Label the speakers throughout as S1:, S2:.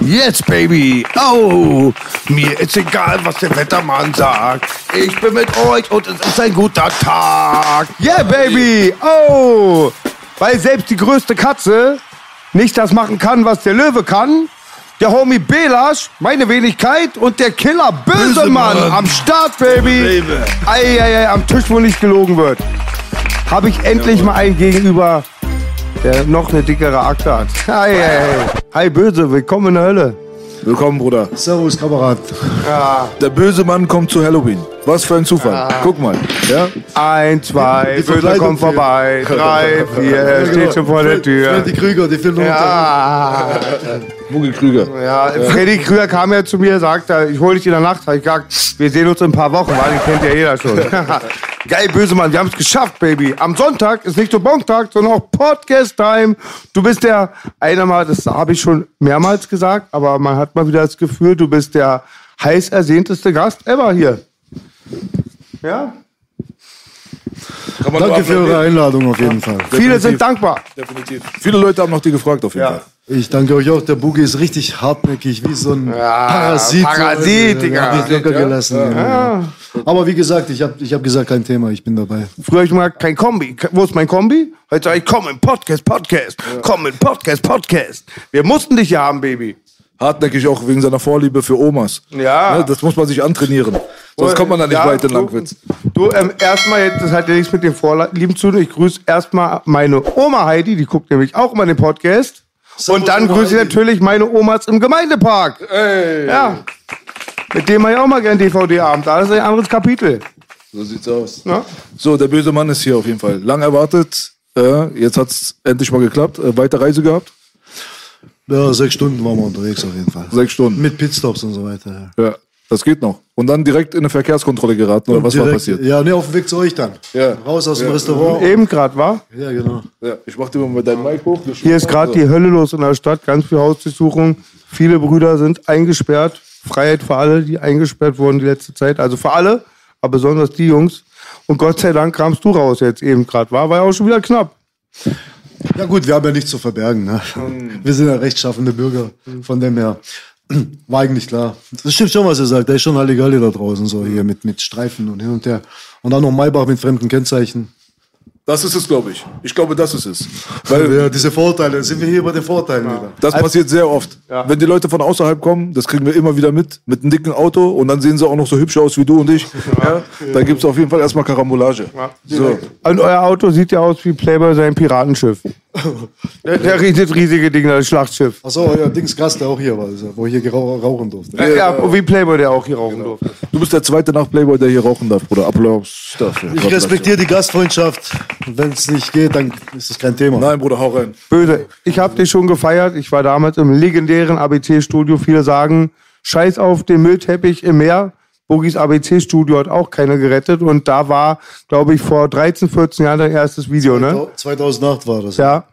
S1: Jetzt, Baby. Oh, mir ist egal, was der Wettermann sagt. Ich bin mit euch und es ist ein guter Tag.
S2: Yeah, Baby! Oh! Weil selbst die größte Katze nicht das machen kann, was der Löwe kann. Der Homie Belasch, meine Wenigkeit und der Killer Bösemann
S1: Bösemann.
S2: am Start, Baby!
S1: Löwe.
S2: Ei, ei, ei, am Tisch, wo nicht gelogen wird. Habe ich endlich mal einen gegenüber, der noch eine dickere Akte hat. Ei, ei, ei. Hi, Böse, willkommen in der Hölle.
S1: Willkommen, Bruder.
S3: Servus, Kamerad.
S1: Der böse Mann kommt zu Halloween. Was für ein Zufall. Guck mal. Ja?
S2: Ein, zwei,
S3: Die
S2: Böse
S3: Verkleidung
S2: kommt vorbei. Drei, vier, er steht schon vor der Tür.
S3: Die Krüger, die finden
S2: Ja.
S1: Boogie Krüger.
S2: Ja, Freddy Krüger kam ja zu mir, sagte, ich hole dich in der Nacht. Hab ich gesagt, wir sehen uns in ein paar Wochen, weil den kennt ja jeder schon. Geil, Bösemann, wir haben es geschafft, Baby. Am Sonntag ist nicht nur Bonktag, sondern auch Podcast-Time. Du bist der, einer mal, das habe ich schon mehrmals gesagt, aber man hat mal wieder das Gefühl, du bist der heiß ersehteste Gast ever hier. Ja?
S1: Kann man
S3: Danke
S1: nur
S3: für eure
S1: applaudieren.
S3: Einladung auf jeden Fall.
S2: Viele sind dankbar.
S1: Definitiv. Viele Leute haben nach dir gefragt, auf jeden
S2: Ja.
S1: Fall.
S3: Ich danke euch auch. Der Bugi ist richtig hartnäckig, wie so ein Parasit.
S2: Parasit, Digga.
S3: Ja, hab ich locker gelassen. Ja. Aber wie gesagt, ich habe ich hab gesagt, kein Thema, ich bin dabei.
S2: Früher hab ich mal kein Kombi. Ke- Wo ist mein Kombi? Heute sag ich, komm in Podcast, Podcast. Komm in Podcast, Podcast. Wir mussten dich hier haben, Baby.
S1: Hartnäckig auch wegen seiner Vorliebe für Omas.
S2: Ja.
S1: Ne, Das muss man sich antrainieren. Sonst kommt man da nicht
S2: Ja,
S1: weit in
S2: du-
S1: Langwitz.
S2: Du, ähm, erstmal, jetzt, das hat ja nichts mit den Vorlieben zu tun. Ich grüße erstmal meine Oma Heidi, die guckt nämlich auch immer den Podcast. Und dann
S3: Oma
S2: grüße ich
S3: Heidi.
S2: natürlich meine Omas im Gemeindepark. Ja. Mit dem mache ich auch mal gern DVD-Abend. Das ist ein anderes Kapitel.
S1: So sieht's aus.
S2: Ne?
S1: So, der böse Mann ist hier auf jeden Fall. Lang erwartet. Äh, jetzt hat's endlich mal geklappt. Äh, weite Reise gehabt.
S3: Ja, sechs Stunden waren wir unterwegs auf jeden Fall.
S1: Sechs Stunden.
S3: Mit Pitstops und so weiter. ja.
S1: Ja, das geht noch. Und dann direkt in eine Verkehrskontrolle geraten, oder was war
S3: Direkt-
S1: passiert?
S3: Ja, nee, auf dem Weg zu euch dann.
S1: Ja.
S3: Raus aus
S1: Ja.
S3: dem Restaurant.
S2: Eben gerade, war?
S3: Ja, genau.
S1: Ja, ich mach dir mal dein Mic hoch.
S2: Hier ist gerade die Hölle los in der Stadt, ganz viel Hausdurchsuchung. Viele Brüder sind eingesperrt. Freiheit für alle, die eingesperrt wurden die letzte Zeit. Also für alle, aber besonders die Jungs. Und Gott sei Dank kamst du raus jetzt eben gerade. War, war ja auch schon wieder knapp.
S3: Ja gut, wir haben ja nichts zu verbergen. Ne? Wir sind ja rechtschaffende Bürger, von dem her war eigentlich klar. Das stimmt schon, was er sagt. Da ist schon Halligalli da draußen, so hier mit, mit Streifen und hin und her. Und dann noch Maybach mit fremden Kennzeichen.
S1: Das ist es, glaube ich. Ich glaube, das ist es.
S3: Weil
S1: Weil
S3: ja, diese Vorteile, sind wir hier bei den Vorteilen wieder.
S1: das passiert sehr oft. Wenn die Leute von außerhalb kommen, das kriegen wir immer wieder mit, mit einem dicken Auto und dann sehen sie auch noch so hübsch aus wie du und ich. Ja, da gibt es auf jeden Fall erstmal Karambolage. So.
S2: Und euer Auto sieht ja aus wie Playboy sein Piratenschiff. der, der riesige, riesige Ding, das Schlachtschiff.
S3: Achso, ja, Dings Gast, der auch hier war, also, wo ich hier gerau- rauchen durfte.
S2: Ja, wie Playboy, der auch hier rauchen durfte.
S1: Du bist der zweite nach Playboy, der hier rauchen darf, Bruder. Applaus dafür.
S3: Ich respektiere die Gastfreundschaft. Wenn es nicht geht, dann ist das kein Thema.
S1: Nein, Bruder, hau rein.
S2: Böse. Ich habe dich schon gefeiert. Ich war damals im legendären ABC-Studio. Viele sagen, scheiß auf den Müllteppich im Meer. Bogis ABC-Studio hat auch keiner gerettet. Und da war, glaube ich, vor 13, 14 Jahren dein erstes Video, ne?
S3: 2008 war das.
S2: Ja.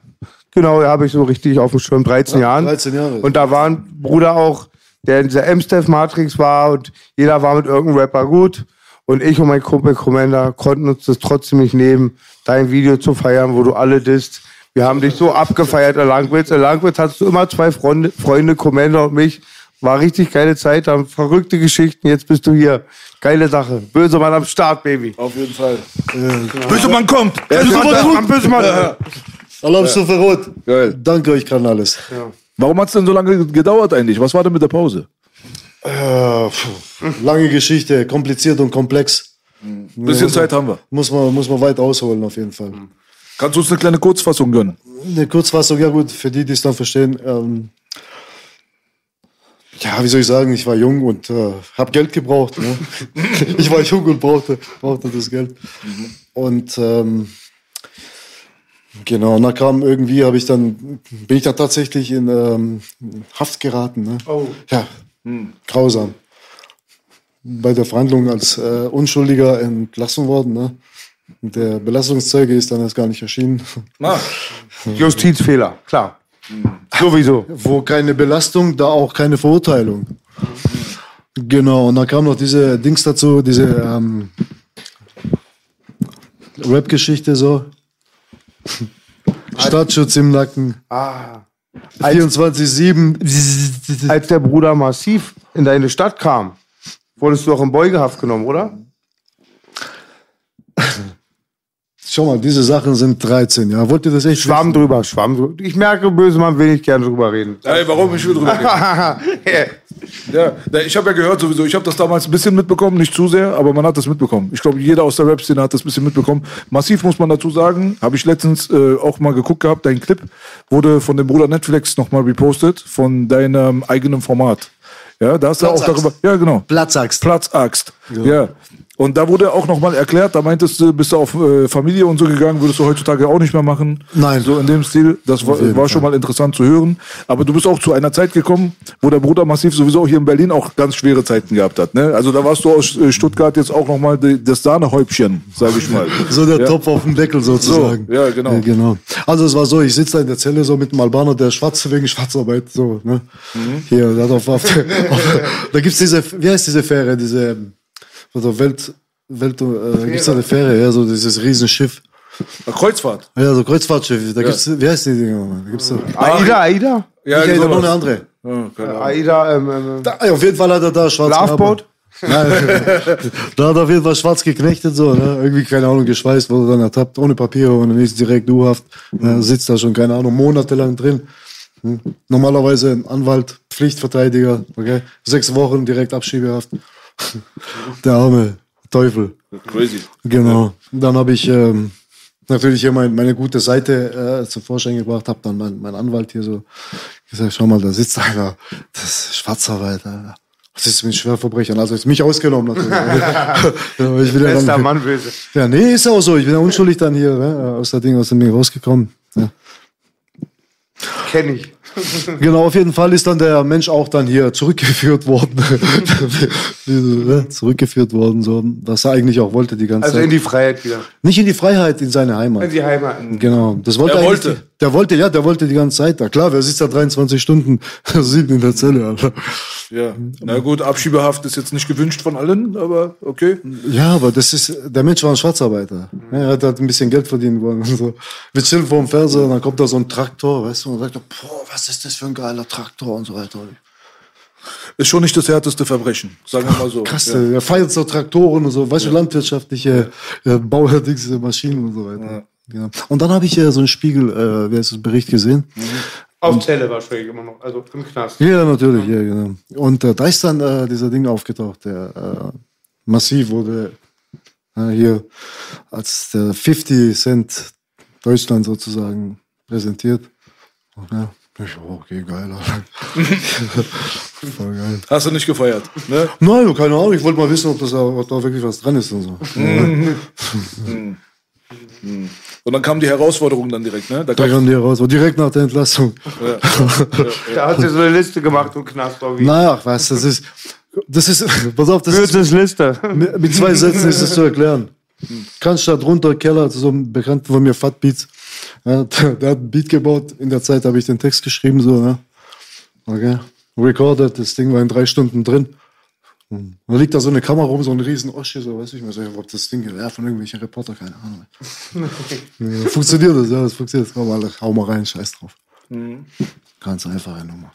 S2: Genau, da habe ich so richtig auf dem Schirm, 13 Jahren.
S3: 13 Jahre.
S2: Und da waren Bruder auch, der in dieser M-Steph-Matrix war und jeder war mit irgendeinem Rapper gut. Und ich und mein Kumpel Commander konnten uns das trotzdem nicht nehmen, dein Video zu feiern, wo du alle disst. Wir haben dich so abgefeiert in Langwitz. In Langwitz hattest du immer zwei Freunde, Freunde Commander und mich. War richtig geile Zeit, haben verrückte Geschichten. Jetzt bist du hier. Geile Sache. Böse Mann am Start, Baby.
S1: Auf jeden Fall. Böse Mann kommt!
S2: Am Böse Mann.
S3: Erlaubst du verrot?
S1: Geil.
S3: Danke euch, kann alles.
S1: Warum hat es denn so lange gedauert eigentlich? Was war denn mit der Pause?
S3: Äh, pf, lange Geschichte, kompliziert und komplex.
S1: Bisschen Zeit haben wir.
S3: Muss man, muss man weit ausholen auf jeden Fall.
S1: Kannst du uns eine kleine Kurzfassung gönnen?
S3: Eine Kurzfassung, ja gut, für die, die es dann verstehen. Ähm, ja, wie soll ich sagen, ich war jung und äh, habe Geld gebraucht. Ne? ich war jung und brauchte, brauchte das Geld. Und ähm, genau, und da kam irgendwie, habe ich dann, bin ich dann tatsächlich in ähm, Haft geraten. Ne?
S2: Oh.
S3: Ja, grausam. Bei der Verhandlung als äh, Unschuldiger entlassen worden. Ne? Und Der Belastungszeuge ist dann erst gar nicht erschienen.
S2: Justizfehler, klar. Sowieso.
S3: Wo keine Belastung, da auch keine Verurteilung. Genau, und dann kam noch diese Dings dazu, diese ähm, Rap-Geschichte so. Stadtschutz im Nacken.
S2: Ah.
S3: 24-7.
S2: Als der Bruder massiv in deine Stadt kam, wurdest du auch in Beugehaft genommen, oder?
S3: Schau mal, diese Sachen sind 13, ja. Wollt ihr das echt
S2: Schwamm drüber, Schwamm drüber. Ich merke, Bösemann will nicht gern drüber reden.
S1: Ey, warum? Ich will drüber reden. Ja, na, ich habe ja gehört sowieso, ich habe das damals ein bisschen mitbekommen, nicht zu sehr, aber man hat das mitbekommen. Ich glaube, jeder aus der Rap-Szene hat das ein bisschen mitbekommen. Massiv muss man dazu sagen, habe ich letztens äh, auch mal geguckt gehabt, dein Clip wurde von dem Bruder Netflix nochmal repostet, von deinem eigenen Format. Ja, da hast du auch
S3: Platzaxt.
S1: darüber... Ja, genau.
S3: Platzaxt.
S1: Platzaxt. Ja. Und da wurde auch nochmal erklärt, da meintest du, bist du auf äh, Familie und so gegangen, würdest du heutzutage auch nicht mehr machen.
S3: Nein.
S1: So in dem Stil. Das war, war schon mal interessant zu hören. Aber du bist auch zu einer Zeit gekommen, wo der Bruder Massiv sowieso hier in Berlin auch ganz schwere Zeiten gehabt hat. Ne? Also da warst du aus äh, Stuttgart jetzt auch nochmal das Sahnehäubchen, sage ich mal.
S3: So der Topf auf dem Deckel sozusagen.
S1: So, ja, genau.
S3: genau. Also es war so, ich sitze da in der Zelle so mit einem Albaner, der ist schwarz wegen Schwarzarbeit. So, ne?
S1: Mhm.
S3: Hier, da, auf, auf, auf, da gibt's diese, wie heißt diese Fähre, diese ähm, also Welt, Welt äh, gibt's da eine Fähre, ja, so dieses Riesenschiff.
S1: Kreuzfahrt.
S3: Ja, so Kreuzfahrtschiff. Da gibt's, wie heißt die Dinger? Mann? Da gibt's so,
S2: Aida, Aida?
S1: Ja,
S3: ja, genau. da noch
S1: sowas.
S3: eine andere.
S1: Ja, keine Ahnung.
S2: Aida, ähm, ähm,
S3: Da, auf jeden Fall hat er da schwarz
S2: Loveboat?
S3: Nein, da hat er auf jeden Fall schwarz geknechtet, so, ne? Irgendwie, keine Ahnung, geschweißt, wurde dann ertappt, ohne Papiere und dann ist direkt U-Haft, ne? sitzt da schon, keine Ahnung, monatelang drin. Hm? Normalerweise ein Anwalt, Pflichtverteidiger, okay? Sechs Wochen direkt Abschiebehaft. Der arme Teufel.
S1: Crazy.
S3: Genau. Dann habe ich ähm, natürlich hier mein, meine gute Seite äh, zum Vorschein gebracht, habe dann mein, mein Anwalt hier so gesagt, schau mal, da sitzt einer, das ist Schwarzarbeit, Alter. Was ist mit Schwerverbrechern? Also ist mich ausgenommen natürlich. ja, aber ich bin ja,
S2: bester
S3: dann,
S2: Mann, böse.
S3: ja, nee, ist ja auch so. Ich bin ja unschuldig dann hier ne, aus der Ding, aus dem Ding rausgekommen. Ja.
S2: Kenn ich.
S3: Genau, auf jeden Fall ist dann der Mensch auch dann hier zurückgeführt worden. Ne, zurückgeführt worden, so, was er eigentlich auch wollte die ganze
S2: Also
S3: Zeit.
S2: in Also die Freiheit wieder.
S3: Nicht in die Freiheit, in seine Heimat.
S2: In die Heimat.
S3: Genau, das wollte
S1: Er
S3: eigentlich-
S1: wollte.
S3: Der wollte, ja, der wollte die ganze Zeit da. Klar, wer sitzt da 23 Stunden, sieht in der Zelle, Alter.
S1: Ja. Na gut, Abschiebehaft ist jetzt nicht gewünscht von allen, aber okay.
S3: Ja, aber das ist, der Mensch war ein Schwarzarbeiter. Er hat halt ein bisschen Geld verdienen wollen und so. Wir chillen vor dem Fernseher und dann kommt da so ein Traktor, weißt du, und sagt, boah, was ist das für ein geiler Traktor und so weiter.
S1: Ist schon nicht das härteste Verbrechen, sagen wir mal so.
S3: Krass,
S1: ja.
S3: der feiert so Traktoren und so, weißt du, landwirtschaftliche äh, Bauerdings, äh, Maschinen und so weiter. Genau. Und dann habe ich ja so einen Spiegel, äh, wie heißt das, Bericht gesehen.
S2: Auf Zelle wahrscheinlich immer noch, also im Knast.
S3: Ja, natürlich, ja, genau. Und äh, da ist dann äh, dieser Ding aufgetaucht, der äh, massiv wurde äh, hier als der 50 Cent Deutschland sozusagen präsentiert. Und, ja, ich, oh, okay, geil. Alter. Voll geil.
S1: Hast du nicht gefeiert, ne?
S3: Nein, keine Ahnung, ich wollte mal wissen, ob, das da, ob da wirklich was dran ist und so.
S1: Und dann kam die Herausforderung dann direkt, ne? Da
S3: Da
S1: kam,
S3: kam die raus, direkt nach der Entlassung.
S2: Da hat sie so eine Liste gemacht im Knast, Bobby.
S3: Naja, ach was, das ist, das ist, pass auf, das ist
S2: Goethes Liste.
S3: Mit mit zwei Sätzen ist es zu erklären. Cannstatt runter, Keller, zu so einem Bekannten von mir, Fat Beats. Ja, der, der hat ein Beat gebaut. In der Zeit habe ich den Text geschrieben, so, ne? Okay. Recorded, das Ding war in drei Stunden drin. Und Da liegt da so eine Kamera rum, so ein riesen Osche, so, weiß ich mir so, ob das Ding, ja, von irgendwelchen Reporter, keine Ahnung. Ja, funktioniert das, ja, das funktioniert. Komm mal, hau mal rein, scheiß drauf. Ganz einfache Nummer.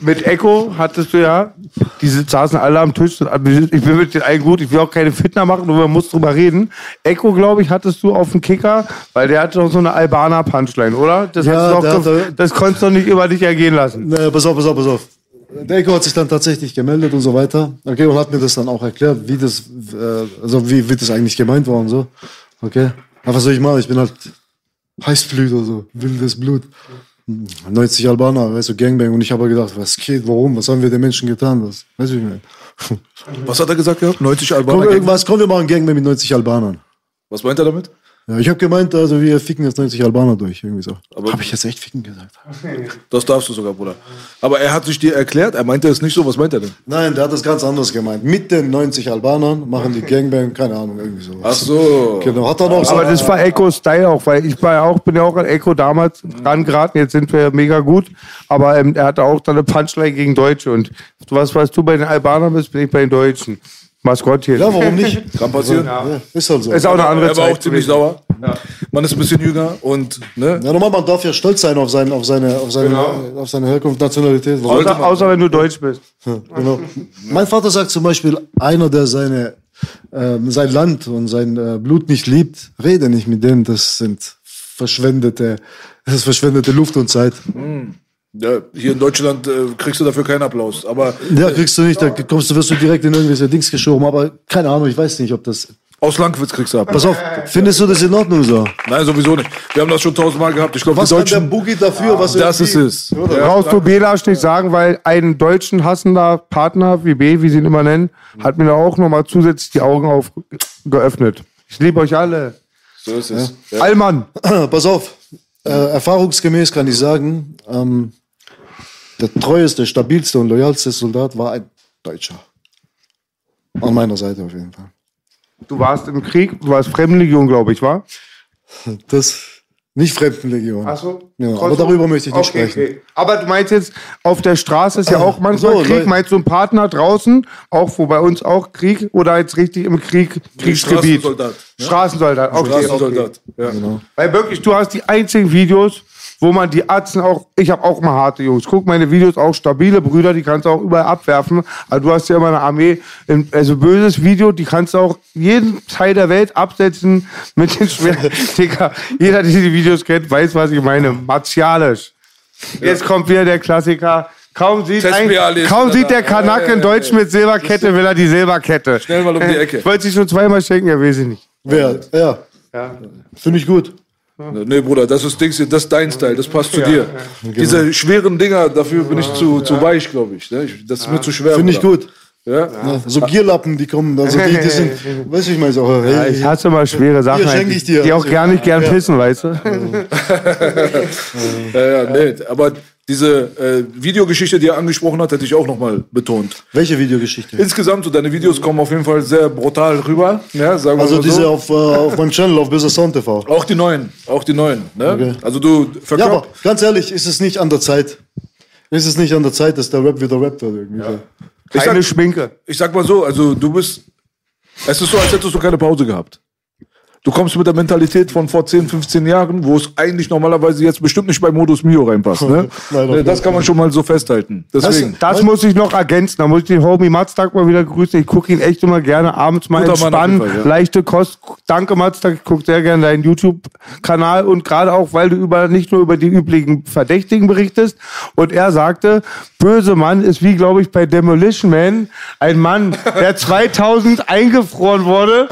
S2: Mit Echo hattest du ja, die saßen alle am Tisch. Ich bin mit den allen gut, ich will auch keine Fitner machen, aber man muss drüber reden. Echo, glaube ich, hattest du auf dem Kicker, weil der hatte doch so eine Albaner-Punchline, oder? Das,
S3: Ja,
S2: hast du
S3: der
S2: doch,
S3: hatte-
S2: das konntest du doch nicht über dich ergehen lassen.
S3: Naja, pass auf, pass auf, pass auf. Delko hat sich dann tatsächlich gemeldet und so weiter. Okay, und hat mir das dann auch erklärt, wie das, äh, also wie wird das eigentlich gemeint war und so. Okay. Aber was soll ich machen? Ich bin halt Heißblüter, so, wildes Blut. 90 Albaner, weißt du, Gangbang. Und ich habe gedacht, was geht, warum, was haben wir den Menschen getan? Was, weißt du, wie ich meine?
S1: Was hat er gesagt gehabt? 90
S3: Komm,
S1: Albaner. gegen-
S3: irgendwas, komm, wir machen Gangbang mit 90 Albanern.
S1: Was meint er damit?
S3: Ja, ich habe gemeint, also wir ficken jetzt 90 Albaner durch, irgendwie so.
S1: Aber-
S3: Aber habe ich jetzt echt ficken gesagt?
S1: Das darfst du sogar, Bruder. Aber er hat sich dir erklärt, er meinte es nicht so. Was meint er denn?
S3: Nein, der hat das ganz anders gemeint. Mit den 90 Albanern machen die Gangbang, keine Ahnung, irgendwie sowas.
S1: Ach so.
S3: Genau, hat er noch
S2: Aber das war Echo-Style auch, weil ich war ja auch, bin ja auch an Echo damals rangeraten, jetzt sind wir ja mega gut, aber ähm, er hatte auch dann eine Punchline gegen Deutsche und was, was du bei den Albanern bist, bin ich bei den Deutschen. Maskottchen.
S3: Ja, warum nicht?
S1: Kann passieren.
S3: Ja, Ist halt so.
S2: Ist auch eine andere
S1: Er war
S2: Zeit
S1: auch ziemlich
S2: gewesen.
S1: sauer. Man ist ein bisschen jünger und, ne?
S3: Ja, normal, man darf ja stolz sein auf, seinen, auf, seine, auf, seine, auf seine Herkunft, Nationalität. Warum?
S2: Außer, außer wenn du Deutsch bist.
S3: Genau. Mein Vater sagt zum Beispiel, einer, der seine, ähm, sein Land und sein äh, Blut nicht liebt, rede nicht mit dem. Das sind verschwendete, das ist verschwendete Luft und Zeit.
S1: Ja, hier in Deutschland äh, kriegst du dafür keinen Applaus. Aber
S3: Ja, kriegst du nicht, da kommst du, wirst du direkt in irgendwelche Dings geschoben, aber keine Ahnung, ich weiß nicht, ob das.
S1: aus Langwitz kriegst du ab.
S3: Pass auf, findest du das in Ordnung so?
S1: Nein, sowieso nicht. Wir haben das schon tausendmal gehabt. Ich glaube, die
S3: Was hat der
S1: Deutschen.
S3: Boogie dafür? Was
S1: Das ist
S3: irgendwie-
S1: es.
S2: Brauchst du Belasch nicht sagen, weil einen deutschen hassender Partner, wie B, wie sie ihn immer nennen, hat mir da auch nochmal zusätzlich die Augen auf geöffnet. Ich liebe euch alle.
S1: So ist es. Ja.
S2: Allmann.
S3: Pass auf, äh, erfahrungsgemäß kann ich sagen, ähm, der treueste, stabilste und loyalste Soldat war ein Deutscher. An meiner Seite auf jeden Fall.
S2: Du warst im Krieg, du warst Fremdenlegion, glaube ich, war?
S3: Das nicht Fremdenlegion.
S2: so.
S3: Ja, aber darüber möchte ich nicht sprechen.
S2: Aber du meinst jetzt, auf der Straße ist ja auch manchmal
S3: so, ne.
S2: Krieg.
S3: Leute.
S2: Meinst du einen Partner draußen, auch wo bei uns auch Krieg oder jetzt richtig im Krieg, Kriegsgebiet?
S1: Straßensoldat, ne?
S2: Straßensoldat, okay.
S1: Straßensoldat. Ja.
S2: Weil wirklich, du hast die einzigen Videos, wo man die Atzen auch, ich habe auch mal harte Jungs, guck meine Videos, auch stabile Brüder, die kannst du auch überall abwerfen, aber du hast ja immer eine Armee, in- also böses Video, die kannst du auch jeden Teil der Welt absetzen mit den Schwertern. Digga, jeder, der die Videos kennt, weiß, was ich meine, martialisch. Jetzt kommt wieder der Klassiker. Kaum sieht, ein,
S1: Testbiali ist
S2: kaum
S1: wieder
S2: sieht
S1: da.
S2: der Kanake
S1: Ja, ja,
S2: einen
S1: ja,
S2: Deutschen mit Silberkette, will er die Silberkette.
S1: Schnell mal um die Ecke.
S2: Ich wollte sie schon zweimal schenken, ja, weiß ich nicht.
S3: Wer? Ja. Finde ich gut.
S1: Nee, Bruder, das ist Dings, hier, das ist dein Style, das passt zu dir.
S3: Genau.
S1: Diese schweren Dinger, dafür bin ich zu, zu weich, glaube ich. ne? Ich- Das ist mir zu schwer.
S3: Finde ich
S1: Bruder.
S3: gut.
S1: Ja?
S3: Ja, so Gierlappen, die kommen, also die, die sind, weißt du, ich meine so, hey,
S2: Ja, ich hasse mal schwere Sachen,
S3: schenke
S2: eigentlich,
S3: ich dir.
S2: die auch gar nicht gern pissen, weißt du?
S1: Ja, ja, nee. Aber diese äh, Videogeschichte, die er angesprochen hat, hätte ich auch nochmal betont.
S3: welche Videogeschichte?
S1: Insgesamt, so deine Videos kommen auf jeden Fall sehr brutal rüber. Ja, sagen wir
S3: Also
S1: mal
S3: diese
S1: so.
S3: auf, äh, auf meinem Channel, auf Business Sound TV.
S1: Auch die neuen, auch die neuen. Ne? Also du
S3: Ja, aber
S1: verkörperst.
S3: ganz ehrlich, ist es nicht an der Zeit? Ist es nicht an der Zeit, dass der Rap wieder rappt oder irgendwie? so?
S1: Ich
S2: Keine
S1: sag-
S2: Schminke.
S1: ich sag mal so, also du bist. Es ist so, als hättest du keine Pause gehabt. Du kommst mit der Mentalität von vor 10, 15 Jahren, wo es eigentlich normalerweise jetzt bestimmt nicht bei Modus Mio reinpasst. Ne?
S3: Nein, doch
S1: Äh, das kann man schon mal so festhalten. Deswegen.
S2: Das muss ich noch ergänzen. Da muss ich den Homie Matztag mal wieder grüßen. Ich gucke ihn echt immer gerne abends mal
S1: Guter Mann auf
S2: entspannen.
S1: jeden Fall, ja.
S2: Leichte Kost. Danke, Matztag. Ich gucke sehr gerne deinen YouTube-Kanal und gerade auch, weil du über, nicht nur über die üblichen Verdächtigen berichtest. Und er sagte, böse Mann ist wie, glaube ich, bei Demolition Man ein Mann, der 2000 eingefroren wurde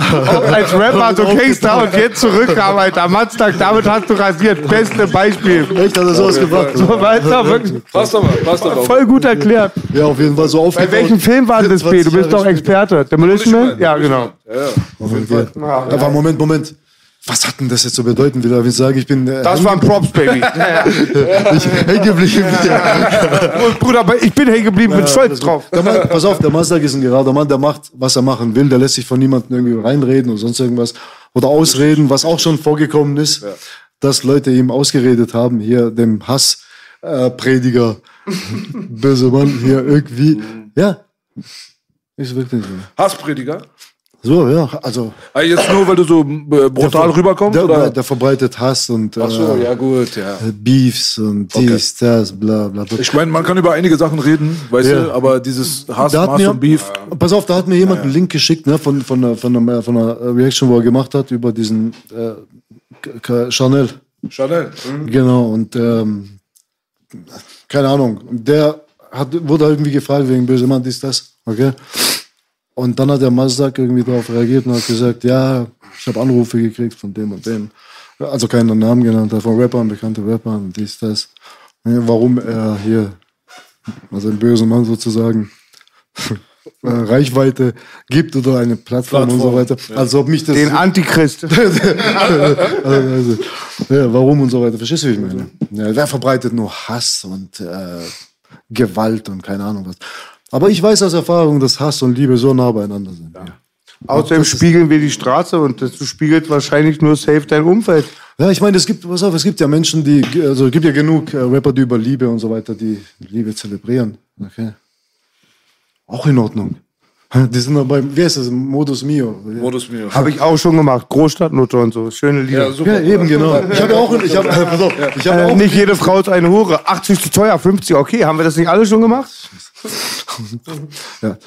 S2: als Rapper zu Kingstar und jetzt zurückkam, Alter. Matztag, damit hast du rasiert. Beste Beispiel.
S3: Echt, hat er sowas gebracht?
S2: So, Alter, wirklich.
S1: Passt aber, passt aber.
S2: Voll gut erklärt.
S3: Ja, auf jeden Fall so aufgebaut.
S2: Bei welchem Film war das, B? Du
S3: 24
S2: bist doch
S3: Jahre
S2: Experte. Demolition Man? Ja, genau.
S3: Auf jeden Fall. Aber Moment, Moment. Was hat denn das jetzt zu bedeuten, wieder? Wenn ich sage, ich bin äh,
S2: Das waren Props, Baby.
S3: ich hängen geblieben.
S2: Und Bruder, aber ich bin hängen geblieben, bin stolz drauf.
S3: Äh, Der Mann, pass auf, der Master ist ein gerader Mann, der macht, was er machen will. Der lässt sich von niemandem irgendwie reinreden oder sonst irgendwas. Oder ausreden, was auch schon vorgekommen ist, dass Leute ihm ausgeredet haben, hier dem Hassprediger, äh, Prediger, böse Mann hier irgendwie.
S1: Mhm.
S3: Ja. Ist wirklich so.
S1: Hassprediger.
S3: So, ja, also.
S1: Ah, jetzt nur, weil du so äh, brutal rüberkommst?
S3: Der,
S1: oder?
S3: der verbreitet Hass und
S1: Ach so,
S3: äh,
S1: ja gut, ja.
S3: Beefs und dies, das, bla, bla, bla.
S1: Ich meine, man kann über einige Sachen reden, weißt
S3: Ja.
S1: du, aber dieses Hass,
S3: Da hat
S1: Maß
S3: mir, Äh,
S1: und Beef.
S3: Pass auf, da hat mir jemand einen Link geschickt ne, von, von, einer- von, einer, von äh, einer Reaction, wo er gemacht hat, über diesen äh, K- K- Chanel.
S1: Chanel.
S3: Genau, und ähm, keine Ahnung. Und Der hat, wurde halt irgendwie gefragt wegen böse Mann, dies, das. Okay. Und dann hat der Mazdak irgendwie darauf reagiert und hat gesagt, ja, ich habe Anrufe gekriegt von dem und dem. Also keinen Namen genannt, von Rappern, bekannte Rappern und dies, das. Ja, Warum er hier, also ein böser Mann sozusagen, äh, Reichweite gibt oder eine Plattform, und so weiter. Als ob mich das...
S2: Den Antichrist.
S3: Also, also, ja, warum und so weiter. Verstehst du, wie ich meine? Ja, wer verbreitet nur Hass und äh, Gewalt und keine Ahnung was. Aber ich weiß aus Erfahrung, dass Hass und Liebe so nah beieinander sind. Ja,
S2: Außerdem spiegeln wir die Straße und das spiegelt wahrscheinlich nur safe dein Umfeld.
S3: ja ich meine, es gibt, pass auf, es gibt ja Menschen, die, also es gibt ja genug äh, Rapper, die über Liebe und so weiter, die Liebe zelebrieren. Okay. Auch in Ordnung. Die sind aber beim, wie heißt das, Modus Mio.
S1: Modus Mio.
S2: Habe ich auch schon gemacht. Großstadtnutte und so. Schöne Lieder.
S1: Ja, super.
S3: Ja, eben, genau. Ich habe ja auch, ich habe, äh, pass auf, ich habe
S2: Äh,
S3: auch,
S2: nicht jede Frau ist eine Hure. 80 zu teuer, 50. Okay, haben wir das nicht alle schon gemacht?
S3: ja,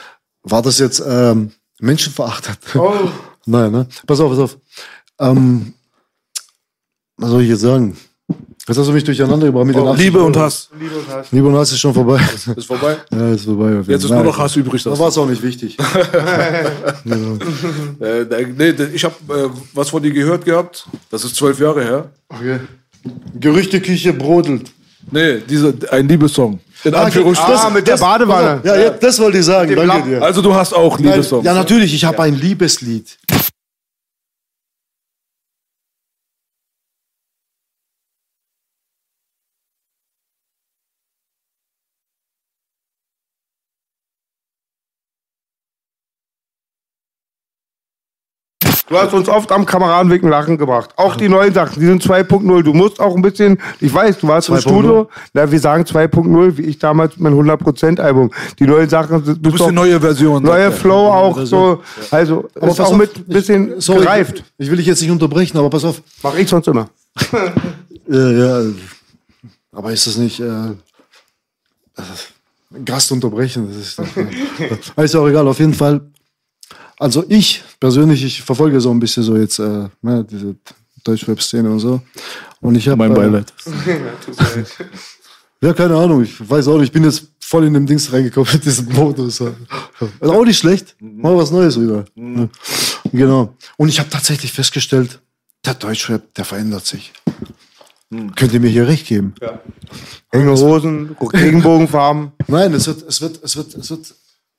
S3: war das jetzt ähm, menschenverachtend? Nein, ne? Pass auf, pass auf. Ähm, was soll ich jetzt sagen? Jetzt hast du mich durcheinander gebracht mit den 80
S1: Oh, Liebe
S3: Euro.
S1: und Hass.
S3: Liebe und Hass ist schon vorbei.
S1: Ist vorbei.
S3: ja, ist vorbei. auf jeden
S1: Jetzt ist
S3: Fall.
S1: nur noch Hass übrig.
S3: Da
S1: Das.
S3: war es auch nicht wichtig.
S1: Äh, da- nee, da- ich habe äh, was von dir gehört gehabt. Das ist zwölf Jahre her.
S3: Okay. Gerüchteküche brodelt.
S1: Nee, diese, ein Liebessong. In Anführungsstrichen.
S2: Ah, mit der Badewanne.
S3: Ja, jetzt, das wollte ich sagen.
S2: dem
S3: Danke
S2: Lappen.
S3: dir.
S1: Also du hast auch Liebessongs.
S3: ah. Ja, natürlich, ich habe ein Liebeslied.
S2: Du hast uns oft am Kameradenweg ein Lachen gebracht. Auch die neuen Sachen, die sind 2.0. Du musst auch ein bisschen, ich weiß, du warst im
S3: 2.0.
S2: Studio, na, wir sagen 2.0, wie ich damals mein 100%-Album. Die neuen Sachen sind
S1: Du bist die neue Version.
S2: neue
S1: sagt er.
S2: Flow auch so, also ist
S3: pass
S2: auch
S3: auf,
S2: mit ein bisschen
S3: Sorry,
S2: gereift.
S3: Ich, ich will dich jetzt nicht unterbrechen, aber pass auf.
S2: Mach ich sonst immer.
S3: Äh, ja, aber ist das nicht äh, äh, Gast unterbrechen? Das ist, doch, äh, ist ja auch egal, auf jeden Fall. Also ich persönlich, ich verfolge so ein bisschen so jetzt äh, ne, diese Deutschrap-Szene und so. Und ich habe
S1: Mein
S3: äh,
S1: Beileid.
S3: ja keine Ahnung, ich weiß auch nicht, ich bin jetzt voll in dem Dings reingekommen mit diesem Modus. Ist auch nicht schlecht, mal was Neues wieder. Ja. Genau. Und ich habe tatsächlich festgestellt, der Deutschrap, der verändert sich.
S1: Hm.
S3: Könnt ihr mir hier recht geben?
S2: Enge Hosen, Regenbogenfarben.
S3: Nein, es wird, es wird, es wird, es wird,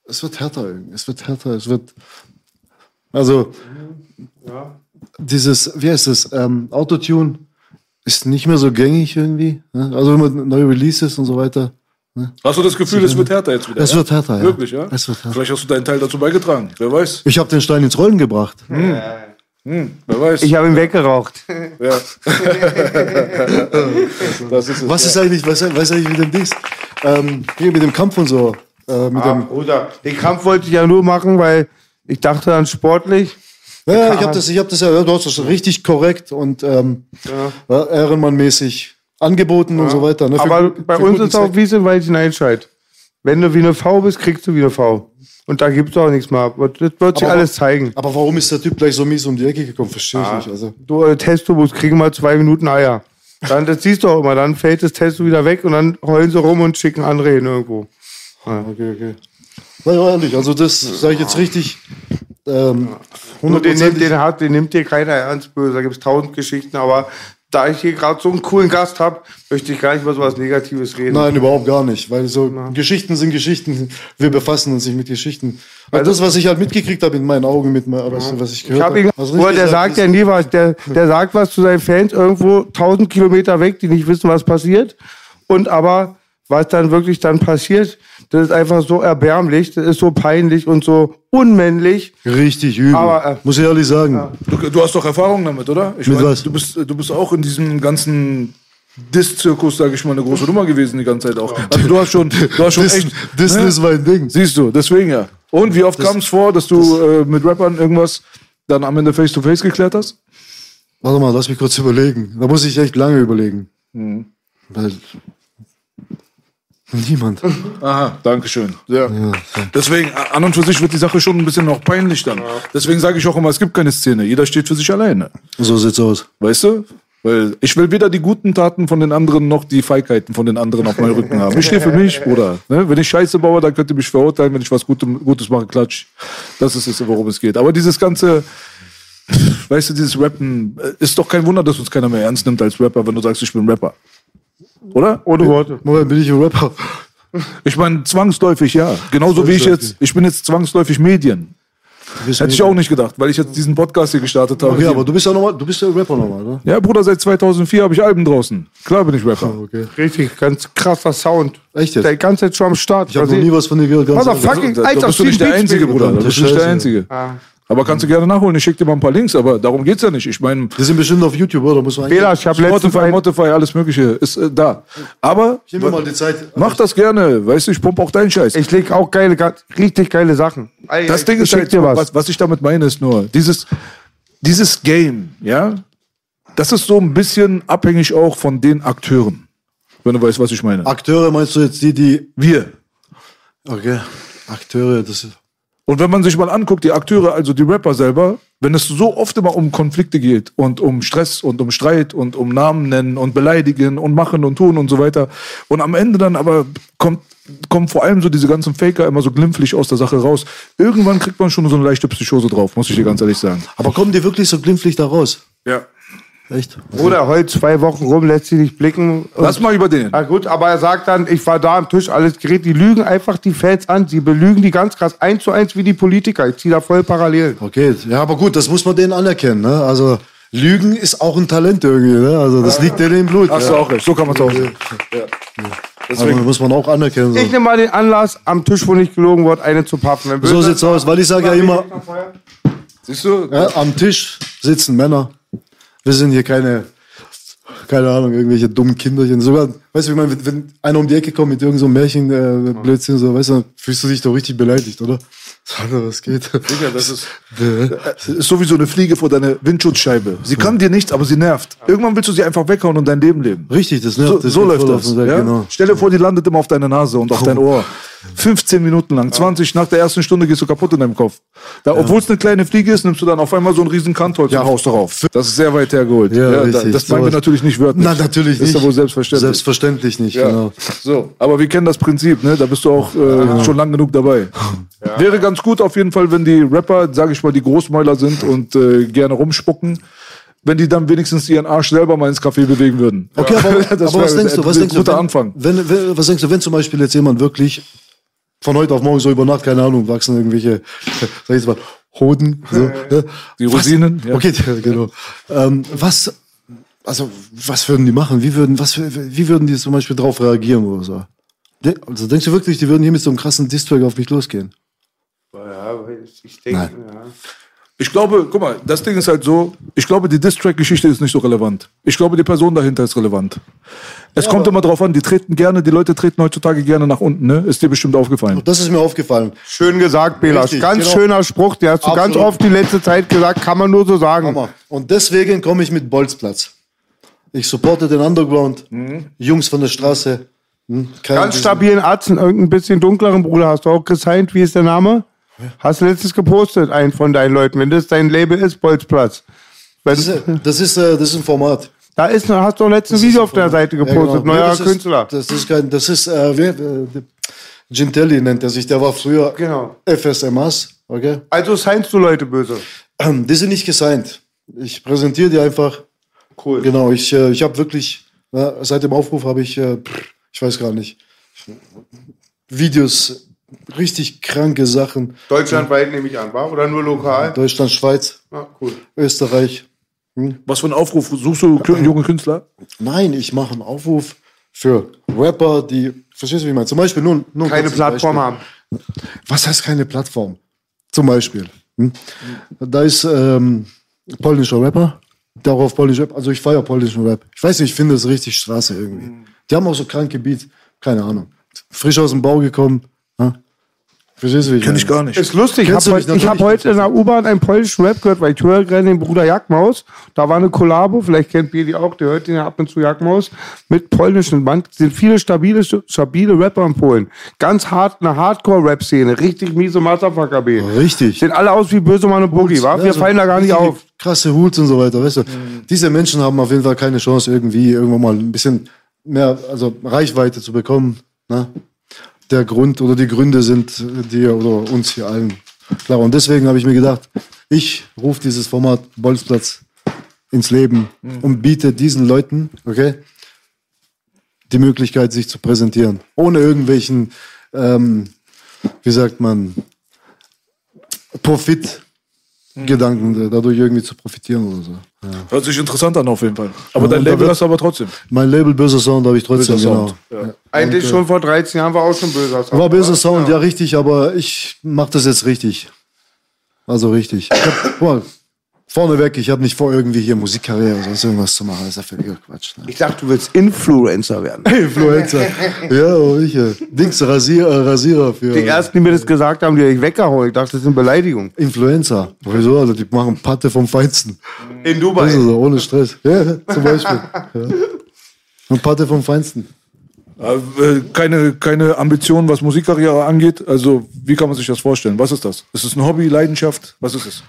S3: es wird härter. irgendwie. Es wird härter. Es wird. Also dieses, wie heißt das, ähm, Autotune ist nicht mehr so gängig irgendwie. Ne? Also wenn man neue Releases und so weiter.
S1: Hast du das Gefühl, es wird härter jetzt wieder?
S3: Es wird härter. Ja.
S1: Wirklich, ja?
S3: Es wird härter.
S1: Vielleicht hast du deinen Teil dazu beigetragen. Wer weiß?
S3: Ich habe den Stein ins Rollen gebracht.
S1: Hm, wer weiß?
S2: Ich habe ihn weggeraucht.
S1: ja. das ist es.
S3: Was ist eigentlich, was, was ist eigentlich mit dem Dings? Ähm, hier mit dem Kampf und so. Äh, mit
S2: Ah,
S3: dem,
S2: Bruder, den Kampf wollte ich ja nur machen, weil ich dachte dann sportlich.
S3: ja, ich habe das, ich habe das ja, du hast das schon richtig korrekt und ähm, ja. ehrenmannmäßig angeboten und so weiter. Ne? Für
S2: aber
S3: gu-
S2: bei
S3: für
S2: uns
S3: guten
S2: ist auch
S3: Zweck.
S2: Wiese, weil ich hineinscheid. Wenn du wie eine V bist, kriegst du wie eine V. Und da gibt's auch nichts mehr. Das wird sich
S3: Aber-
S2: alles zeigen.
S3: Aber warum ist der Typ gleich so mies um die Ecke gekommen? Verstehe ich nicht. Also,
S2: Du äh, Testobus kriegen mal zwei Minuten Eier. Dann, das siehst du auch immer, dann fällt das Testo wieder weg und dann heulen sie rum und schicken andere hin irgendwo. Ah,
S3: okay, okay. Sei mal ehrlich, also das sage ich jetzt richtig.
S2: Nur
S3: Ähm,
S2: den, nimmt,
S3: hundertprozentig.
S2: den, hat, den nimmt dir keiner ernst böse. Da gibt's tausend Geschichten, aber da ich hier gerade so einen coolen Gast hab, möchte ich gar nicht über so was Negatives reden.
S3: Nein, überhaupt gar nicht, weil so Geschichten sind Geschichten. Wir befassen uns nicht mit Geschichten. Weil das, was ich halt mitgekriegt habe in meinen Augen, mit meinem, was, was ich
S2: Also Ich
S3: gehört
S2: hab ihn,
S3: habe. was
S2: Bruder,
S3: richtig
S2: der
S3: gesagt
S2: sagt ja nie was. Der, der sagt was zu seinen Fans irgendwo 1000 Kilometer weg, die nicht wissen, was passiert. Und aber, was dann wirklich dann passiert, das ist einfach so erbärmlich, das ist so peinlich und so unmännlich.
S3: ist richtig übel.
S2: Aber, äh,
S3: Muss ich ehrlich sagen.
S1: Du, du hast doch Erfahrung damit, oder? Ich
S3: Mit was?
S1: Du bist, du bist auch in diesem ganzen Diss-Zirkus, sage ich mal, eine große Nummer gewesen die ganze Zeit auch. Also du hast schon, du hast schon
S3: Dis-
S1: echt.
S3: Disney
S1: ne?
S3: ist mein Ding.
S1: Siehst du, deswegen ja. Und wie oft kam es vor, dass du äh, mit Rappern irgendwas dann am Ende face-to-face geklärt hast?
S3: Warte mal, lass mich kurz überlegen. Da muss ich echt lange überlegen.
S2: Hm.
S3: Weil niemand.
S1: Aha, Dankeschön. Ja. Deswegen, a- an und für sich wird die Sache schon ein bisschen noch peinlich dann. Deswegen sage ich auch immer, es gibt keine Szene. Jeder steht für sich alleine.
S3: So sieht's aus.
S1: Weißt du? Weil ich will weder die guten Taten von den anderen noch die Feigheiten von den anderen auf meinen Rücken haben. Ich stehe für mich, Bruder. Ne? Wenn ich Scheiße baue, dann könnt ihr mich verurteilen. Wenn ich was Gutem- Gutes mache, klatsch. Das ist es, worum es geht. Aber dieses ganze, weißt du, dieses Rappen, äh, ist doch kein Wunder, dass uns keiner mehr ernst nimmt als Rapper, wenn du sagst, ich bin Rapper. Oder?
S2: Ohne Worte.
S3: Moment, bin ich ein Rapper?
S1: Ich meine, zwangsläufig ja. Genauso wie ich jetzt, ich bin jetzt zwangsläufig Medien. Hätte ich auch nicht gedacht, weil ich jetzt diesen Podcast hier gestartet habe.
S3: Okay, aber du bist ja nochmal, du bist ja Rapper ne? nochmal, oder?
S1: ja, Bruder, seit 2004 habe ich Alben draußen. Klar bin ich Rapper.
S3: Okay.
S2: Richtig, ganz krasser Sound.
S3: Echt jetzt?
S2: Der ganze Zeit schon am Start. Also
S3: Ich habe noch nie was von dir gehört. ganz ehrlich. ne?
S2: Motherfucking,
S1: Da, da
S2: Alter,
S1: bist du nicht der
S2: Beats
S1: Einzige,
S2: mit-
S1: Bruder. Da
S3: Das
S1: bist
S3: ist
S1: du nicht der
S3: scheiße.
S1: Einzige. Aber kannst du gerne nachholen. Ich schicke dir mal ein paar Links, aber darum geht's ja nicht. Ich meine,
S3: Die sind bestimmt auf YouTube, oder? Muss man
S2: Bela, ich habe letztens
S1: Spotify,
S2: ein,
S1: Spotify, alles Mögliche ist äh, da. Aber
S3: Ich nehme mir mal die Zeit.
S1: mach das gerne. Weißt du, ich pump auch deinen Scheiß.
S2: ich leg auch geile, ganz- richtig geile Sachen. Ey,
S1: Das
S2: ich
S1: Ding ist
S2: schick
S1: halt,
S2: dir
S1: was. Was, ich damit meine, ist nur, dieses, dieses Game, ja, das ist so ein bisschen abhängig auch von den Akteuren. Wenn du weißt, was ich meine.
S3: Akteure meinst du jetzt die, die.
S1: Wir.
S3: Okay. Akteure, das ist.
S1: Und wenn man sich mal anguckt, die Akteure, also die Rapper selber, wenn es so oft immer um Konflikte geht und um Stress und um Streit und um Namen nennen und beleidigen und machen und tun und so weiter. Und am Ende dann aber kommt, kommen vor allem so diese ganzen Faker immer so glimpflich aus der Sache raus. Irgendwann kriegt man schon so eine leichte Psychose drauf, muss ich dir ganz ehrlich sagen.
S3: Aber kommen die wirklich so glimpflich da raus?
S1: Ja.
S3: Echt?
S2: Bruder heult zwei Wochen rum, lässt sie nicht blicken. Und-
S1: Lass mal über den.
S2: Na gut, aber er sagt dann, ich war da am Tisch, alles gerät. Die lügen einfach die Fans an. Sie belügen die ganz krass. Eins zu eins wie die Politiker. Ich ziehe da voll Parallelen.
S3: Okay, ja, aber gut, das muss man denen anerkennen. Ne? Also, Lügen ist auch ein Talent irgendwie. Ne? Also, das liegt denen im Blut.
S1: Hast
S3: ja.
S1: du auch recht, so kann man es auch sehen.
S3: Also, muss man auch anerkennen.
S2: Ich
S3: So,
S2: nehme mal den Anlass, am Tisch, wo nicht gelogen wird, eine zu pappen. Wenn
S3: so
S2: böse-
S3: sieht's aus, weil ich sage ja immer,
S1: Siehst du?
S3: ja, am Tisch sitzen Männer. Wir sind hier keine, keine Ahnung, irgendwelche dummen Kinderchen. Sogar, weißt du, wie man, wenn einer um die Ecke kommt mit irgendeinem so einem Märchen, äh, Blödsinn, so, weißt du, dann fühlst du dich doch richtig beleidigt, oder? So, was geht?
S1: das ist, ist sowieso eine Fliege vor deiner Windschutzscheibe. Sie kann dir nichts, aber sie nervt. Irgendwann willst du sie einfach weghauen und dein Leben leben.
S3: Richtig, das nervt.
S1: So,
S3: das
S1: so
S3: geht
S1: läuft
S3: voll auf
S1: das.
S3: den Sack,
S1: ja?
S3: Genau.
S1: Stell dir vor, die landet immer auf deiner Nase und auf dein Ohr. 15 Minuten lang, 20, nach der ersten Stunde gehst du kaputt in deinem Kopf. Da, Obwohl es eine kleine Fliege ist, nimmst du dann auf einmal so einen riesen Kantholz und haust drauf. Das ist sehr weit hergeholt.
S3: Ja,
S1: da,
S3: richtig.
S1: das meinen wir
S3: So.
S1: natürlich nicht wörtlich.
S3: Na, natürlich
S1: Ist
S3: nicht.
S1: ja wohl selbstverständlich.
S3: Selbstverständlich nicht,
S1: Ja.
S3: genau.
S1: So, aber wir kennen das Prinzip, ne? Da bist du auch äh, schon lang genug dabei. Wäre ganz gut auf jeden Fall, wenn die Rapper, sage ich mal, die Großmäuler sind und äh, gerne rumspucken, wenn die dann wenigstens ihren Arsch selber mal ins Café bewegen würden.
S3: Okay, aber, aber was
S1: wäre
S3: denkst du, was
S1: ein
S3: denkst du,
S1: guter
S3: wenn,
S1: Anfang.
S3: Wenn, wenn, was denkst du, wenn zum Beispiel jetzt jemand wirklich von heute auf morgen so über Nacht, keine Ahnung, wachsen irgendwelche, sag ich jetzt mal, Hoden, so, ne?
S1: Die Rosinen,
S3: Was,
S1: ja.
S3: Okay, genau. Ähm, was, also, was würden die machen? Wie würden, was, wie würden die zum Beispiel drauf reagieren oder so? De- Also denkst du wirklich, die würden hier mit so einem krassen Distrack auf mich losgehen?
S2: Ich denke,
S1: Ich glaube, guck mal, das Ding ist halt so, ich glaube, die Distrack-Geschichte ist nicht so relevant. Ich glaube, die Person dahinter ist relevant. Es kommt immer drauf an, die treten gerne, die Leute treten heutzutage gerne nach unten, ne? Ist dir bestimmt aufgefallen.
S3: Das ist mir aufgefallen.
S2: Schön gesagt, Bela.
S3: Richtig,
S2: ganz
S3: genau.
S2: schöner Spruch. Der hast du ganz
S3: Absolut.
S2: oft die letzte Zeit gesagt. Kann man nur so sagen.
S3: Hammer. Und deswegen komme ich mit Bolzplatz. Ich supporte den Underground,
S1: Mhm.
S3: Jungs von der Straße. Hm? Kein
S2: Ganz
S3: Business.
S2: stabilen Atzen, irgendein bisschen dunkleren Bruder hast du auch gesigned. Wie ist der Name? Hast du letztens gepostet, einen von deinen Leuten. Wenn das dein Label ist, Bolzplatz. Wenn,
S3: Das ist, äh, das ist, äh, das ist ein Format.
S2: da ist, hast du auch letztens ein Video auf der Seite
S3: Ja,
S2: gepostet.
S3: genau.
S2: Neuer
S3: das ist-
S2: Künstler.
S3: Das ist kein, das ist, äh, wer, äh, Gintelli nennt er sich, der war früher
S2: Genau.
S3: FSMAs, okay?
S2: Also signst du Leute böse.
S3: Ähm, Die sind nicht gesigned. Ich präsentiere die einfach.
S2: Cool.
S3: Genau, ich, äh, ich habe wirklich, na, seit dem Aufruf habe ich, äh, pff, ich weiß gar nicht, Videos, richtig kranke Sachen.
S2: Deutschlandweit nehme ich an, war? Oder nur lokal?
S3: Deutschland, Schweiz,
S2: Ja, cool.
S3: Österreich.
S1: Was für einen Aufruf suchst du, Kü- junge Künstler?
S3: Nein, ich mache einen Aufruf für Rapper, die, verstehst du, wie ich meine? Zum Beispiel nur, nur ein
S2: Keine
S3: kurzes
S2: Plattform
S3: Beispiel.
S2: haben.
S3: Was heißt keine Plattform? Zum Beispiel. Hm? Da ist ähm, polnischer Rapper, der auch auf polnisch Rap, also ich feiere polnischen Rap. Ich weiß nicht, ich finde das richtig Straße
S1: Mhm.
S3: irgendwie. Die haben auch so kranke Beats, keine Ahnung. Frisch aus dem Bau gekommen, ne? Verstehst du, wie ich
S1: Kenn ich
S3: meine?
S1: gar nicht.
S2: Ist lustig. Ich
S3: Kennst
S2: habe
S3: du
S2: heute,
S3: mich?
S2: ich hab
S3: Natürlich
S2: heute in der U-Bahn einen polnischen Rap gehört, weil ich höre gerade den Bruder Jagdmaus. Da war eine Kollabo, vielleicht kennt ihr die auch, der hört den ja ab und zu Jagdmaus. Mit polnischen Band sind viele stabile, stabile Rapper in Polen. Ganz hart, eine Hardcore-Rap-Szene. Richtig miese motherfucker b
S3: Richtig.
S2: Sehen alle aus wie Bösemann und Boogie, wa? Wir
S3: Ja, so
S2: fallen da gar nicht
S3: richtige
S2: auf. Mhm.
S3: Krasse Hoods und so weiter, weißt du. Diese Menschen haben auf jeden Fall keine Chance, irgendwie irgendwann mal ein bisschen mehr, also Reichweite zu bekommen. Ne? Der Grund oder die Gründe sind äh, dir oder uns hier allen klar. Und deswegen habe ich mir gedacht, ich rufe dieses Format Bolzplatz ins Leben
S2: Mhm.
S3: und biete diesen Leuten, okay, die Möglichkeit, sich zu präsentieren. Ohne irgendwelchen, ähm, wie sagt man, Profit. Gedanken, dadurch irgendwie zu profitieren oder so.
S1: Hört sich interessant an auf jeden Fall. Aber dein
S3: und da
S1: Label
S3: wird-
S1: hast du aber trotzdem.
S3: Mein Label Böser Sound habe ich trotzdem,
S1: Böser
S3: genau.
S1: Sound, ja.
S2: Eigentlich schon vor 13 Jahren war auch schon böser.
S3: War Böser Sound, ja. richtig, aber ich mache das jetzt richtig. Also richtig. Ich hab, boah, vorneweg, ich habe nicht vor, irgendwie hier Musikkarriere oder sonst irgendwas zu machen. Das ist ja völliger Quatsch. Ne?
S2: Ich dachte, du willst Influencer werden.
S3: Influencer. ja, oh, ich. äh, Dings, Rasier, äh, Rasierer für
S2: Die ersten, die mir das gesagt haben, die habe ich weggehauen. Ich dachte, das ist eine Beleidigung.
S3: Influencer. Wieso? Also, die machen Patte vom Feinsten.
S2: In
S3: Das ist
S2: Dubai.
S3: so, ohne Stress. Ja, zum Beispiel. Ja. Und Patte vom Feinsten.
S1: Äh, Keine, keine Ambition, was Musikkarriere angeht. Also, wie kann man sich das vorstellen? Was ist das? Ist es ein Hobby, Leidenschaft? Was ist es?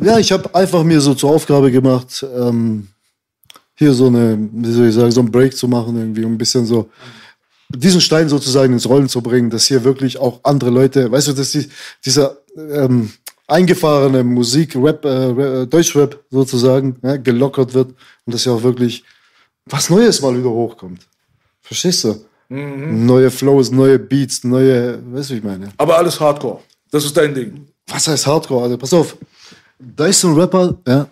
S3: Ja, ich habe einfach mir so zur Aufgabe gemacht, ähm, hier so eine, wie soll ich sagen, so einen Break zu machen, irgendwie, um ein bisschen so diesen Stein sozusagen ins Rollen zu bringen, dass hier wirklich auch andere Leute, weißt du, dass die, dieser ähm, eingefahrene Musik, Rap, äh, Ra- äh, Deutschrap sozusagen, ja, gelockert wird und dass ja auch wirklich was Neues mal wieder hochkommt. Verstehst du? Neue Flows, neue Beats, neue, weißt du, wie ich meine?
S1: Aber alles Hardcore. Das ist dein Ding.
S3: was heißt Hardcore, Alter? Pass auf. Da ist so ein Rapper, ja,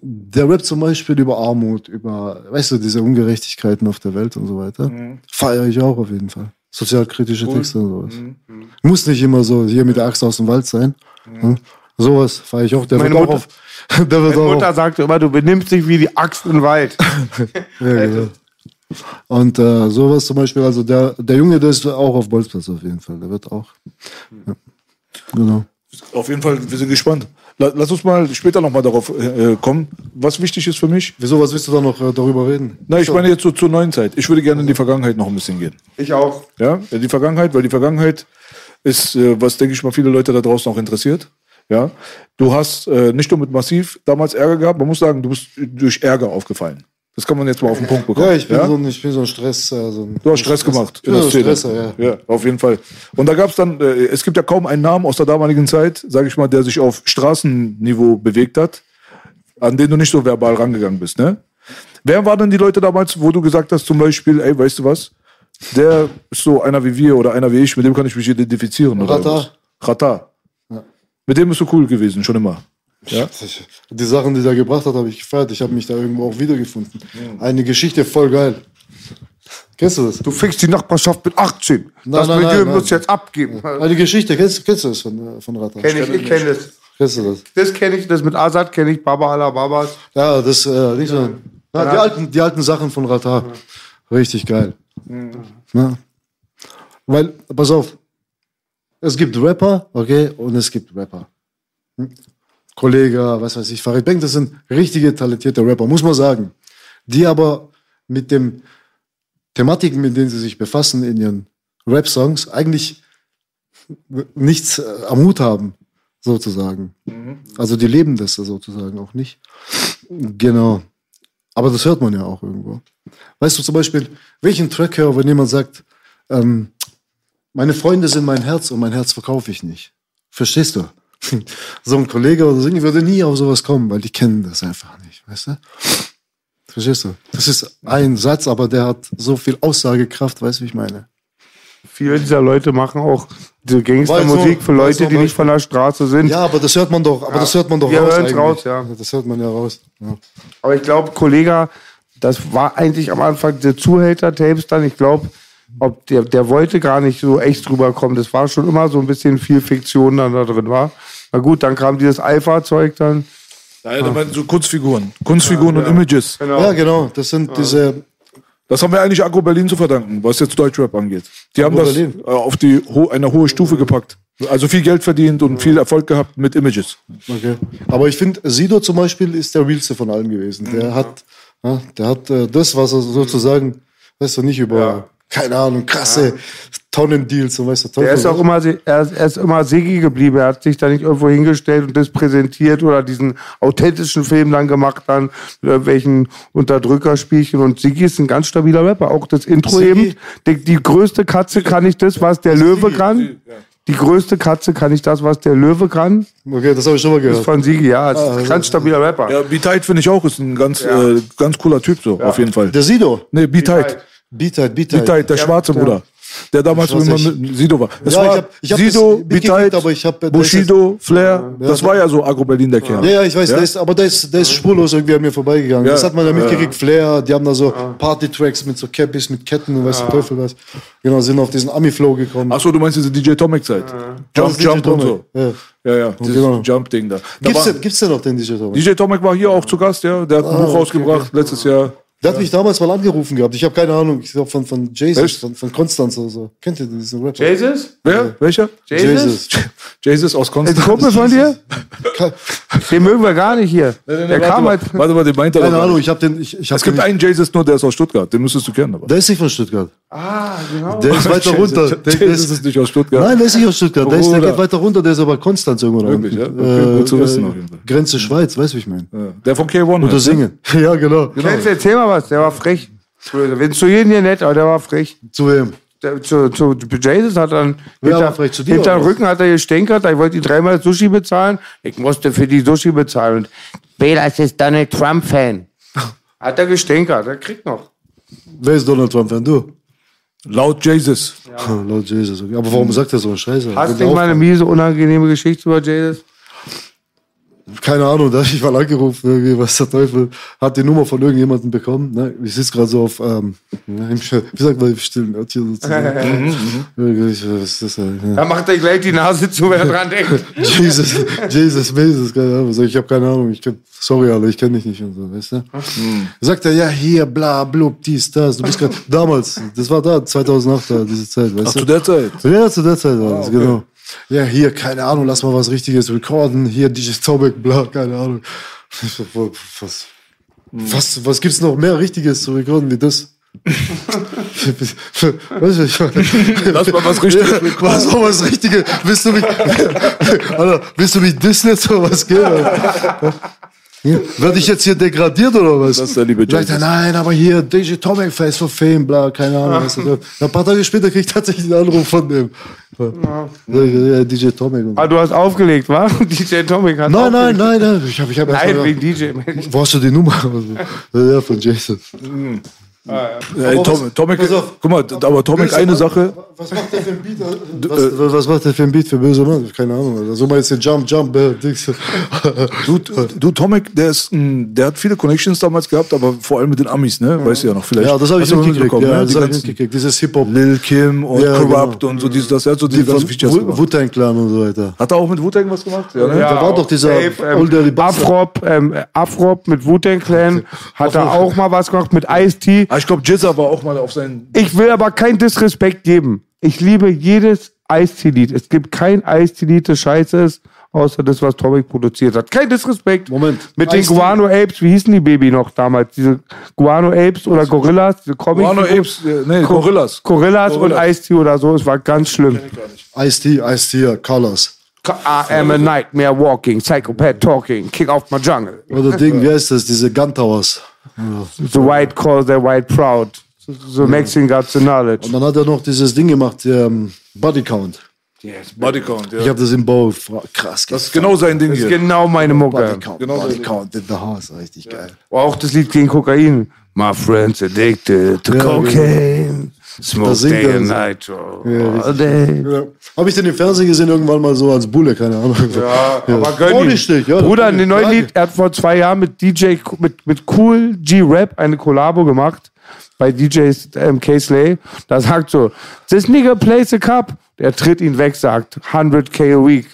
S3: der rappt zum Beispiel über Armut, über, weißt du, diese Ungerechtigkeiten auf der Welt und so weiter.
S2: Mhm.
S3: Feiere ich auch auf jeden Fall. Sozialkritische Texte und sowas.
S2: Mhm.
S3: Muss nicht immer so hier mit der Axt aus dem Wald sein. Hm? Sowas feiere ich auch. Der
S2: Meine
S3: wird
S2: Mutter-
S3: auch auf. Der wird
S2: Meine
S3: auch
S2: Mutter
S3: auf.
S2: sagte immer, du benimmst dich wie die Axt im Wald.
S3: Ja, genau. Und äh, sowas zum Beispiel, also der, der Junge, der ist auch auf Bolzplatz auf jeden Fall. Der wird auch.
S2: Mhm.
S3: Ja. Genau.
S1: Auf jeden Fall, wir sind gespannt. La- Lass uns mal später nochmal darauf äh, kommen, was wichtig ist für mich.
S3: Wieso, was willst du da noch äh, darüber reden?
S1: Na, ich meine jetzt so zur neuen Zeit. Ich würde gerne in die Vergangenheit noch ein bisschen gehen.
S2: Ich auch.
S1: Ja, in die Vergangenheit, weil die Vergangenheit ist, äh, was denke ich mal viele Leute da draußen auch interessiert. Ja, du hast äh, nicht nur mit Massiv damals Ärger gehabt, man muss sagen, du bist durch Ärger aufgefallen. Das kann man jetzt mal auf den Punkt bekommen.
S3: Ja, ich bin, So, ein, ich bin so ein Stress. äh, so ein
S1: Du hast Stress gemacht.
S3: Ich bin so ein
S1: in der Szene.
S3: Stresser, ja.
S1: ja. auf jeden Fall. Und da gab es dann, äh, es gibt ja kaum einen Namen aus der damaligen Zeit, sage ich mal, der sich auf Straßenniveau bewegt hat, an den du nicht so verbal rangegangen bist, ne? Wer waren denn die Leute damals, wo du gesagt hast, zum Beispiel, ey, weißt du was? Der ist so einer wie wir oder einer wie ich, mit dem kann ich mich identifizieren. oder
S3: Rata.
S1: was? Rata. Mit dem bist du cool gewesen, schon immer. Ja?
S3: Ich- Die Sachen, die der gebracht hat, habe ich gefeiert. Ich habe mich da irgendwo auch wiedergefunden. Eine Geschichte voll geil. Kennst du das?
S2: Du fickst die Nachbarschaft mit 18. das
S3: nein,
S2: Milieu
S3: nein,
S2: muss
S3: nein.
S2: jetzt abgeben.
S3: Eine Geschichte, kennst, kennst du das von, äh, von Rata?
S2: Kenn ich, ich kenne das.
S3: Kennst du das?
S2: Das kenne ich, das mit Azad kenne ich, Baba Ala Babas.
S3: Ja, das, äh, nicht so. Ja, die, alten, die alten Sachen von Rata. Richtig geil. Na? Weil, pass auf, es gibt Rapper, okay, und es gibt Rapper. Hm? Kollege, was weiß ich, Farid Bang, das sind richtige talentierte Rapper, muss man sagen. Die aber mit den Thematiken, mit denen sie sich befassen in ihren Rap-Songs, eigentlich nichts äh, am Hut haben, sozusagen. Also die leben das sozusagen auch nicht. Genau. Aber das hört man ja auch irgendwo. Weißt du zum Beispiel, welchen Track höre, wenn jemand sagt, ähm, meine Freunde sind mein Herz und mein Herz verkaufe ich nicht. Verstehst du? so ein Kollege oder so, ich würde nie auf sowas kommen, weil die kennen das einfach nicht, weißt du? Verstehst du? Das ist ein Satz, aber der hat so viel Aussagekraft, weißt du, wie ich meine?
S2: Viele dieser Leute machen auch diese Gangstermusik für
S3: Weiß
S2: Leute,
S3: noch,
S2: die nicht von der Straße sind.
S3: Ja, aber das hört man doch, aber
S2: Ja.
S3: das hört man doch
S2: Wir
S3: raus.
S2: hören's
S3: eigentlich.
S2: raus, ja.
S3: Das hört man ja raus. Ja.
S2: Aber ich glaube, Kollega, das war eigentlich am Anfang der Zuhälter-Tapes dann. Ich glaube, ob der, der wollte gar nicht so echt drüber kommen. Das war schon immer so ein bisschen viel Fiktion dann da drin war. Na gut, dann kam dieses Alpha-Zeug dann.
S1: Nein, so Kunstfiguren. Kunstfiguren und Images.
S3: Ja, genau. Das sind diese
S1: Das haben wir eigentlich Agro Berlin zu verdanken, was jetzt Deutschrap angeht. Die haben das
S3: Berlin.
S1: äh, auf die ho eine hohe Stufe gepackt. Also viel Geld verdient und viel Erfolg gehabt mit Images.
S3: Okay. Aber ich finde, Sido zum Beispiel ist der Realste von allen gewesen. Der
S1: Mhm.
S3: hat, ja, der hat äh, das, was er sozusagen, weißt du, nicht über, keine Ahnung, krasse Tonnendeals und weißt du, Teufel.
S2: Er ist auch immer, se- er ist, er ist immer Sigi geblieben. Er hat sich da nicht irgendwo hingestellt und das präsentiert oder diesen authentischen Film dann gemacht dann mit irgendwelchen Unterdrückerspielchen. Und Sigi ist ein ganz stabiler Rapper. Auch das Intro
S3: Sigi.
S2: eben. Die, die größte Katze kann ich das, was der Löwe kann. Die größte Katze kann ich das, was der Löwe kann.
S3: Okay, das habe ich schon mal
S2: Das ist
S3: gehört.
S2: von Sigi, ja. Das ist ein ganz stabiler Rapper.
S1: Ja, B-Tight finde ich auch, ist ein ganz, äh, ganz cooler Typ so, auf jeden Fall.
S3: Der Sido.
S1: Nee, B-Tight.
S3: Beatheit, Beatheit.
S1: B-Tight, der schwarze Bruder. Der damals
S3: Das weiß
S1: immer
S3: ich.
S1: mit Sido war. Das
S3: Ja, ich
S1: war
S3: hab- ich hab das
S1: Sido,
S3: mitgekriegt, aber ich hab- das
S1: B-Tight, Bushido, Flair. Das war ja so Agro Berlin der Kern.
S3: Ja, ja, ich weiß, Der ist, aber der ist, der ist spurlos irgendwie an mir vorbeigegangen.
S1: Ja.
S3: Das hat man da mitgekriegt, Flair, die haben da so Party-Tracks mit so Cappies, mit Ketten und weiß der Teufel was. Genau, sind auf diesen Ami-Flow gekommen.
S1: Achso, du meinst diese DJ Tomic-Zeit.
S3: Das
S1: Jump,
S3: ist
S1: Jump
S3: DJ
S1: und
S3: Tomek.
S1: so.
S3: Ja.
S1: Ja, ja, dieses
S3: genau.
S1: Jump-Ding da. da
S3: Gibt's,
S1: war,
S3: denn, gibt's denn noch den DJ Tomek?
S1: DJ Tomek war hier auch zu Gast, ja. Der hat
S3: Ah,
S1: ein Buch rausgebracht letztes Jahr.
S3: Der hat mich damals mal angerufen gehabt. Ich habe keine Ahnung. Ich glaube von, von Jesus,
S1: Echt?
S3: von, von Konstanz oder so. Kennt ihr diesen Rapper?
S2: Jesus?
S1: Wer? Welcher?
S3: Jesus.
S1: Jesus aus
S2: Ist ein
S1: Konstanz.
S2: Kumpel von dir?
S3: Ke-
S2: Den mögen wir gar nicht hier. der
S1: warte,
S2: kam
S1: mal,
S2: halt.
S1: warte mal, den meint er
S3: Keine
S1: doch.
S3: Ahnung,
S1: nicht.
S3: ich habe den. Ich, ich hab
S1: Es gibt
S3: den,
S1: einen Jesus nur, der ist aus Stuttgart. Den müsstest du kennen. Aber.
S3: Der ist nicht von Stuttgart.
S2: Ah, genau.
S3: Der ist weiter runter. Der, der
S1: Jesus
S3: ist,
S1: ist nicht aus Stuttgart.
S3: nein, der ist nicht aus Stuttgart. Der, ist, der
S1: Bruder.
S3: geht weiter runter. Der ist aber Konstanz irgendwo da
S1: Wirklich,
S3: unten.
S1: ja? Okay, gut zu wissen auf jeden Fall.
S3: Grenze Schweiz, weißt du, wie ich meine.
S1: Ja. Der von K1.
S3: Oder
S1: halt, ne?
S3: singen. Ja, genau.
S2: Jetzt erzähl mal was, der war frech. Wenn zu jedem hier nett, aber der war frech.
S3: Zu wem?
S2: Der, zu, zu Jesus hat dann
S3: Ja, aber vielleicht zu dir,
S2: hinter
S3: oder
S2: dem
S3: was?
S2: Rücken hat er gestänkert, ich wollte die dreimal Sushi bezahlen. Ich musste für die Sushi bezahlen. Und Wähler ist jetzt Donald Trump-Fan. Hat er gestänkert, er kriegt noch.
S3: Wer ist Donald Trump? Wenn du?
S1: Laut Jesus.
S3: Laut Jesus. Okay. Aber warum sagt er so einen Scheiße?
S2: Hast du
S3: Genau.
S2: nicht mal eine miese, unangenehme Geschichte über Jesus?
S3: keine Ahnung, da hab ich mal angerufen, irgendwie, was der Teufel, hat die Nummer von irgendjemandem bekommen. Ne? Ich sitze gerade so auf, ähm, ne, im, Sch- wie sagt man, im stillen Örtchen sozusagen. Irgendwie, ich, was ist das denn? Ja.
S2: Da macht er gleich die Nase zu, wenn er dran denkt.
S3: Jesus, Jesus, Jesus, keine Ahnung. So, Ich habe keine Ahnung, ich kenn, sorry, Alter, ich kenne dich nicht und so, weißt du? Sagt er, ja, hier, bla, blub, dies, das, du bist gerade, damals, das war da, 2008, da, diese Zeit, weißt
S1: Ach,
S3: du?
S1: zu der Zeit.
S3: Ja, zu der Zeit war
S1: Ah,
S3: das, genau. Ja, hier, keine Ahnung, lass mal was Richtiges recorden. Hier, DJ Zobek, bla, keine Ahnung. Ich so, wo- Was, was, was gibt's noch mehr Richtiges zu recorden wie das? weißt du, ich meine,
S1: Lass mal was richtig.
S3: was war was Richtiges? Willst du mich, Alter, willst du mich dissen jetzt oder was geht? Alter? Hier, Werd ich jetzt hier degradiert oder was?
S1: Das ist der liebe
S3: Sagt er,
S1: Jesus.
S3: nein, aber hier, DJ Tomek Face for Fame, bla, keine
S1: Ah.
S3: Ahnung. Was Ein paar Tage später krieg ich tatsächlich einen Anruf von dem. Ja, DJ Tomek. Und
S2: Ah, du hast aufgelegt, wa? DJ Tomic hat
S3: nein,
S2: aufgelegt.
S3: nein, nein, nein. Ich hab, ich hab erst mal
S2: Nein, wegen
S3: gedacht,
S2: DJ. Mensch.
S3: wo hast du die Nummer? Und so, Ja, von Jason.
S2: Ah,
S1: Ey, Tom, Tomek,
S3: Pass auf.
S1: guck mal, aber Tomek, eine Sache.
S3: Was macht der für ein Beat? Was,
S1: äh,
S3: was, macht der für ein Beat für böse Mann? Keine Ahnung. Alter. So mal jetzt den Jump, Jump. äh, Dings.
S1: Du, du Tomek, der, ist, ein- der hat viele Connections damals gehabt, aber vor allem mit den Amis, ne? Weißt du ja noch vielleicht.
S3: Ja, das habe ich
S1: Hast du
S3: so
S1: noch
S3: mitgekriegt.
S1: mitbekommen,
S3: Ja,
S1: ne?
S3: das
S1: Die
S3: habe ich
S1: ganzen
S3: mitgekriegt. Dieses Hip-Hop.
S1: Lil Kim und
S3: Ja,
S1: Corrupt
S3: genau.
S1: und so dieses, das. Er hat so
S3: Die
S1: diese ganzen
S3: von
S1: Features gemacht.
S3: Wu-Tang Clan und so weiter.
S1: Hat er auch mit Wu-Tang was gemacht? Ja, ne?
S3: Da war doch dieser Older Bastard.
S2: ähm, Afrop, ähm, Afrop mit Wu-Tang Clan hat er auch mal was gemacht mit Ice-T.
S1: Ah, ich glaube, Jizza war auch mal auf seinen.
S2: Ich will aber keinen Disrespekt geben. Ich liebe jedes Ice-T-Lied. Es gibt kein Ice-T-Lied, das scheiße ist, außer das, was Tomek produziert hat. Kein Disrespekt.
S3: Moment.
S2: Mit den
S3: Ice-T.
S2: Guano Apes, wie hießen die Baby noch damals? Diese Guano Apes oder Gorillas, diese Comic
S1: Guano Apes, äh, nee, Gorillas.
S2: Gorillas, und
S1: Gorillas.
S2: Ice-T oder so, es war ganz schlimm.
S3: Ice-T, Ice-T, Colors.
S2: I am a nightmare walking, psychopath talking, kick off my jungle.
S3: Oder Ding, wie heißt das? Diese Gun Towers.
S2: The white calls the white proud. The Mexican got the knowledge.
S3: Und dann hat er noch dieses Ding gemacht, ähm, Body Count.
S1: Bodycount, ja.
S3: Ich habe das im Bau gefra- krass
S1: das
S3: gemacht.
S1: ist genau sein Ding hier.
S2: Genau um meine Mucke.
S3: Body Count,
S1: Genau
S3: Body
S1: so.
S3: Count in the House, richtig geil.
S2: Auch das Lied gegen Kokain. My friends addicted to
S3: Ja,
S2: cocaine. Smoke
S3: Das singt
S2: day
S3: er
S2: and
S3: so.
S2: night. oh. all day.
S3: Ja. Habe ich den im Fernsehen gesehen, irgendwann mal so als Bulle, keine Ahnung. Ja,
S2: Aber gönn ihm.
S3: richtig, ja.
S2: Bruder,
S3: das-
S2: ein neues
S3: Frage.
S2: Lied, er hat vor zwei Jahren mit DJ, Ku- mit, mit Cool G-Rap eine Kollabo gemacht bei DJ ähm, K-Slay. Da sagt so, this nigga plays a cup. Der tritt ihn weg, sagt 100k a week.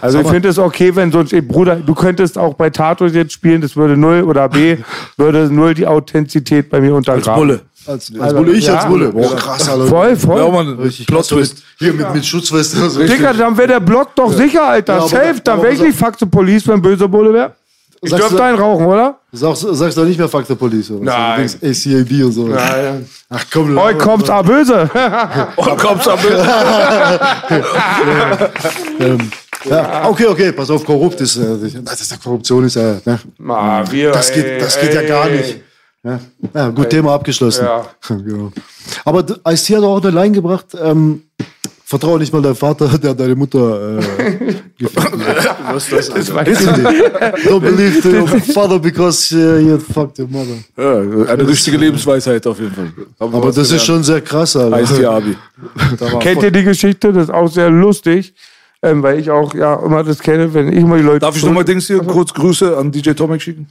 S2: Also ich finde es okay, wenn so ein ey, Bruder, du könntest auch bei Tato jetzt spielen, das würde null oder B, würde null die Authentizität bei mir untergraben.
S1: Bulle.
S3: Als, als Bulle, ich
S2: ja.
S3: als Bulle. Boah, krass, Alter.
S2: Voll, voll.
S1: Ja, auch mal ein Plot-Twist.
S3: Hier mit, mit Schutzweste. und so.
S2: Digga, dann wäre der Block doch sicher, Alter.
S3: Ja, aber-
S2: Safe. Dann
S3: aber
S2: wäre ich
S3: was-
S2: nicht Fuck the Police, wenn böser Bulle wäre. Ich
S3: Sagst
S2: dürfte
S3: du-
S2: einen rauchen, oder?
S3: Sag, sagst du nicht mehr Fuck the Police. Oder?
S1: Nein.
S3: So, du denkst ACAB und so. Ach komm,
S2: Heu
S3: Leute.
S2: kommt's a böse.
S1: Oh, komm's ab.
S3: Ähm, Ja, okay, okay, pass auf, korrupt ist. Äh, das ist Korruption ist ja. Ne?
S2: Maria,
S3: Das geht, das geht ja gar nicht. Ja, ja gut, Thema abgeschlossen.
S2: Ja.
S3: genau. Aber d- Ice-T hat auch eine Line gebracht. Ähm, Vertraue nicht mal deinem Vater, der deine Mutter äh, gefickt hat. Was ist das? Weißt du nicht. Don't believe to your father because äh, you fucked your mother.
S1: Ja, eine richtige Lebensweisheit auf jeden Fall. Haben wir
S3: Aber
S1: was
S3: das ist
S1: gelernt.
S3: schon sehr krass, Alter.
S1: Heißt ja, Abi.
S2: Kennt ihr die Geschichte? Das ist auch sehr lustig, ähm, weil ich auch ja immer das kenne, wenn ich immer die Leute.
S1: Darf ich nochmal Dings hier kurz Grüße an DJ Tomek schicken?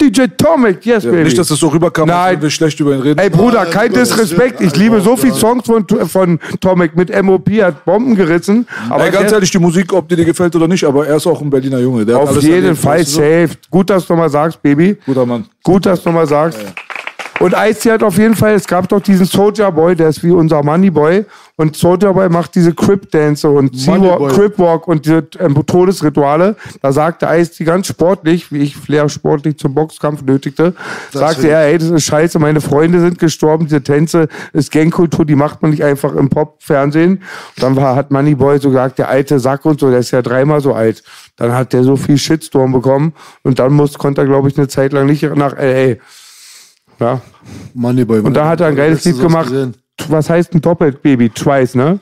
S2: DJ Tomek, yes, baby.
S1: Nicht, dass das so rüberkam, als
S2: Nein.
S1: würden wir schlecht über ihn reden.
S2: Ey Bruder,
S3: Ja,
S2: kein
S3: über das
S2: Disrespekt.
S3: Bild,
S2: Ich liebe so
S3: Alter.
S2: viele Songs von, von Tomek mit MOP, hat Bomben gerissen. Aber
S1: Ey, ganz ehrlich, die Musik, ob die dir gefällt oder nicht, aber er ist auch ein Berliner Junge. Der hat
S2: auf
S1: alles
S2: jeden
S1: erlebt,
S2: Fall
S1: weißt du so?
S2: safe. Gut, dass du nochmal sagst, Baby.
S1: Guter Mann.
S2: Gut, dass du nochmal sagst. Und Ice hat auf jeden Fall, es gab doch diesen Soldier Boy, der ist wie unser Money Boy. Und Soldier Boy macht diese Crip Dance und
S3: Boy.
S2: Crip Walk und diese ähm, Todesrituale. Da sagte Ice ganz sportlich, wie ich Flair sportlich zum Boxkampf nötigte, sagte er, ey, das ist scheiße, meine Freunde sind gestorben, diese Tänze ist Gangkultur, die macht man nicht einfach im Pop-Fernsehen. Und Dann war, hat Money Boy so gesagt, der alte Sack und so, der ist ja dreimal so alt. Dann hat der so viel Shitstorm bekommen und dann muss, konnte er, glaube ich, eine Zeit lang nicht nach L.A. Ja.
S3: Moneyboy.
S2: Und da hat er ein geiles Lied gemacht. Was heißt ein Doppelt, Baby? Twice, ne?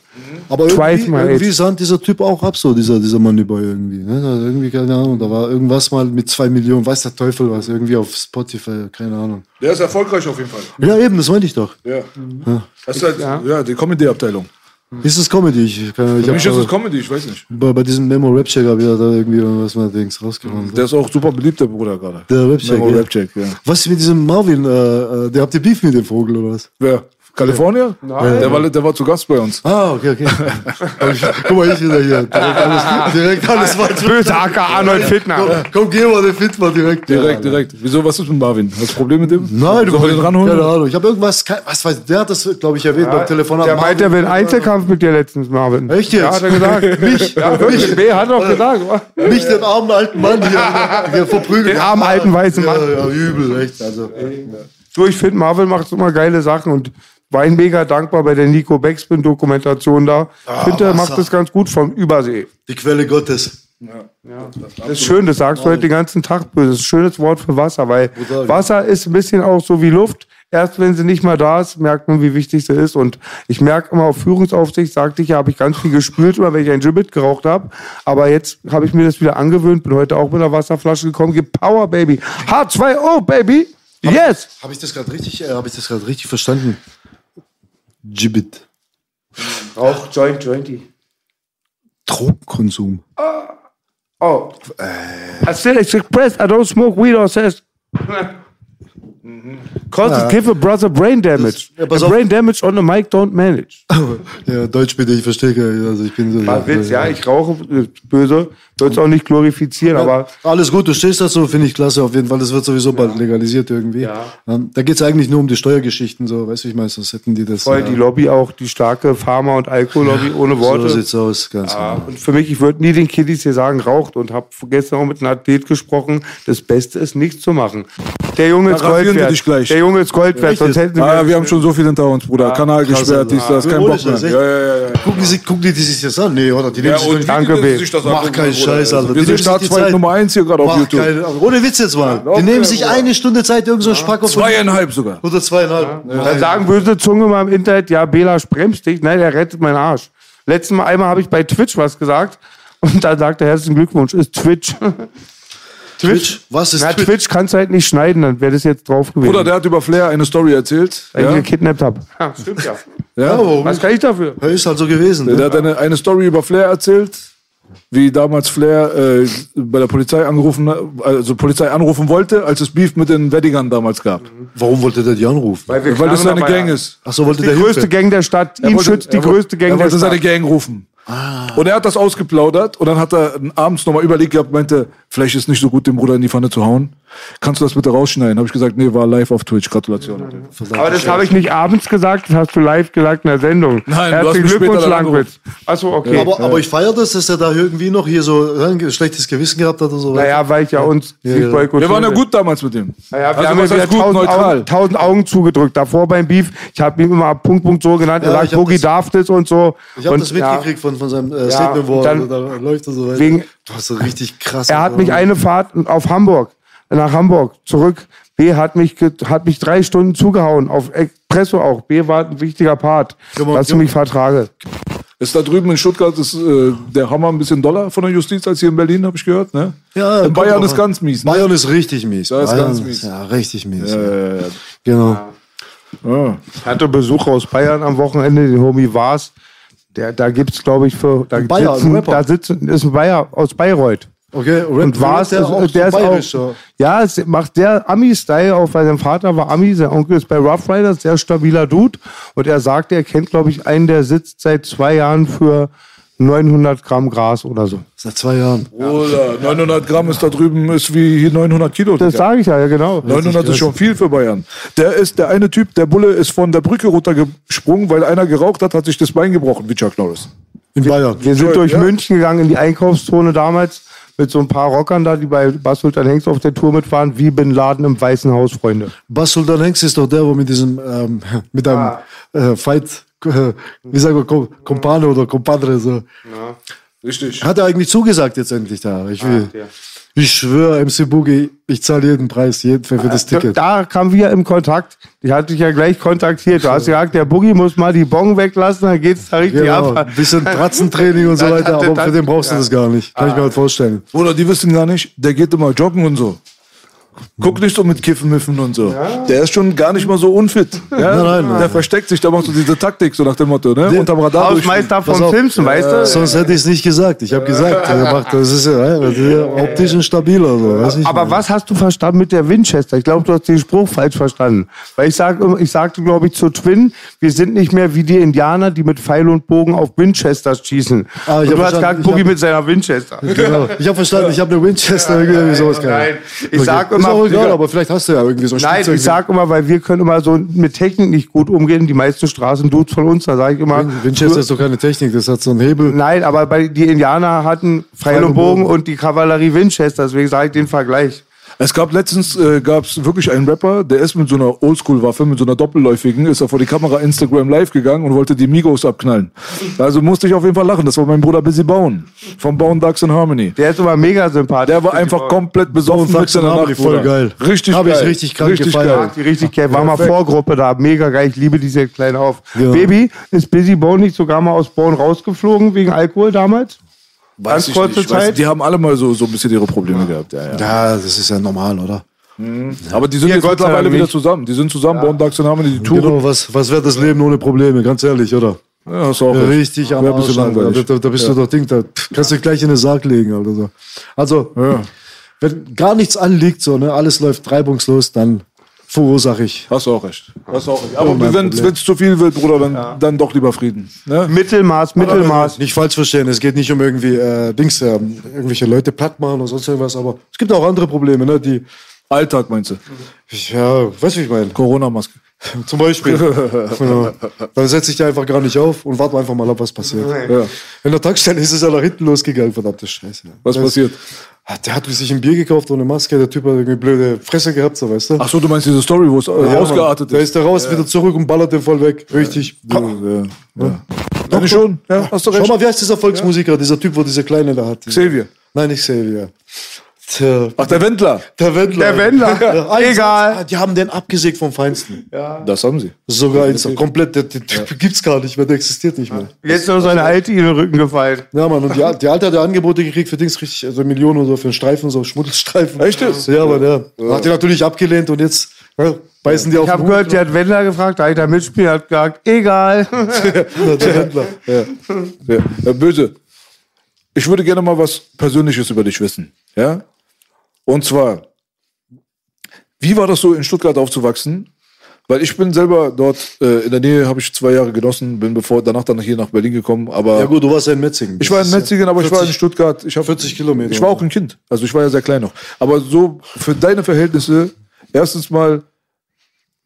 S3: Aber
S2: Twice
S3: irgendwie,
S2: my
S3: irgendwie
S2: age.
S3: sah dieser Typ auch ab, so dieser, dieser Moneyboy irgendwie. Ne? Also irgendwie, keine Ahnung, da war irgendwas mal mit zwei Millionen, weiß der Teufel was, irgendwie auf Spotify, keine Ahnung.
S1: Der ist erfolgreich auf jeden Fall.
S3: Ja, eben, das meinte ich doch.
S1: Ja. Das ist halt, ja. die Comedy-Abteilung.
S3: Ist es Comedy? Ich, kann, ich
S1: Für mich ist es
S3: hab,
S1: Comedy, ich weiß nicht.
S3: bei, bei diesem Memo Rap Check hab ich ja da irgendwie irgendwas mal Dings
S2: Mhm.
S3: rausgehauen.
S1: Der ist auch super beliebt, der Bruder gerade.
S3: Der Rap Check.
S1: Memo
S3: Ja.
S1: Rap Check, ja.
S3: Was mit diesem Marvin, äh, äh, der habt ihr Beef mit dem Vogel oder was?
S1: Wer? Kalifornier? Nein. Der war, der war zu Gast bei uns.
S3: Ah, okay, okay. Hab ich, guck mal, ich wieder hier. Direkt alles, direkt alles falsch.
S2: Böse aka Arnold Fittner.
S3: Komm, komm, geh mal, den findet man direkt.
S1: Direkt, direkt. Wieso, was ist mit Marvin? Hast du ein Problem mit dem?
S3: Nein,
S1: Sollen wir den ranholen?
S3: Keine Ahnung. Ich habe irgendwas, kein- was weiß, der hat das, glaube ich, erwähnt beim Telefonat.
S2: Äh,
S3: äh,
S2: Der meint, er will einen Einzelkampf mit dir letztens, Marvin.
S3: Echt jetzt?
S2: Ja, hat er gesagt. Mich? Ja, wirklich. B hat er auch gesagt.
S3: nicht den armen alten Mann hier, hier verprügelt.
S2: Den armen alten weißen Mann.
S3: Ja, ja, übel, echt. Also,
S2: Du, ich finde, Marvin macht immer geile Sachen und war ihm mega dankbar bei der Nico Beckspin-Dokumentation da. Ich finde, er macht das ganz gut vom Übersee.
S3: die Quelle Gottes.
S2: Das ist schön, das sagst du heute den ganzen Tag böse. Das ist ein schönes Wort für Wasser, weil
S3: Brutal, ja.
S2: Wasser ist ein bisschen auch so wie Luft. Erst wenn sie nicht mal da ist, merkt man, wie wichtig sie ist. Und ich merke immer auf Führungsaufsicht, sagte ich ja, habe ich ganz viel gespült, immer wenn ich ein Gibbet geraucht habe. Aber jetzt habe ich mir das wieder angewöhnt, bin heute auch mit einer Wasserflasche gekommen, gib Power, Baby. H2O, Baby. Yes.
S3: Habe ich das gerade richtig, äh, hab ich das gerade richtig verstanden? Gibbet.
S2: Rauch Joint Jointy.
S3: Drogenkonsum.
S2: Oh. I still expressed, I don't smoke weed or says. Mhm. Causes give a brother brain damage.
S3: Ah. Ja, pass
S2: A
S3: auf.
S2: brain damage on the mic don't manage.
S3: Ja, Deutsch bitte, ich verstehe. gar- Also ich bin so.
S2: War Witz, ja, ich rauche äh, böse. Soll's auch nicht glorifizieren, aber
S3: Alles gut, du stehst dazu, finde ich klasse auf jeden Fall. Das wird sowieso bald legalisiert irgendwie. Ähm, Da geht es eigentlich nur um die Steuergeschichten, so, weißt du, ich meine, sonst hätten die das.
S2: voll
S3: ja,
S2: die Lobby auch, die starke Pharma- und Alkohollobby ohne
S3: so
S2: Worte.
S3: sieht's aus, ganz genau.
S2: Und für mich, ich würde nie den Kiddies hier sagen, raucht und habe gestern auch mit einem Athlet gesprochen, das Beste ist, nichts zu machen. Der Junge ist
S1: rasieren
S2: Gold
S1: wir
S2: wert.
S1: dich gleich.
S2: Der Junge ist Gold wert, sonst hätten wir
S1: Ah, ja, wir haben schon so viel hinter uns, Bruder. Kanal gesperrt, dies, das, kein Bock
S3: Ironisch,
S1: mehr.
S3: das ist echt-
S1: Ja, ja, genau. ja, ja.
S3: Gucken die, sich- gucken die, die sich das an? Nee, oder? Die nehmen sich doch nicht-
S2: Danke, B.
S1: Also
S3: Mach keinen Scheiß, Alter.
S1: Wir
S3: Die
S1: sind
S3: nehmen sich die
S1: Staatsfeind
S3: Zeit.
S1: Nummer 1 hier gerade auf
S3: Mach
S1: YouTube.
S3: keine- ohne Witz jetzt mal.
S1: okay,
S3: Die nehmen sich
S1: Bruder.
S3: eine Stunde Zeit, irgend so ein Spacker von-
S1: Zweieinhalb sogar.
S3: oder zweieinhalb. Ja.
S1: Also.
S2: Dann sagen böse Zunge mal im Internet, ja, Bela bremst dich. Nein, er rettet meinen Arsch. Letztes Mal einmal habe ich bei Twitch was gesagt und dann sagte er, herzlichen Glückwunsch, ist Twitch.
S3: Twitch? Was ist
S2: Na,
S3: Twitch?
S2: Twitch kannst du halt nicht schneiden, dann wäre das jetzt drauf gewesen.
S1: Bruder, der hat über Flair eine Story erzählt.
S2: weil ich ihn
S1: Ja?
S2: gekidnappt habe. Ja, stimmt ja.
S3: Ja, warum?
S2: Was kann ich dafür?
S3: Ja, Ist halt so gewesen. Ne?
S1: Der hat eine, eine Story über Flair erzählt, wie damals Flair äh, bei der Polizei angerufen, also Polizei anrufen wollte, als es Beef mit den Weddigern damals gab.
S3: Warum wollte der die anrufen?
S1: Weil das seine Gang ist.
S3: Achso, wollte
S2: Die
S3: der
S2: größte
S3: Hilfe?
S2: Gang der Stadt. Ihn schützt die
S1: er wollte-
S2: größte Gang
S1: Er
S2: der
S1: wollte seine
S2: Stadt.
S1: Gang rufen.
S2: Ah.
S1: Und er hat das ausgeplaudert und dann hat er abends nochmal überlegt gehabt, meinte, vielleicht ist nicht so gut, den Bruder in die Pfanne zu hauen. kannst du das bitte rausschneiden? Habe ich gesagt, nee, war live auf Twitch. Gratulation.
S2: Aber das habe ich nicht abends gesagt, das hast du live gesagt in der Sendung.
S1: Nein, du hast
S2: Herzlichen
S1: mich später
S2: Glückwunsch,
S1: dann
S2: Langwitz. Achso, okay.
S3: Aber, aber ich feiere das, dass er da irgendwie noch hier so äh, ein schlechtes Gewissen gehabt hat oder so.
S2: naja, weil ich ja uns
S3: Ja, ja.
S2: nicht boykottiert
S1: Wir waren ja
S2: hätte.
S1: gut damals mit dem.
S2: Naja, wir haben
S1: Also was heißt
S2: ja wieder
S1: gut,
S2: tausend
S1: neutral.
S2: Augen, tausend Augen zugedrückt. Davor beim Beef, ich habe ihm immer Punkt, Punkt so genannt. Er
S3: Ja,
S2: sagt,
S3: ich hab
S2: Boogie
S3: das-
S2: darf das und so.
S3: ich habe
S2: Und
S3: das mitgekriegt von, von seinem äh, Statement, wo
S2: und
S3: er
S2: dann-
S3: da läuft und so weiter.
S2: wegen-
S3: du hast so richtig krass.
S2: Er hat mich eine Fahrt auf Hamburg, nach Hamburg zurück. B hat mich, ge- hat mich drei Stunden zugehauen, auf Expresso auch. B war ein wichtiger Part,
S3: Junge,
S2: dass ich
S3: Junge.
S2: mich vertrage.
S1: Ist da drüben in Stuttgart ist, äh, der Hammer ein bisschen doller von der Justiz als hier in Berlin, habe ich gehört. Ne?
S3: Ja,
S1: in
S3: kommt
S1: Bayern
S3: drauf
S1: ist
S3: an.
S1: ganz mies. Ne?
S3: Bayern ist richtig mies.
S1: Da ist
S3: Bayern
S1: ganz mies.
S3: Ja, richtig mies.
S1: Äh,
S3: Genau.
S1: ja.
S2: Ich hatte Besuch aus Bayern am Wochenende, den Homie Wars. Der, da gibt's, glaube ich, für. Da,
S3: Bayer, ein
S2: sitzen,
S3: Rapper.
S2: da sitzen, ist ein Bayer aus Bayreuth.
S3: Okay, Rap-
S2: Und Wars
S3: der
S2: ist auch, der ist
S3: so
S2: auch,
S3: bayerisch, ja.
S2: ja, es macht der Ami-Style auf, weil sein Vater war Ami, sein Onkel ist bei Rough Riders, sehr stabiler Dude. Und er sagt, er kennt, glaube ich, einen, der sitzt seit zwei Jahren für 900 Gramm Gras oder so.
S3: Seit zwei Jahren.
S1: Bruder, 900 Gramm ist da drüben, ist wie hier 900 Kilo.
S2: Das
S1: Digga.
S2: sage ich ja, ja, genau.
S1: 900 ist schon viel für Bayern. Der ist der eine Typ, der Bulle ist von der Brücke runtergesprungen, weil einer geraucht hat, hat sich das Bein gebrochen, wie Chuck Norris.
S3: In Bayern.
S2: Wir sind durch
S1: ja.
S2: München gegangen in die Einkaufszone damals mit so ein paar Rockern da, die bei Bas Sultan Hengst auf der Tour mit waren, wie Bin Laden im Weißen Haus, Freunde.
S3: Bas Sultan Hengst ist doch der, wo mit diesem, ähm, mit einem
S2: Ah.
S3: äh, Fight, äh, wie sagen wir, Kom Kompane oder Compadre so.
S1: Richtig.
S3: Hat er eigentlich zugesagt jetzt endlich da? Ich,
S2: Ah,
S3: will, ich schwöre, MC Boogie, ich zahle jeden Preis, jeden für, für das Ticket.
S2: Ah, Da kamen wir im Kontakt. Ich hatte dich ja gleich kontaktiert. Du hast gesagt, der Boogie muss mal die Bong weglassen, dann geht's da richtig
S3: Genau,
S2: ab.
S3: ein bisschen Pratzentraining und so
S2: Dann
S3: weiter,
S2: hatte-
S3: aber
S2: dann-
S3: für den brauchst du das gar nicht. Kann ich mir
S2: Ah.
S3: halt vorstellen.
S1: Bruder, die wissen gar nicht, der geht immer joggen und so. Guck nicht so mit Kiffen, Miffen und so. Der ist schon gar nicht mal so unfit. Ja?
S3: nein, nein.
S1: der versteckt sich, da macht so diese Taktik, so nach dem Motto, ne?
S3: Der-
S1: Unterm Radar. durchfliegen.
S2: Hausmeister
S3: Pass
S2: von
S3: auf,
S2: Simpson, weißt du?
S3: Sonst hätte ich es nicht gesagt. Ich habe gesagt, er macht, das ist ja, das ist ja optisch ein stabiler. So, weiß ich
S2: Aber
S3: nicht.
S2: was hast du verstanden mit der Winchester? Ich glaube, du hast den Spruch falsch verstanden. Weil ich, sag, ich sagte, glaube ich, zu Twin, wir sind nicht mehr wie die Indianer, die mit Pfeil und Bogen auf Winchester schießen.
S3: Ah,
S2: und
S3: ich hab
S2: du hast
S3: verstanden.
S2: gesagt,
S3: Ich
S2: Boogie
S3: hab-
S2: mit seiner Winchester.
S3: Genau. Ich habe verstanden, ich habe eine Winchester, irgendwie hab ich sowas keine
S2: nein.
S3: Ahnung.
S2: Ich sag
S3: Ist
S2: immer-
S3: auch egal,
S2: Digga.
S3: aber vielleicht hast du ja irgendwie so ein
S2: Nein,
S3: Spielzeug.
S2: ich sag immer, weil wir können immer so mit Technik nicht gut umgehen. Die meisten Straßendudes von uns, da sage ich immer.
S3: Winchester ist doch keine Technik, das hat so einen Hebel.
S2: Nein, aber bei, die Indianer hatten Pfeil und Bogen und die Kavallerie Winchester, deswegen sage ich den Vergleich.
S1: Es gab letztens äh, gab's wirklich einen Rapper, der ist mit so einer Oldschool-Waffe, mit so einer doppelläufigen, ist er vor die Kamera Instagram live gegangen und wollte die Migos abknallen. Also musste ich auf jeden Fall lachen. Das war mein Bruder Busy Bauen vom Bauen Ducks in Harmony.
S2: Der ist immer mega sympathisch.
S1: Der war einfach komplett besoffen. mitten
S3: Bauen Ducks in
S1: in der
S3: Harmony,
S1: Nacht,
S3: voll
S1: Bruder.
S3: geil.
S1: Richtig
S3: Hab ich
S1: geil.
S3: richtig krank gefeiert.
S1: geil.
S2: Die richtig geil. War mal Vorgruppe da. Mega geil. Ich liebe diese kleinen auf.
S3: Ja.
S2: Baby, ist Busy Bone nicht sogar mal aus Bone rausgeflogen wegen Alkohol damals?
S1: Weiß
S2: Ganz
S1: ich
S2: kurze
S1: nicht. Weiß-
S2: Zeit.
S1: Die haben alle mal so, so ein bisschen ihre Probleme gehabt. Ja, ja.
S3: Ja, das ist ja normal, oder?
S1: Aber die sind jetzt
S2: Gott sei
S1: mittlerweile
S2: Dank
S1: wieder
S2: nicht.
S1: zusammen. Die sind zusammen, Bauen Ducks in Harmony, die Touren.
S3: Genau, was, was wäre das Leben ohne Probleme, ganz ehrlich, oder?
S1: Ja, hast du auch recht.
S3: Richtig am
S1: Wär ein bisschen
S3: Arsch, Alter.
S1: langweilig.
S3: Da, da bist du doch Ding, da pff, kannst du gleich in den Sarg legen, Alter. so. Also, wenn gar nichts anliegt, so, ne, alles läuft reibungslos, dann verursache ich.
S1: Hast du auch recht. Hast du auch recht. Aber
S3: mein
S1: wenn
S3: Problem.
S1: es zu viel wird, Bruder, dann, dann doch lieber Frieden. Ne?
S2: Mittelmaß, Mittelmaß.
S3: Nicht falsch verstehen, es geht nicht um irgendwie äh, Dings, ähm, irgendwelche Leute platt machen oder sonst irgendwas, aber es gibt auch andere Probleme, ne, die,
S1: Alltag meinst du?
S3: ja, weißt du, wie ich meine?
S1: Corona-Maske.
S3: Zum Beispiel. ja. Dann setze ich die einfach gar nicht auf und warte einfach mal ab, was passiert.
S1: Ja.
S3: In der Tankstelle ist es ja nach hinten losgegangen, verdammte Scheiße.
S1: Was
S3: Das-
S1: passiert?
S3: Ah, Der hat sich ein Bier gekauft ohne Maske, der Typ hat irgendwie blöde Fresse gehabt, so weißt du.
S1: Ach so, du meinst diese Story, wo es äh,
S3: Ja,
S1: ausgeartet
S3: Mann. Da
S1: ist.
S3: ist der raus, wieder zurück und ballert den voll weg. Richtig.
S1: Ja, ja. ja. Doch, schon. Ja, hast du
S3: Schau
S1: recht.
S3: mal, wie heißt dieser Volksmusiker, dieser Typ, wo diese Kleine da hat?
S1: Xavier.
S3: Nein, nicht Xavier. Tja,
S1: Ach, der Wendler.
S3: der Wendler.
S2: Der Wendler.
S3: Ja, ein
S2: Egal.
S3: Satz. Ah, Die haben den abgesägt vom Feinsten.
S1: Das haben sie.
S3: Sogar ein, Satz. komplett, der, der Typ gibt's gar nicht mehr, der existiert nicht mehr.
S2: Jetzt ist nur seine alte in den Rücken gefallen.
S3: Ja, Mann, und die, Al- die Alte hat ja Angebote gekriegt für Dings richtig, also Millionen oder so für einen Streifen, so Schmuddelstreifen.
S1: Echt jetzt?
S3: Ja, Mann, ja. Hat die natürlich abgelehnt und jetzt ja, beißen die auf
S2: Ich habe
S3: den
S2: gehört, die hat Wendler gefragt, da hat der Mitspieler hat gesagt, egal.
S3: Hut, der Wendler.
S1: Ja. Herr Böse, ich würde gerne mal was Persönliches über dich wissen. Ja? Und zwar, wie war das so in Stuttgart aufzuwachsen? Weil ich bin selber dort äh, in der Nähe, habe ich zwei Jahre genossen, bin bevor danach dann hier nach Berlin gekommen. Aber
S3: Ja gut, du warst ja in Metzingen.
S1: ich war in
S3: Das ist ja
S1: Metzingen, aber ich war in
S3: 40
S1: Stuttgart. Ich hab,
S3: 40 Kilometer.
S1: Ich war auch ein Kind. Also ich war ja sehr klein noch. Aber so für deine Verhältnisse, erstens mal,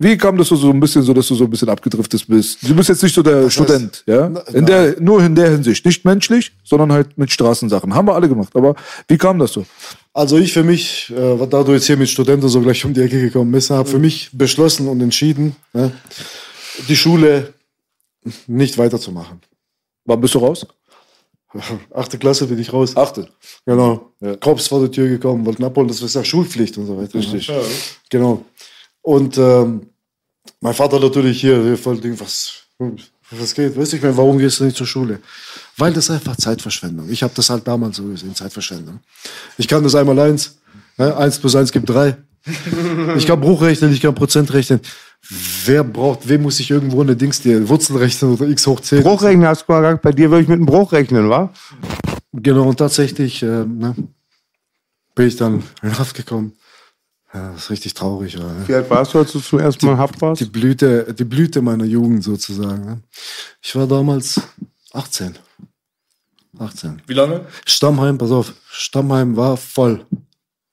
S1: wie kam das so, so ein bisschen so, dass du so ein bisschen abgedriftet bist? Du bist jetzt nicht so der Student, ja? In der, nur in der Hinsicht. Nicht menschlich, sondern halt mit Straßensachen. Haben wir alle gemacht. Aber wie kam das so?
S3: Also ich für mich, äh, was da du jetzt hier mit Studenten so gleich um die Ecke gekommen bist, habe für mich beschlossen und entschieden, ne, die Schule nicht weiterzumachen.
S1: Wann bist du raus?
S3: Achte Klasse bin ich raus. Achte. Genau. Kops vor der Tür gekommen, wollten abholen, das ist ja Schulpflicht und so weiter. Richtig. Genau. Und ähm, mein Vater natürlich hier, hier voll Ding, was, was geht, weiß ich mehr, warum gehst du nicht zur Schule? Weil das einfach Zeitverschwendung. Ich habe das halt damals so gesehen, Zeitverschwendung. Ich kann das einmal eins. Ne? Eins plus eins gibt drei. Ich kann Bruch rechnen, ich kann Prozent rechnen. Wer braucht, wem muss ich irgendwo eine Dings, die Wurzeln rechnen oder x hoch 10?
S2: Bruchrechnen hast du mal gesagt, bei dir würde ich mit einem Bruch rechnen, wa?
S3: Genau, und tatsächlich äh, ne, bin ich dann in Haft gekommen. Ja, das ist richtig traurig. War, ne?
S2: Wie alt warst du, als du zum ersten Mal in Haft warst?
S3: Die, Blüte, die Blüte meiner Jugend sozusagen. Ne? Ich war damals 18. 18.
S1: Wie lange?
S3: Stammheim, pass auf, Stammheim war voll.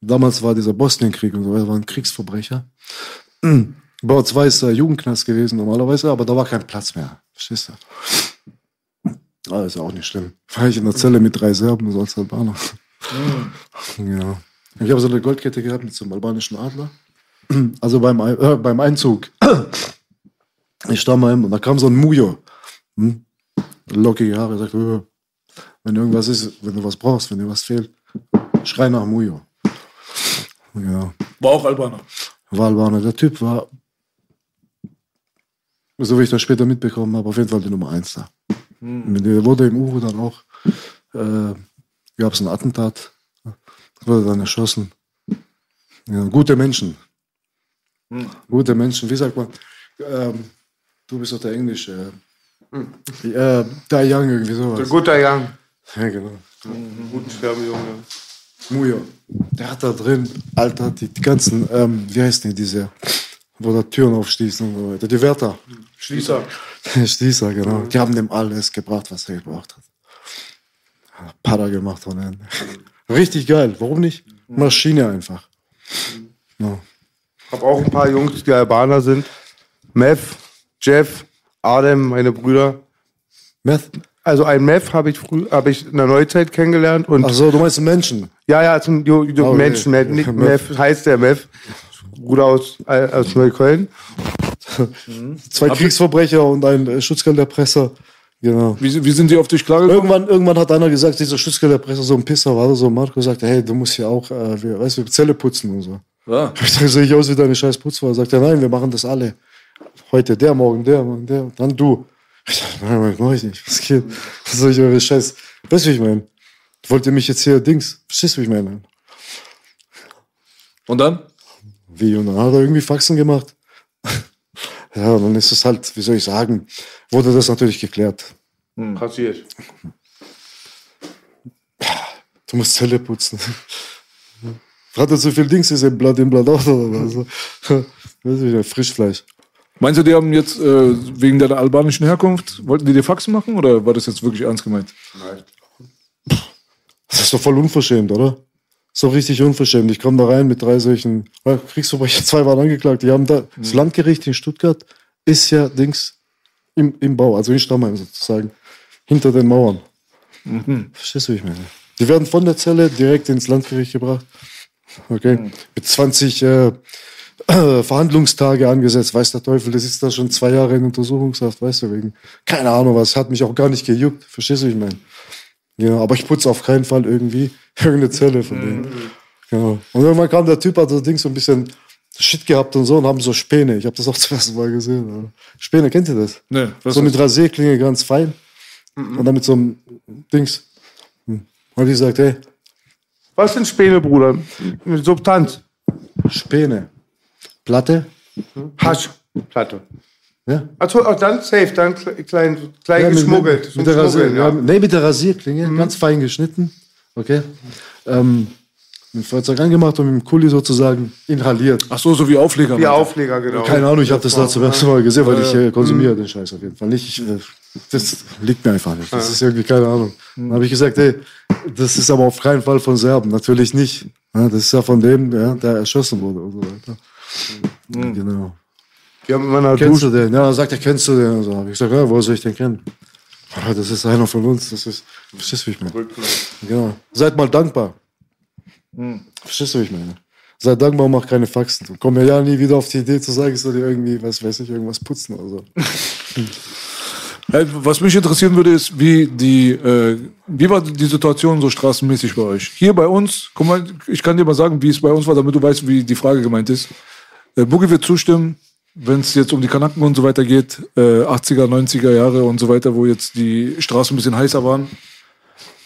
S3: Damals war dieser Bosnienkrieg und so weiter, waren Kriegsverbrecher. Bau 2 ist der Jugendknast gewesen normalerweise, aber da war kein Platz mehr. Verstehst du? Aber ist ja auch nicht schlimm. War ich in der Zelle mit drei Serben und sonst Albaner.
S1: Mhm.
S3: Ja. Ich habe so eine Goldkette gehabt mit so einem albanischen Adler. Also beim, Ei- äh, beim Einzug. Ich Stammheim und da kam so ein Mujo. Hm? Lockige Haare, sagt, äh, wenn irgendwas ist, wenn du was brauchst, wenn dir was fehlt, schrei nach Mujo. Ja.
S1: War auch Albaner.
S3: War Albaner. Der Typ war, so wie ich das später mitbekommen habe, auf jeden Fall die Nummer eins da. Mit der wurde im Uhu dann auch, äh, gab es ein Attentat, wurde dann erschossen. Ja, gute Menschen. Gute Menschen, wie sagt man? Ähm, du bist doch der Englische. Äh, äh, der Young, irgendwie sowas.
S2: guter Young.
S3: Ja, genau.
S2: Guten Sterbejunge.
S3: Mujo. Der hat da drin, Alter, die ganzen, ähm, wie heißt die diese, wo da Türen aufschließen und so weiter. Die Wärter.
S1: Schließer.
S3: Schließer, genau. Die haben dem alles gebracht, was er gebraucht hat. Hat Pada gemacht ohne Ende. Richtig geil. Warum nicht? Maschine einfach. Ja.
S2: Hab auch ein paar Jungs, die Albaner sind. Mev, Jeff, Adem, meine Brüder.
S3: Meth?
S2: Also ein Mev habe ich früh, habe ich in der Neuzeit kennengelernt und
S3: Ach so, du meinst Menschen.
S2: ja, ja, zum jo, jo,
S3: Okay.
S2: Menschen, Mev, nicht Oh, Mev, heißt der Mev. Bruder aus, äh, aus Neukölln.
S3: Zwei Kriegsverbrecher und ein äh, Schutzgelderpresser. Genau.
S1: Wie, wie sind sie auf dich klargekommen?
S3: Irgendwann, irgendwann hat einer gesagt, dieser Schutzgelderpresser, so ein Pisser war da, so ein Marco, sagte, hey, du musst hier auch, äh, wir, weißt du, Zelle putzen und so.
S1: Ja.
S3: Ich sag, sehe ich aus wie deine scheiß Putzfrau? Sagt er, nein, wir machen das alle. Heute der, morgen der, morgen der, und dann du. Ich sag, nein, nein, mach ich nicht. Was geht? Was soll ich eure Scheiß? Weißt du, wie ich meine? Wollt ihr mich jetzt hier Dings? Verstehst du, wie ich meine?
S1: Und dann?
S3: Wie? Und dann hat er irgendwie Faxen gemacht. ja, und dann ist es halt, wie soll ich sagen, wurde das natürlich geklärt.
S2: Hm. Passiert.
S3: Du musst Zelle putzen. Hat er so viel Dings, ist im Blatt im Blatt auch oder so. Weißt du, wie der Frischfleisch.
S1: Meinst du, die haben jetzt äh, wegen deiner albanischen Herkunft, wollten die dir Faxen machen oder war das jetzt wirklich ernst gemeint?
S3: Das ist doch voll unverschämt, oder? So richtig unverschämt. Ich komme da rein mit drei solchen Ah, Kriegsverbrecher. Zwei waren angeklagt. Die haben da, das Landgericht in Stuttgart ist ja Dings im, im Bau, also in Stammheim sozusagen, hinter den Mauern. Mhm. Verstehst du, wie ich meine? Die werden von der Zelle direkt ins Landgericht gebracht. Okay. Mit 20 äh, Verhandlungstage angesetzt. Weiß der Teufel, der sitzt da schon zwei Jahre in Untersuchungshaft, weißt du, wegen. Keine Ahnung was. Hat mich auch gar nicht gejuckt. Verstehst du, wie ich meine? Ja, aber ich putze auf keinen Fall irgendwie irgendeine Zelle von denen. Genau. Und irgendwann kam der Typ, hat das Ding so ein bisschen Shit gehabt und so und haben so Späne. Ich habe das auch zum ersten Mal gesehen. Alter. Späne, kennt ihr das?
S1: Nee, was
S3: so
S1: ist
S3: mit Rasierklinge ganz fein. Und dann mit so einem Dings. Und die sagt, hey,
S2: Was sind Späne, Bruder? Eine Substanz.
S3: Späne. Platte?
S2: Hasch. Platte.
S3: Ja.
S2: Achso, oh, dann safe, dann kle- klein, klein
S3: Ja, mit-
S2: geschmuggelt.
S3: Mit, mit, der Rasier,
S2: Schmuggeln,
S3: ja. Nee, mit der Rasierklinge, ganz fein geschnitten. Okay. Ähm, Ein Feuerzeug angemacht und mit dem Kuli sozusagen inhaliert.
S1: Ach so, so wie Aufleger.
S2: Die
S1: meinte er.
S2: Aufleger, genau.
S3: Keine Ahnung, ich habe das da zum ersten Mal gesehen, weil ich äh, konsumiere den Scheiß auf jeden Fall nicht. Ich, äh, das liegt mir einfach nicht. Das ist irgendwie keine Ahnung. Dann habe ich gesagt, ey, das ist aber auf keinen Fall von Serben. Natürlich nicht. Ja, das ist ja von dem, ja, der erschossen wurde und so weiter. Genau.
S2: Die haben immer eine
S3: Kennst
S2: Dusche.
S3: du den? Ja, dann sagt er, kennst du den? Und so habe ich gesagt, ja, woher soll ich den kennen? Ja, das ist einer von uns. Das ist, verstehst du, wie ich meine? Genau. Seid mal dankbar.
S1: Hm.
S3: Verstehst du, wie ich meine? Seid dankbar und macht keine Faxen. Und Komm mir ja nie wieder auf die Idee zu sagen, ich soll dir irgendwie, was weiß ich, irgendwas putzen oder so.
S1: Hey, Äh, Was mich interessieren würde, ist, wie die, äh, wie war die Situation so straßenmäßig bei euch? Hier bei uns, guck mal, ich kann dir mal sagen, wie es bei uns war, damit du weißt, wie die Frage gemeint ist. Äh, Boogie wird zustimmen, wenn es jetzt um die Kanaken und so weiter geht, äh, 80er, 90er Jahre und so weiter, wo jetzt die Straßen ein bisschen heißer waren,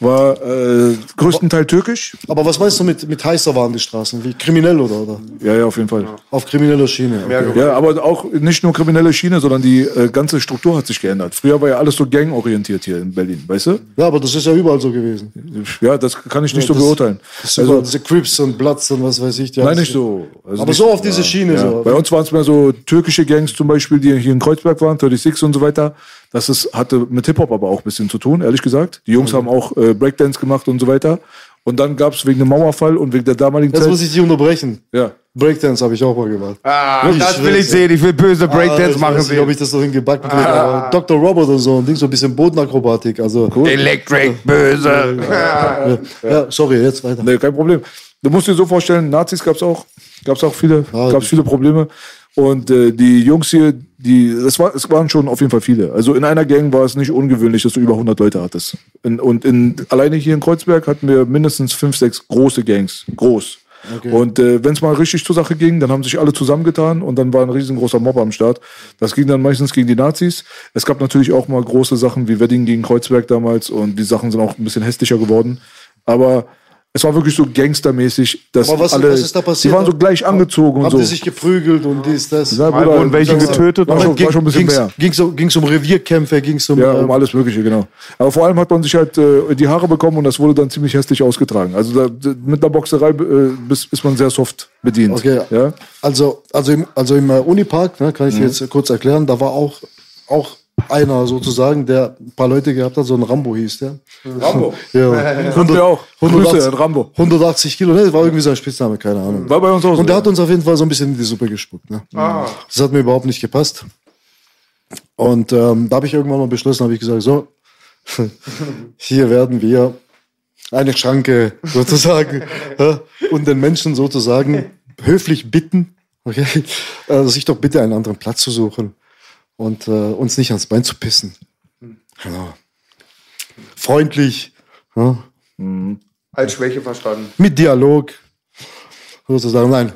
S1: war äh, größtenteils türkisch.
S3: Aber was meinst du mit, mit heißer waren die Straßen? Wie kriminell oder? oder?
S1: Ja, ja, auf jeden Fall.
S3: Auf krimineller Schiene. Okay.
S1: Ja, genau. aber auch nicht nur kriminelle Schiene, sondern die äh, ganze Struktur hat sich geändert. Früher war ja alles so gangorientiert hier in Berlin, weißt du?
S3: Ja, aber das ist ja überall so gewesen.
S1: Ja, das kann ich nicht so
S3: das-
S1: beurteilen.
S3: Das ist
S1: Also,
S3: überall, diese Crips und Bloods und was weiß ich. die
S1: nein,
S3: alles-
S1: nicht so. Also
S3: Aber
S1: nicht-
S3: so auf diese Schiene.
S1: Ja.
S3: So.
S1: Bei uns waren es mehr so türkische Gangs zum Beispiel, die hier in Kreuzberg waren, 36 und so weiter. Das ist, hatte mit Hip-Hop aber auch ein bisschen zu tun, ehrlich gesagt. Die Jungs haben auch äh, Breakdance gemacht und so weiter. Und dann gab es wegen dem Mauerfall und wegen der damaligen
S3: Jetzt muss
S1: Zeit.
S3: ich dich unterbrechen.
S1: Ja.
S3: Breakdance habe ich auch mal gemacht.
S2: Ah, das will
S3: schwör's,
S2: ich sehen. Ich will böse Breakdance
S3: ich
S2: machen
S3: weiß nicht, ob
S2: sehen.
S3: ich Ah, das so hingebacken kriege. aber Dr. Robert und so ein Ding, so ein bisschen Bodenakrobatik. Also,
S2: Electric, böse.
S3: ja, ja, sorry, jetzt weiter.
S1: Nee, kein Problem. Du musst dir so vorstellen, Nazis gab es auch. Gab es auch viele,
S3: Ah,
S1: gab's viele Probleme. Und äh, die Jungs hier, die, es, war, es waren schon auf jeden Fall viele. Also in einer Gang war es nicht ungewöhnlich, dass du über 100 Leute hattest. In, und in, alleine hier in Kreuzberg hatten wir mindestens fünf, sechs große Gangs. Groß. Und äh, wenn es mal richtig zur Sache ging, dann haben sich alle zusammengetan und dann war ein riesengroßer Mob am Start. Das ging dann meistens gegen die Nazis. Es gab natürlich auch mal große Sachen wie Wedding gegen Kreuzberg damals und die Sachen sind auch ein bisschen hässlicher geworden. Aber es war wirklich so gangstermäßig, dass
S3: Aber was,
S1: alle,
S3: was ist da passiert?
S1: die waren so gleich angezogen und
S3: Haben
S1: so.
S3: die sich geprügelt und dies, das?
S1: Ja, Bruder,
S2: wurden welche
S1: das
S2: getötet?
S1: War schon, war schon ein bisschen
S3: ging's,
S1: mehr.
S3: Ging's, um- ging's um Revierkämpfe, ging's um...
S1: Ja,
S3: äh,
S1: um alles Mögliche, genau. Aber vor allem hat man sich halt äh, die Haare bekommen und das wurde dann ziemlich hässlich ausgetragen. Also da, d- mit einer Boxerei äh, bis, ist man sehr soft bedient.
S3: Okay.
S1: Ja? Mhm.
S3: Also, also im, also im äh, Unipark, ne, kann ich dir jetzt äh, kurz erklären, da war auch, auch einer sozusagen, der ein paar Leute gehabt hat, so ein Rambo hieß der.
S1: Rambo.
S3: Ja.
S1: Kommt ja auch. Grüße an
S3: 180,
S1: Rambo.
S3: 180 Kilo, ne, war irgendwie sein Spitzname, keine Ahnung.
S1: War bei uns auch so.
S3: Und der hat uns auf jeden Fall so ein bisschen in die Suppe gespuckt. Ne?
S2: Ah,
S3: Das hat mir überhaupt nicht gepasst. Und ähm, da habe ich irgendwann mal beschlossen, habe ich gesagt, so, hier werden wir eine Schranke sozusagen ja, und den Menschen sozusagen höflich bitten, okay, äh, sich doch bitte einen anderen Platz zu suchen und äh, uns nicht ans Bein zu pissen. Ja. Freundlich, ja,
S2: Als Schwäche verstanden.
S3: mit Dialog sozusagen. Nein,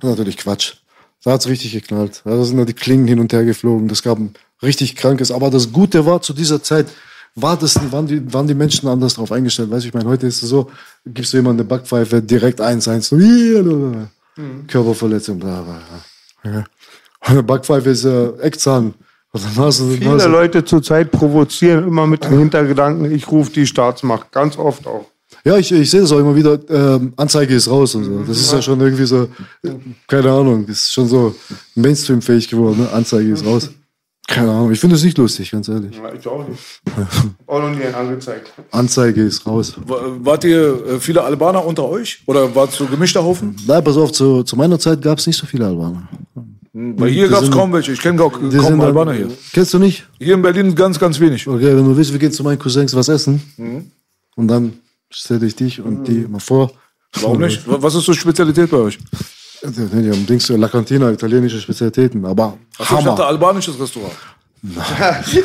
S3: das ist natürlich Quatsch. Da hat's richtig geknallt. Da sind nur die Klingen hin und her geflogen. Das gab ein richtig krankes. Aber das Gute war, zu dieser Zeit war das, waren, die, waren die Menschen anders drauf eingestellt. Weißt du, ich meine, heute ist es so, gibst du jemandem eine Backpfeife, direkt eins, eins, so, Körperverletzung, bla, bla, bla. Ja. Und eine Backpfeife ist äh, Eckzahn. Und dann hast du, dann hast
S2: Viele
S3: du,
S2: Leute zurzeit provozieren immer mit dem Hintergedanken, ich rufe die Staatsmacht. Ganz oft auch.
S3: Ja, ich, ich sehe das auch immer wieder. Ähm, Anzeige ist raus und so. Das ist ja schon irgendwie so, äh, keine Ahnung, das ist schon so Mainstream-fähig geworden. Ne? Anzeige ist raus. Keine Ahnung, ich finde es nicht lustig, ganz ehrlich.
S2: Ich auch nicht. Auch noch nie angezeigt.
S3: Anzeige ist raus.
S1: Wa- Wart ihr äh, viele Albaner unter euch? Oder warst du gemischter Haufen?
S3: Nein, pass auf, zu, zu meiner Zeit gab es nicht so viele Albaner.
S1: Weil hier
S3: die
S1: gab es
S3: Mhm. sind-
S1: kaum welche. Ich kenne
S3: Die
S1: kaum
S3: sind dann-
S1: Albaner hier.
S3: Kennst du nicht?
S1: Hier in Berlin ganz, ganz wenig.
S3: Okay, wenn du willst, wir gehen zu meinen Cousins was essen.
S1: Mhm.
S3: Und dann stelle ich dich und die mal vor.
S1: Warum nicht? Wa- Was ist so Spezialität bei euch? Also
S3: Ja, die haben Dings, La Cantina, italienische Spezialitäten. Aber
S1: Ach, ich dachte,
S3: Hammer.
S1: albanisches Restaurant.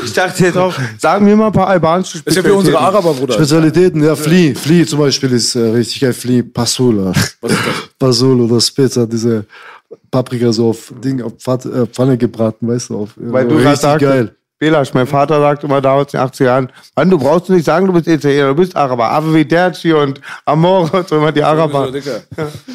S2: Ich dachte jetzt auch, sagen wir mal ein paar albanische
S1: Ist ja wie unsere Araber, Bruder.
S3: Spezialitäten, ja, Flea. Flea zum Beispiel ist äh, richtig geil. Flea, Pasula.
S1: Was ist das?
S3: Basul oder Spitzer, diese Paprika so auf Ding, auf Pfad, äh, Pfanne gebraten, weißt du, auf. äh,
S2: Weil du gerade
S3: richtig
S2: sagtest,
S3: geil.
S2: Belasch, mein Vater sagt immer damals in den 80er Jahren, Mann, du brauchst nicht sagen, du bist Italiener, du bist Araber. Arrivederci und Amore und so immer die Araber.
S1: Dicker.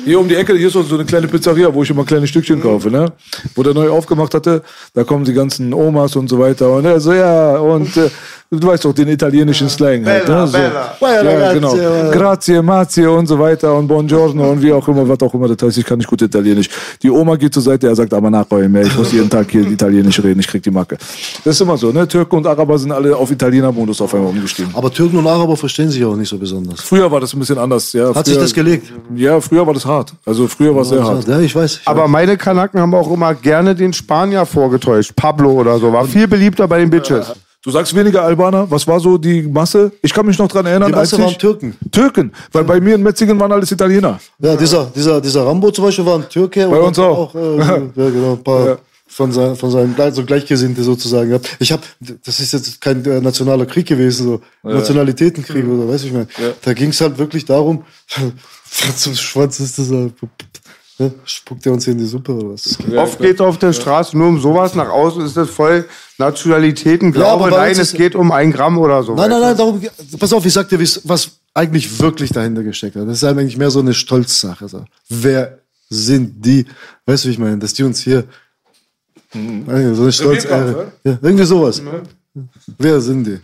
S1: Hier um die Ecke, hier ist so eine kleine Pizzeria, wo ich immer kleine
S3: Mhm.
S1: Stückchen kaufe, ne? Wo der neu aufgemacht hatte, da kommen die ganzen Omas und so weiter. Und er so, ja, und äh, du weißt doch, den italienischen Slang. Halt,
S2: Bella,
S1: ne? so.
S2: bella.
S3: Bella,
S1: ja,
S3: grazie,
S1: genau.
S3: bella.
S1: Grazie, Mazie und so weiter und Buongiorno und wie auch immer, was auch immer das heißt. Ich kann nicht gut Italienisch. Die Oma geht zur Seite, er sagt aber nach bei mir. Ich muss jeden Tag hier Italienisch reden, ich krieg die Macke. Das ist immer so, ne? Türken und Araber sind alle auf Italiener-Modus auf einmal umgestiegen.
S3: Aber Türken und Araber verstehen sich auch nicht so besonders.
S1: Früher war das ein bisschen anders. Ja,
S3: Hat sich
S1: früher-
S3: das gelegt?
S1: Ja, früher war das hart. Also früher war es sehr hart.
S3: Ja, ich weiß. Ich
S2: Aber meine Kanaken haben auch immer gerne den Spanier vorgetäuscht. Pablo oder so. War viel beliebter bei den Bitches.
S1: Du sagst weniger Albaner. Was war so die Masse? Ich kann mich noch dran erinnern.
S3: Die Masse
S1: als ich-
S3: waren Türken.
S1: Türken. Weil bei mir in Metzingen waren alles Italiener.
S3: Ja, dieser, dieser, dieser Rambo zum Beispiel war ein Türke.
S1: Bei
S3: und
S1: uns
S3: hat
S1: auch.
S3: äh, ja, genau, ein paar
S1: Ja.
S3: von, sein, von seinen Gle- so Gleichgesinnte sozusagen gehabt. Ich habe, das ist jetzt kein äh, nationaler Krieg gewesen, so Nationalitätenkrieg
S1: Mhm.
S3: oder weiß ich mein. Da ging es halt wirklich darum, zum Schwanz ist das, äh, ne? spuckt er uns hier in die Suppe oder was?
S2: Oft geht auf der Straße nur um sowas. Nach außen ist das voll Nationalitäten.
S3: aber
S2: Glaube,
S3: bei
S2: nein,
S3: uns
S2: es
S3: ist-
S2: geht um ein Gramm oder so.
S3: Nein, nein, nein, darum, ge- pass auf, ich sag dir, wie's- was eigentlich wirklich dahinter gesteckt hat. Das ist halt eigentlich mehr so eine Stolzsache. So. Wer sind die? Weißt du, wie ich meine? Dass die uns hier.
S2: Mhm.
S3: Also, So eine Stolz. äh,
S1: Bierkampf,
S3: Ja, irgendwie sowas. Wer sind die?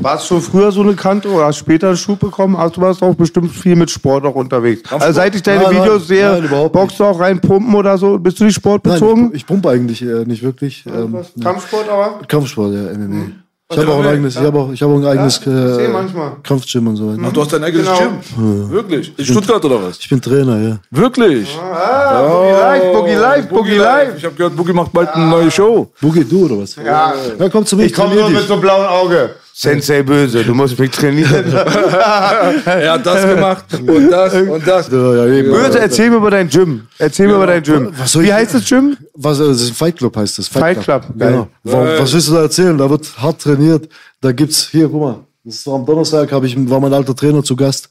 S2: Warst du schon früher so eine Kante oder hast später einen Schub bekommen? Aber du warst auch bestimmt viel mit Sport auch unterwegs. Also seit ich deine
S3: Nein, nein,
S2: Videos sehe,
S3: nein, überhaupt
S2: boxst du auch reinpumpen oder so. Bist du nicht sportbezogen?
S3: Nein, ich, ich pumpe eigentlich äh, nicht wirklich. Ähm,
S2: Kampfsport aber?
S3: Kampfsport, ja, MMA.
S2: Mhm.
S3: Ich habe auch ein eigenes, ich habe auch, ich habe auch ein eigenes
S2: sehe
S3: äh,
S2: manchmal.
S3: Kampfgym und so weiter.
S1: Du hast dein eigenes
S2: Genau.
S1: Gym. Wirklich. In Stuttgart oder was?
S3: Ich bin Trainer, ja.
S1: Wirklich.
S2: Ah, Boogie Live, Boogie Live, Boogie Live.
S1: Ich habe gehört, Boogie macht bald eine
S3: Ah.
S1: neue Show.
S3: Boogie, du oder was?
S2: Ja.
S3: Ja, komm zu mir,
S2: Ich komme
S3: trainier
S2: nur
S3: dich.
S2: mit so einem blauen Auge. Sensei böse, du musst mich trainieren.
S1: Er hat das gemacht und das und das.
S3: Ja, ja, eben.
S2: böse, erzähl mir über dein Gym. Erzähl mir über dein Gym.
S3: Was soll
S2: Wie
S3: ich-
S2: heißt das Gym?
S3: Was, äh, das ist ein Fight Club heißt das.
S2: Fight Club, geil.
S3: Genau. Warum,
S1: Äh.
S3: was willst du da erzählen? Da wird hart trainiert. Da gibt's hier, guck mal, das war am Donnerstag hab ich, war mein alter Trainer zu Gast.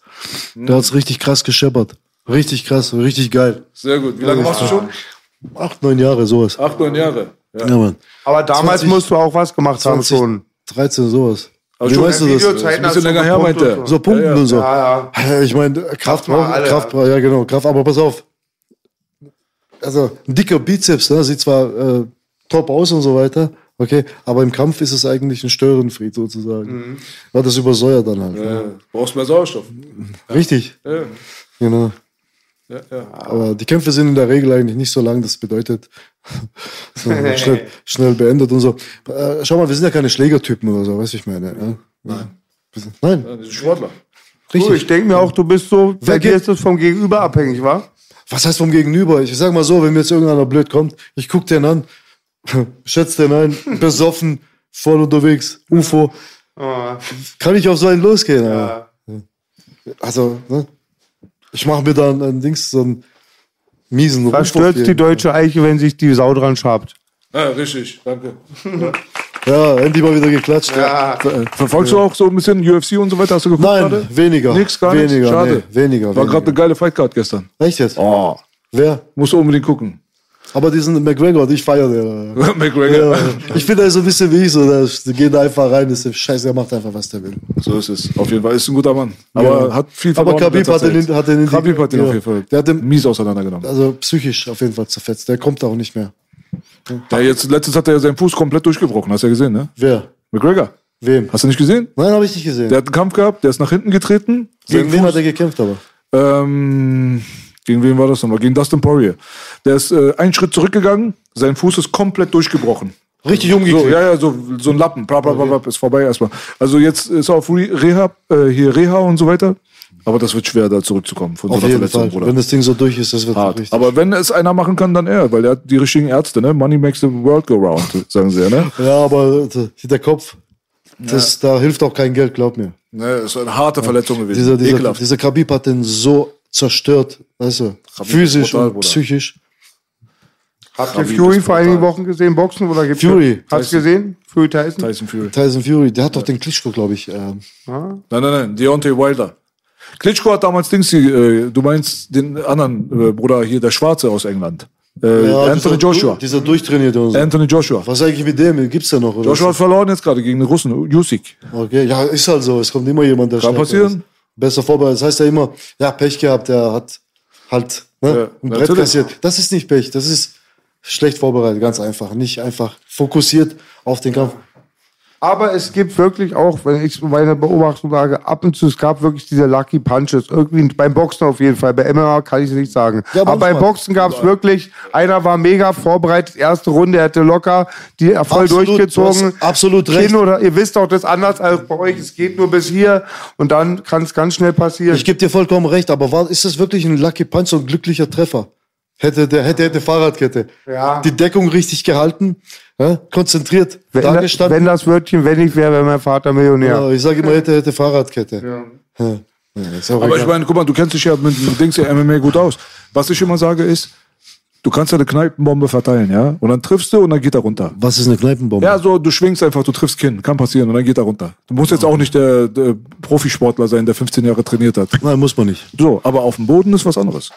S1: Mhm.
S3: Der hat's richtig krass gescheppert. Richtig krass, richtig geil.
S1: Sehr gut. Wie lange machst du schon?
S3: Acht, neun Jahre, sowas.
S1: Acht, neun Jahre. Ja.
S3: Ja, Mann.
S2: Aber damals
S3: 20
S2: musst du auch was gemacht haben
S3: 20,
S2: schon.
S3: 13, sowas.
S1: Also
S3: Wie
S1: schon
S3: weißt
S1: ein
S3: du das?
S1: Video- ein bisschen länger her, meinte er.
S3: So Pumpen
S1: Ja, ja.
S3: und so.
S2: Ja,
S3: Ich meine, Kraft
S2: mal
S3: braucht,
S2: alle,
S3: Kraft braucht, ja genau, Kraft, aber pass auf. Also, ein dicker Bizeps, ne, sieht zwar äh, top aus und so weiter, okay, aber im Kampf ist es eigentlich ein Störenfried sozusagen. Weil das übersäuert dann halt. ne?
S1: Mhm. Ja. Brauchst mehr Sauerstoff.
S3: Richtig,
S1: Ja.
S3: genau.
S1: Ja, ja.
S3: Aber die Kämpfe sind in der Regel eigentlich nicht so lang, das bedeutet so schnell, schnell beendet und so. Äh, schau mal, wir sind ja keine Schlägertypen oder so, weißt du, ich meine. Ne? Nein. Nein,
S1: Das ist ein Sportler.
S2: Du,
S3: richtig.
S2: ich denke mir auch, du bist so, bei
S3: Wer
S2: dir
S3: geht-
S2: ist das vom Gegenüber abhängig, wa?
S3: was heißt vom Gegenüber? Ich sag mal so, wenn mir jetzt irgendeiner blöd kommt, ich guck den an, schätz den ein, besoffen, voll unterwegs, UFO, kann ich auf so einen losgehen. Alter. Also, ne? ich mache mir da ein, ein Dings, so einen miesen Rumpf
S2: Was
S3: auf
S2: stürzt die
S3: jeden.
S2: deutsche Eiche, wenn sich die Sau dran schabt?
S1: Ja, richtig. Danke.
S3: Ja, endlich mal wieder geklatscht. Ja.
S1: Verfolgst du auch so ein bisschen UFC und so weiter? Hast du geguckt
S3: Nein,
S1: gerade?
S3: weniger.
S1: Nix, gar nichts.
S3: Weniger,
S1: Schade.
S3: nee, weniger,
S1: War
S3: weniger.
S1: gerade eine geile Fightcard gestern.
S3: Echt jetzt?
S1: Oh.
S3: Wer?
S1: Musst du unbedingt gucken.
S3: Aber diesen McGregor, dich feiert er.
S1: McGregor.
S3: Ja, ich bin da so ein bisschen wie ich, so, der geht da einfach rein, ist der Scheiße, er macht einfach, was der will.
S1: So ist es. Auf jeden Fall ist ein guter Mann. Aber
S3: Ja.
S1: hat viel
S3: Aber
S1: verloren in
S3: Khabib
S1: letzter
S3: hat den,
S1: Zeit.
S3: hat den
S1: Khabib hat den
S3: ja.
S1: auf jeden Fall
S3: Der hat den,
S1: mies auseinandergenommen.
S3: also psychisch auf jeden Fall zerfetzt. Der kommt auch nicht mehr.
S1: Der jetzt, letztens hat er ja seinen Fuß komplett durchgebrochen. Hast du ja gesehen, ne?
S3: Wer?
S1: McGregor.
S3: Wem?
S1: Hast du nicht gesehen?
S3: Nein, habe ich nicht gesehen.
S1: Der hat einen Kampf gehabt, der ist nach hinten getreten.
S3: Gegen
S1: Sein
S3: wen
S1: Fuß-
S3: hat er gekämpft aber?
S1: Ähm, gegen wen war das nochmal? Gegen Dustin Poirier. Der ist äh, einen Schritt zurückgegangen, sein Fuß ist komplett durchgebrochen.
S3: Richtig
S1: So, ja, ja, so, so ein Lappen. Bla, bla, bla, bla, ist vorbei erstmal. Also jetzt ist er auf Re- Rehab, äh, hier Reha und so weiter. Aber das wird schwer, da zurückzukommen von
S3: Auf
S1: so einer
S3: jeden
S1: Verletzung,
S3: Fall.
S1: Bruder.
S3: Wenn das Ding so durch ist, das wird
S1: Hart.
S3: richtig.
S1: Aber wenn es einer machen kann, dann er, weil er hat die richtigen Ärzte, ne? Money makes the world go round, sagen sie ja, ne?
S3: ja, aber äh, der Kopf, das, da hilft auch kein Geld, glaub mir.
S1: Ne, ist eine harte Verletzung gewesen.
S3: Dieser, dieser,
S1: Ekelhaft.
S3: dieser Khabib hat den so zerstört, weißt du, physisch
S1: brutal,
S3: und
S1: Bruder.
S3: psychisch.
S2: Habt ihr
S1: Khabib
S2: Fury
S1: ist
S2: vor einigen Wochen gesehen, Boxen oder gibt's
S3: Fury.
S2: Hast du gesehen? Fury Tyson?
S1: Tyson Fury.
S3: Tyson Fury, der hat doch den Klitschko, glaube ich.
S1: Äh,
S3: Ähm,
S1: Nein, nein, nein, Deontay Wilder. Klitschko hat damals Dings, äh, du meinst den anderen äh, Bruder hier, der Schwarze aus England. Äh,
S3: ja,
S1: Anthony
S3: dieser,
S1: Joshua.
S3: Dieser durchtrainierte und so.
S1: Anthony Joshua.
S3: Was eigentlich mit dem? Gibt's da noch? Oder
S1: Joshua hat verloren jetzt gerade gegen den Russen, Usyk.
S3: Okay, ja, ist halt so. Es kommt immer jemand, der
S1: Kann
S3: stärker
S1: passieren.
S3: Ist. Besser vorbereitet. Das heißt ja immer, ja, Pech gehabt, der hat halt ne,
S1: Ja,
S3: ein Brett
S1: natürlich.
S3: kassiert. Das ist nicht Pech, das ist schlecht vorbereitet, ganz einfach. Nicht einfach fokussiert auf den Kampf.
S2: Aber es gibt wirklich auch, wenn ich meine Beobachtung sage, ab und zu, es gab wirklich diese Lucky Punches. Irgendwie beim Boxen auf jeden Fall. Bei MMA kann ich es nicht sagen.
S3: Ja,
S2: aber
S3: aber
S2: beim
S3: manchmal.
S2: Boxen gab es wirklich, einer war mega vorbereitet, erste Runde, er hatte locker die voll
S3: Absolut,
S2: durchgezogen.
S3: du hast absolut
S2: Kinn
S3: recht.
S2: Oder, ihr wisst auch, das ist anders als bei euch. Es geht nur bis hier und dann kann es ganz schnell passieren.
S3: Ich gebe dir vollkommen recht, aber war, ist das wirklich ein Lucky Punch und ein glücklicher Treffer? Hätte der hätte, hätte Fahrradkette.
S2: Ja.
S3: Die Deckung richtig gehalten, ja? konzentriert,
S2: Wenn,
S3: da
S2: da,
S3: gestanden. Genau,
S2: wenn das Wörtchen, wenn ich wäre, wäre mein Vater Millionär.
S3: Ja, ich sage immer, hätte, hätte Fahrradkette. Ja. Ja, ist auch
S1: Aber
S3: egal.
S1: ich meine, guck mal, du kennst dich ja mit dem Dings ja MMA gut aus. Was ich immer sage ist, du kannst ja eine Kneipenbombe verteilen, ja? Und dann triffst du und dann geht er runter.
S3: Was ist eine Kneipenbombe?
S1: Ja, so, du schwingst einfach, du triffst Kinn, kann passieren und dann geht er runter. Du musst jetzt auch nicht der, der Profisportler sein, der 15 Jahre trainiert hat.
S3: Nein, muss man nicht.
S1: So, aber auf dem Boden ist was anderes.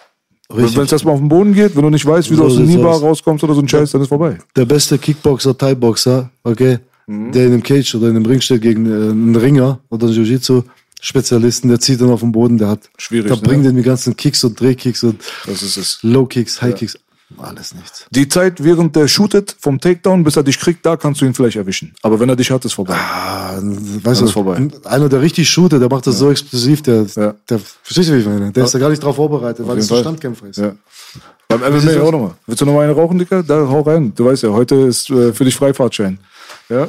S3: Richtig.
S1: Wenn es erstmal auf dem Boden geht, wenn du nicht weißt, wie du
S3: So
S1: aus dem
S3: sieht's
S1: Nibar
S3: aus.
S1: rauskommst oder so ein Scheiß, dann ist vorbei.
S3: der beste Kickboxer, Thai-Boxer, okay,
S1: Mhm.
S3: der in einem Cage oder in einem Ring steht gegen äh, einen Ringer oder einen Jiu-Jitsu-Spezialisten, der zieht dann auf den Boden, der hat.
S1: Schwierig,
S3: Da
S1: ne?
S3: bringt den die ganzen Kicks und Drehkicks und
S1: Das ist es.
S3: Low-Kicks, High-Kicks, alles nichts.
S1: Die Zeit, während der shootet vom Takedown, bis er dich kriegt, da kannst du ihn vielleicht erwischen. Aber wenn er dich hat, ist vorbei.
S3: Ah, weißt du,
S1: ist vorbei.
S3: einer, der richtig shootet, der macht das so explosiv, der,
S1: Ja.
S3: der, verstehst du, wie ich meine? Der ist da gar nicht drauf vorbereitet, weil
S1: jeden
S3: es so
S1: Fall.
S3: Standkämpfer ist.
S1: Ja. Beim MMA auch nochmal. Willst du nochmal eine rauchen, Dicker? Da hau rein. Du weißt ja, heute ist äh, für dich Freifahrtschein. Ja?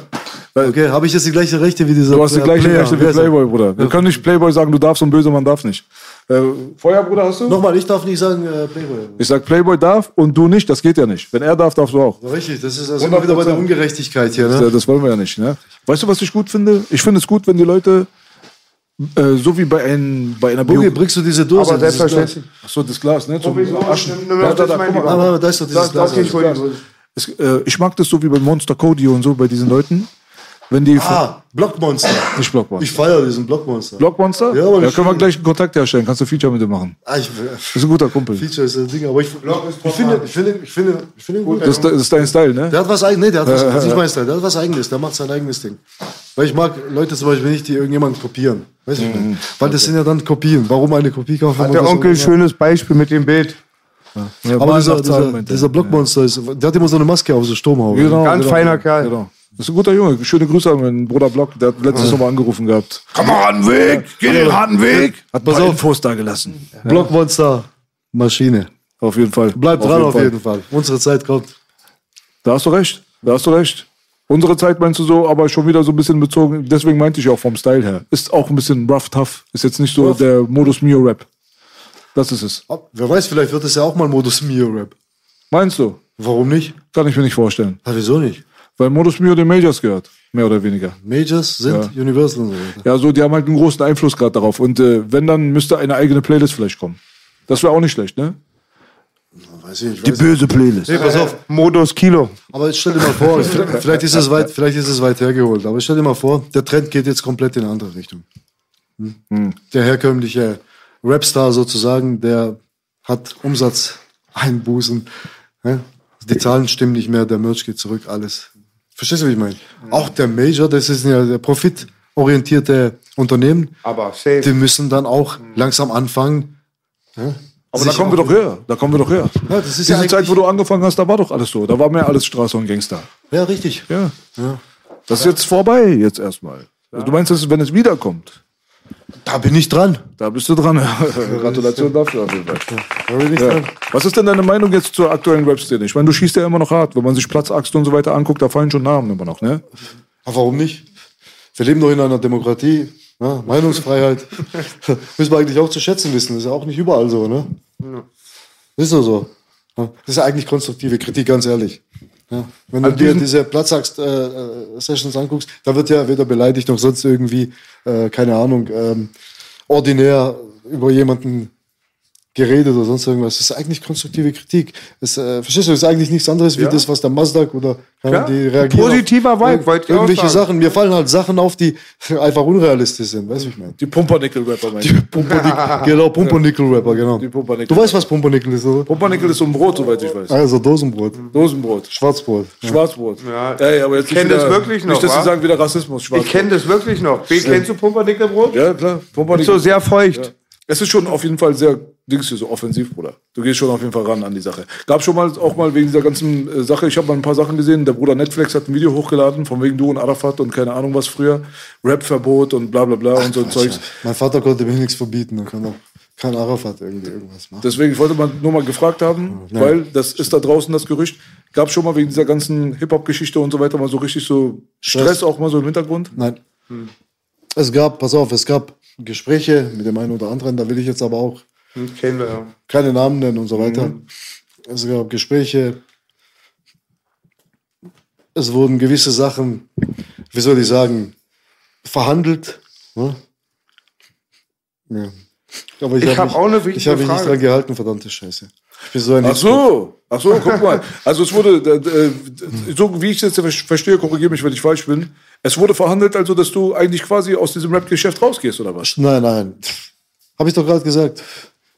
S1: Weil
S3: Okay, habe ich jetzt die gleichen Rechte wie dieser
S1: Du hast die
S3: Pla-
S1: gleichen
S3: Player?
S1: Rechte
S3: Wer
S1: wie
S3: ist er?
S1: Playboy, Bruder. Wir können nicht Playboy sagen, du darfst und böse Mann darf nicht. Äh, Feuer, Bruder, hast du?
S3: Nochmal, ich darf nicht sagen äh, Playboy.
S1: Ich sag Playboy darf und du nicht, das geht ja nicht. Wenn er darf, darfst du auch.
S3: Richtig, das ist also immer wieder bei der
S1: 100%.
S3: Ungerechtigkeit hier, ne?
S1: Ja, Das wollen wir ja nicht. Ne? Weißt du, was ich gut finde? Ich finde es gut, wenn die Leute, äh, so wie bei, ein, bei einer
S3: Junge,
S1: Bio...
S3: bringst du diese Dose?
S2: Aber
S3: dieses
S2: selbstverständlich.
S3: Glas?
S1: Achso, das Glas, ne? Zum
S2: Sowieso,
S1: Aschen.
S2: nimm mir
S1: Ja,
S2: das
S1: da, da,
S2: mein
S1: guck
S3: Ah,
S1: mal.
S3: aber da ist doch dieses
S1: Das- das
S3: Glas.
S1: geht voll.
S3: also.
S1: Es, äh, ich mag das so wie bei Monster Cody und so, bei diesen Leuten. Wenn die...
S3: Ah, Blockmonster.
S1: nicht Blockbuster.
S3: Ich feiere diesen Blockmonster.
S1: Blockmonster?
S3: Ja, aber
S1: da
S3: ich-
S1: können wir gleich einen Kontakt herstellen. Kannst du ein Feature mit dem machen.
S3: Ah, ich,
S1: Das ist ein guter Kumpel.
S3: Feature ist ein Ding, aber ich, ich, ich,
S2: drauf,
S3: finde, ich, finde, ich, finde, ich finde ihn gut. also-
S1: Das, das ist dein Style, ne?
S3: der hat was eigenes, nee, der hat was, das ist nicht mein Style, der hat was eigenes, der macht sein eigenes Ding. Weil ich mag Leute zum Beispiel nicht, die irgendjemanden kopieren. Weißt du, weil das sind ja dann Kopien. Warum eine Kopie kaufen?
S2: Hat
S3: und
S2: der
S3: das
S2: Onkel ein
S3: auch immer?
S2: schönes Beispiel mit dem Bild.
S1: Ja,
S3: Aber
S1: Mann
S3: dieser,
S1: nach Zahlen,
S3: dieser,
S1: meint er.
S3: dieser Blockmonster, ist, der hat immer so eine Maske auf, so Sturmhaube.
S1: Genau,
S2: Ganz
S1: genau,
S2: feiner Kerl.
S1: Genau. Das ist ein guter Junge. Schöne Grüße an meinen Bruder Block. Der hat letztes Mal angerufen gehabt.
S4: Komm mal harten Weg, geh den harten Weg.
S1: Hat ein paar Infos da gelassen.
S3: Blockmonster, Maschine.
S1: Auf jeden Fall.
S3: Bleib dran auf jeden Fall. Unsere Zeit kommt.
S1: Da hast du recht. Da hast du recht. Unsere Zeit meinst du so, aber schon wieder so ein bisschen bezogen. Deswegen meinte ich auch vom Style her. Ist auch ein bisschen rough, tough. Ist jetzt nicht so der Modus Mio Rap. Das ist es.
S3: Ab- Wer weiß, vielleicht wird es ja auch mal Modus Mio-Rap.
S1: Meinst du?
S3: Warum nicht?
S1: Kann ich mir nicht vorstellen.
S3: Ah, wieso nicht?
S1: Weil Modus Mio den Majors gehört. Mehr oder weniger.
S3: Majors sind Universal und so weiter.
S1: Ja, so, die haben halt einen großen Einfluss gerade darauf. Und äh, wenn, dann müsste eine eigene Playlist vielleicht kommen. Das wäre auch nicht schlecht, ne?
S3: Weiß ich, ich weiß.
S4: Böse Playlist.
S3: Hey, pass auf,
S2: Modus Kilo.
S3: aber jetzt stell dir mal vor, vielleicht ist, es weit, vielleicht ist es weit hergeholt, aber stell dir mal vor, der Trend geht jetzt komplett in eine andere Richtung. Hm? Der herkömmliche Rapstar sozusagen, der hat Umsatzeinbußen. Ne? Die Zahlen stimmen nicht mehr, der Merch geht zurück, alles. Verstehst du, wie ich meine? Auch der Major, das ist ja der profitorientierte Unternehmen,
S2: Aber safe.
S3: die müssen dann auch langsam anfangen.
S1: Aber da kommen wir doch her. Da kommen wir doch her.
S3: Ja, das ist ja
S1: Diese Zeit,
S3: eigentlich-
S1: wo du angefangen hast, da war doch alles so. Da war mehr alles Straße und Gangster.
S3: Ja, richtig.
S1: Ja. Das ist jetzt vorbei, jetzt erstmal. Also du meinst, dass es, wenn es wiederkommt,
S3: Da bin ich dran.
S1: da bist du dran. Gratulation dafür auf jeden Fall.
S3: Da bin ich
S1: Ja.
S3: dran.
S1: Was ist denn deine Meinung jetzt zur aktuellen Rap-Szene? Ich meine, du schießt ja immer noch hart. Wenn man sich Platzaxt und so weiter anguckt, da fallen schon Namen immer noch, ne?
S3: Aber warum nicht? Wir leben doch in einer Demokratie. Ne? Meinungsfreiheit. Müssen wir eigentlich auch zu schätzen wissen. Ist ja auch nicht überall so, ne? Ist doch so. Ja. Das ist ja eigentlich konstruktive Kritik, ganz ehrlich. Ja. Wenn du dir diese Platzangst-Sessions anguckst, da wird ja weder beleidigt noch sonst irgendwie, äh, keine Ahnung, ähm, ordinär über jemanden geredet oder sonst irgendwas. Das ist eigentlich konstruktive Kritik. Das, äh, verstehst du, das ist eigentlich nichts anderes wie das, was der Masdak oder keine Ahnung, die reagieren. auf-
S2: Positiver Vibe,
S3: Irg-
S2: wollte ich auch
S3: Irgendwelche
S2: sagen.
S3: Sachen, mir fallen halt Sachen auf, die einfach unrealistisch sind, weißt du, ich meine.
S1: Die Pumpernickel-Rapper, meinst
S3: Die Pumpernickel, genau, Pumpernickel-Rapper, genau.
S1: Pumpernickel-
S3: Du weißt, was Pumpernickel ist, oder?
S1: Pumpernickel ist so ein Brot, soweit ich weiß.
S3: Also Dosenbrot,
S1: Mhm. Dosenbrot.
S3: Schwarzbrot.
S1: Schwarzbrot.
S2: Ja.
S1: Ey, aber jetzt
S2: Ich kenn
S1: nicht
S2: das
S1: wieder-
S2: wirklich noch,
S1: Nicht, dass
S2: wa?
S1: sie sagen, wieder Rassismus.
S2: Ich
S1: Schwarzbrot.
S2: kenne das wirklich noch. Wie, kennst du Pumpernickelbrot?
S1: Ja, klar. Pumpernickel.
S2: So sehr feucht.
S1: Es ist schon auf jeden Fall sehr Dings hier so offensiv, Bruder. Du gehst schon auf jeden Fall ran an die Sache. Gab schon mal auch mal wegen dieser ganzen äh, Sache, ich habe mal ein paar Sachen gesehen, der Bruder Netflix hat ein Video hochgeladen, von wegen du und Arafat und keine Ahnung was früher, Rap-Verbot und bla bla bla und so ein Zeugs.
S3: Mein Vater konnte mir nichts verbieten. Da kann, auch, kann Arafat irgendwie irgendwas machen.
S1: Deswegen wollte man nur mal gefragt haben, weil das ist da draußen das Gerücht. Gab schon mal wegen dieser ganzen Hip-Hop-Geschichte und so weiter mal so richtig so Stress,
S3: Stress.
S1: auch mal so im Hintergrund?
S3: Nein. Es gab, pass auf, es gab Gespräche mit dem einen oder anderen, da will ich jetzt aber auch
S2: Hm, Kennen wir ja. Mhm.
S3: keine Namen nennen und so weiter. Es gab Gespräche. Es wurden gewisse Sachen, wie soll ich sagen, verhandelt. Ne? Ja. Aber ich,
S2: Ich
S3: habe
S2: hab
S3: mich,
S2: auch eine
S3: ich
S2: wichtige
S3: hab mich nicht
S2: Frage.
S3: dran gehalten, verdammte Scheiße. Ich bin so ein
S1: Ach so, ach so, guck mal. Also es wurde, d- d- so wie ich es jetzt ver- verstehe, korrigiere mich, wenn ich falsch bin. Es wurde verhandelt, also dass du eigentlich quasi aus diesem Rap-Geschäft rausgehst oder was?
S3: Nein, nein. Habe ich doch gerade gesagt.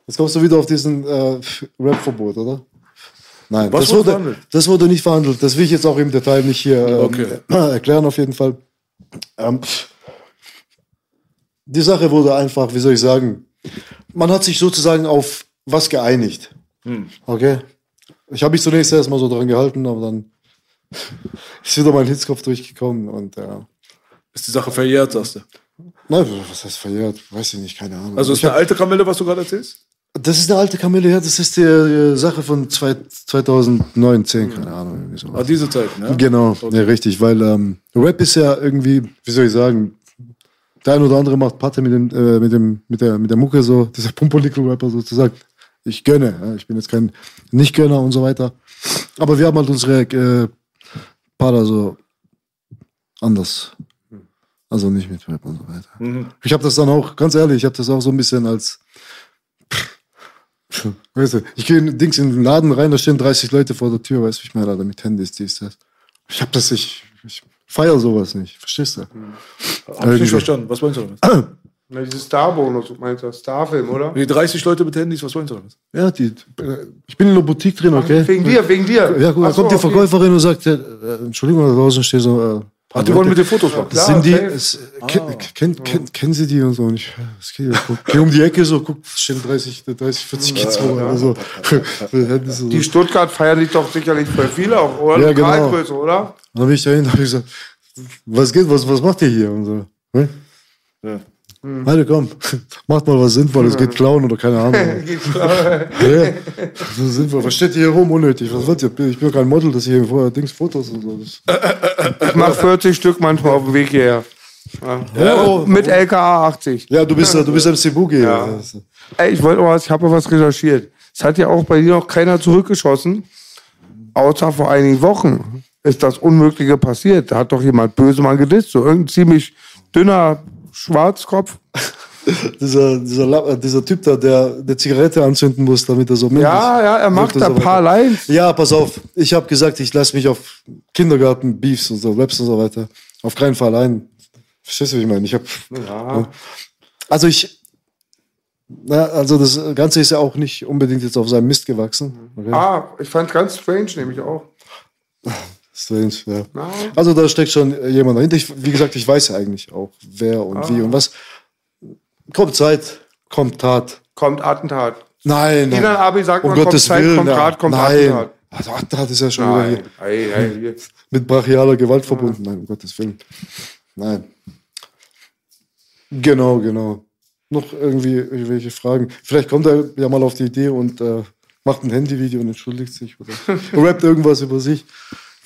S3: Jetzt kommst du wieder auf diesen äh, Rap-Verbot, oder? Nein,
S1: Was
S3: das,
S1: wurde
S3: wurde,
S1: verhandelt?
S3: das wurde nicht verhandelt. Das will ich jetzt auch im Detail nicht hier ähm,
S1: Okay.
S3: erklären, auf jeden Fall. Ähm, die Sache wurde einfach, wie soll ich sagen, man hat sich sozusagen auf was geeinigt.
S1: Hm.
S3: Okay? Ich habe mich zunächst erstmal so dran gehalten, aber dann ist wieder mein Hitzkopf durchgekommen und äh,
S1: Ist die Sache verjährt, sagst du?
S3: na, was heißt verjährt? Weiß ich nicht, keine Ahnung.
S1: Also
S3: ich
S1: ist eine alte Kamelle, was du gerade erzählst?
S3: Das ist eine alte Kamelle, ja, das ist die äh, Sache von zwei, 2019, keine Ahnung. Irgendwie so.
S1: Ah, diese Zeit, ne?
S3: Genau, ja, richtig, weil ähm, Rap ist ja irgendwie, wie soll ich sagen, der ein oder andere macht Patte mit, dem, äh, mit, dem, mit, der, mit der Mucke, so, dieser Pumpernickel-Rapper sozusagen. Ich gönne, ja, ich bin jetzt kein Nicht-Gönner und so weiter. Aber wir haben halt unsere äh, Pader so anders. Also nicht mit Rap und so weiter. Ich habe das dann auch, ganz ehrlich, ich habe das auch so ein bisschen als. Weißt du, ich gehe in Dings in den Laden rein, da stehen 30 Leute vor der Tür, weißt du, wie ich meine, Alter, mit Handys, dies, das. Ich hab das, ich, ich feier sowas nicht, verstehst du?
S1: Hab ich nicht verstanden. Was meinst du damit?
S2: Na, dieses Star-Bonus, du meinst das Star-Film, oder?
S1: Nee, 30 Leute mit Handys, was meinst du damit?
S3: Ja, die, äh, ich bin in der Boutique drin, okay?
S2: Wegen dir, wegen dir.
S3: ja, gut, da
S2: Ach so,
S3: kommt die
S2: okay.
S3: Verkäuferin und sagt, äh, äh, Entschuldigung, da draußen stehen so, äh,
S1: Ach, die wollen mit dir Fotos machen.
S2: klar.
S3: sind die,
S2: safe.
S3: es, äh,
S2: Ah.
S3: ken, ken, ken, kennen Sie die und so? Und ich, äh, was geht, ich guck, geh um die Ecke so, guck, es stehen 30, 30, 40 Kids rum, oder so. Handys und so.
S2: Die Stuttgart feiern dich doch sicherlich voll viel auch, oder?
S3: Ja, genau.
S2: Lokalgröße, oder?
S3: Und dann bin ich dahin, hab ich gesagt, was geht, was, was macht ihr hier? Und so, ne? Alter, komm, macht mal was Sinnvolles, geht klauen oder keine Ahnung. «Э?» ja, so sinnvoll. Was steht ihr hier rum? Unnötig. Was wollt ihr? Ich bin kein Model, dass ihr hier vorher Dings Fotos und so. Das-
S2: Э? Ich mach 40 Stück manchmal auf dem Weg hierher. Ja.
S3: oh.
S2: Mit LKA 80.
S3: Ja, du bist, ja- du bist MC Boogie. Ja.
S2: Ey, ich wollte mal was, ich habe was recherchiert. Es hat ja auch bei dir noch keiner zurückgeschossen. Außer vor einigen Wochen ist das Unmögliche passiert. Da hat doch jemand böse Mann gedisst. So irgendein ziemlich dünner Schwarzkopf.
S3: Dieser, dieser, La- äh, dieser Typ da, der eine Zigarette anzünden muss, damit er so männlich
S2: Ja, ja, er macht
S3: wirkt und
S2: da
S3: so weiter.
S2: paar Lines.
S3: Ja, pass auf. Ich habe gesagt, ich lasse mich auf Kindergarten, Beefs und so, Raps und so weiter. Auf keinen Fall ein. Verstehst du, wie ich meine? Ich habe
S2: Ja.
S3: Also ich. Na, also das Ganze ist ja auch nicht unbedingt jetzt auf seinem Mist gewachsen. Okay?
S2: Ah, ich fand ganz strange, nämlich auch.
S3: Strange, ja.
S2: Na.
S3: Also da steckt schon äh, jemand dahinter. Ich, wie gesagt, ich weiß ja eigentlich auch, wer und
S2: Ah.
S3: wie und was. Kommt Zeit, kommt Tat.
S2: Kommt Attentat.
S3: Nein, nein.
S2: Sinan Abi sagt,
S3: um
S2: man, kommt
S3: Gottes
S2: Zeit,
S3: Willen,
S2: kommt
S3: ja.
S2: Rat, kommt
S3: nein.
S2: Attentat.
S3: Also Attentat ist ja schon wieder
S2: Nein.
S3: hier
S2: Ei, ei, hier.
S3: mit brachialer Gewalt verbunden. Nein, um Gottes Willen. Nein. Genau, genau. Noch irgendwie irgendwelche Fragen. Vielleicht kommt er ja mal auf die Idee und äh, macht ein Handyvideo und entschuldigt sich oder rappt irgendwas über sich.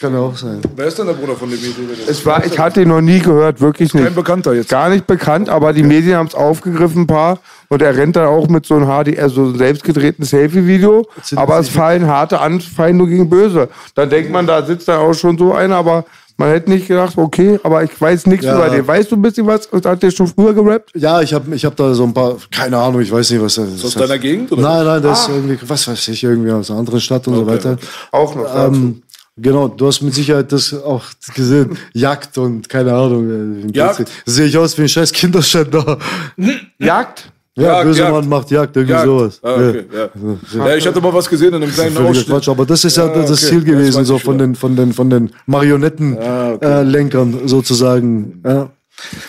S3: Kann ja auch sein.
S1: Wer ist denn der Bruder von dem Video?
S2: Es war, ich hatte ihn noch nie gehört, wirklich nicht.
S1: Kein Bekannter jetzt.
S2: Gar nicht bekannt, aber die Medien haben es aufgegriffen, ein paar. Und er rennt dann auch mit so einem HD, also so einem selbstgedrehten Selfie-Video. Aber es fallen harte Anfeindungen gegen Böse. Dann denkt man, da sitzt da auch schon so einer, aber man hätte nicht gedacht, okay, aber ich weiß nichts
S3: Ja.
S2: über den. Weißt du ein bisschen was? Und hat der schon früher gerappt?
S3: Ja, ich habe ich hab da so ein paar, keine Ahnung, ich weiß nicht, was das ist.
S1: aus deiner Gegend, oder?
S3: Nein, nein, das ist irgendwie, was weiß ich, irgendwie aus einer anderen Stadt und so weiter.
S2: Auch noch.
S3: Ähm, genau, du hast mit Sicherheit das auch gesehen. Jagd und keine Ahnung. äh,
S1: Jagd?
S3: Sehe ich aus wie ein scheiß Kinderschänder.
S2: Jagd?
S3: Ja,
S1: Jagd,
S3: böse
S1: Jagd.
S3: Mann macht Jagd, irgendwie
S1: Jagd.
S3: sowas.
S1: Ah, okay, ja. ja, ich hatte mal was gesehen in einem kleinen
S3: Völliger
S1: Ausschnitt.
S3: Quatsch, aber das ist ja,
S1: Ja,
S3: das
S1: okay.
S3: Ziel
S1: Ja, Ah, das
S3: gewesen,
S1: weiß
S3: so
S1: ich
S3: von
S1: schon.
S3: den, von den, von den Marionettenlenkern äh, Lenkern sozusagen. Ja.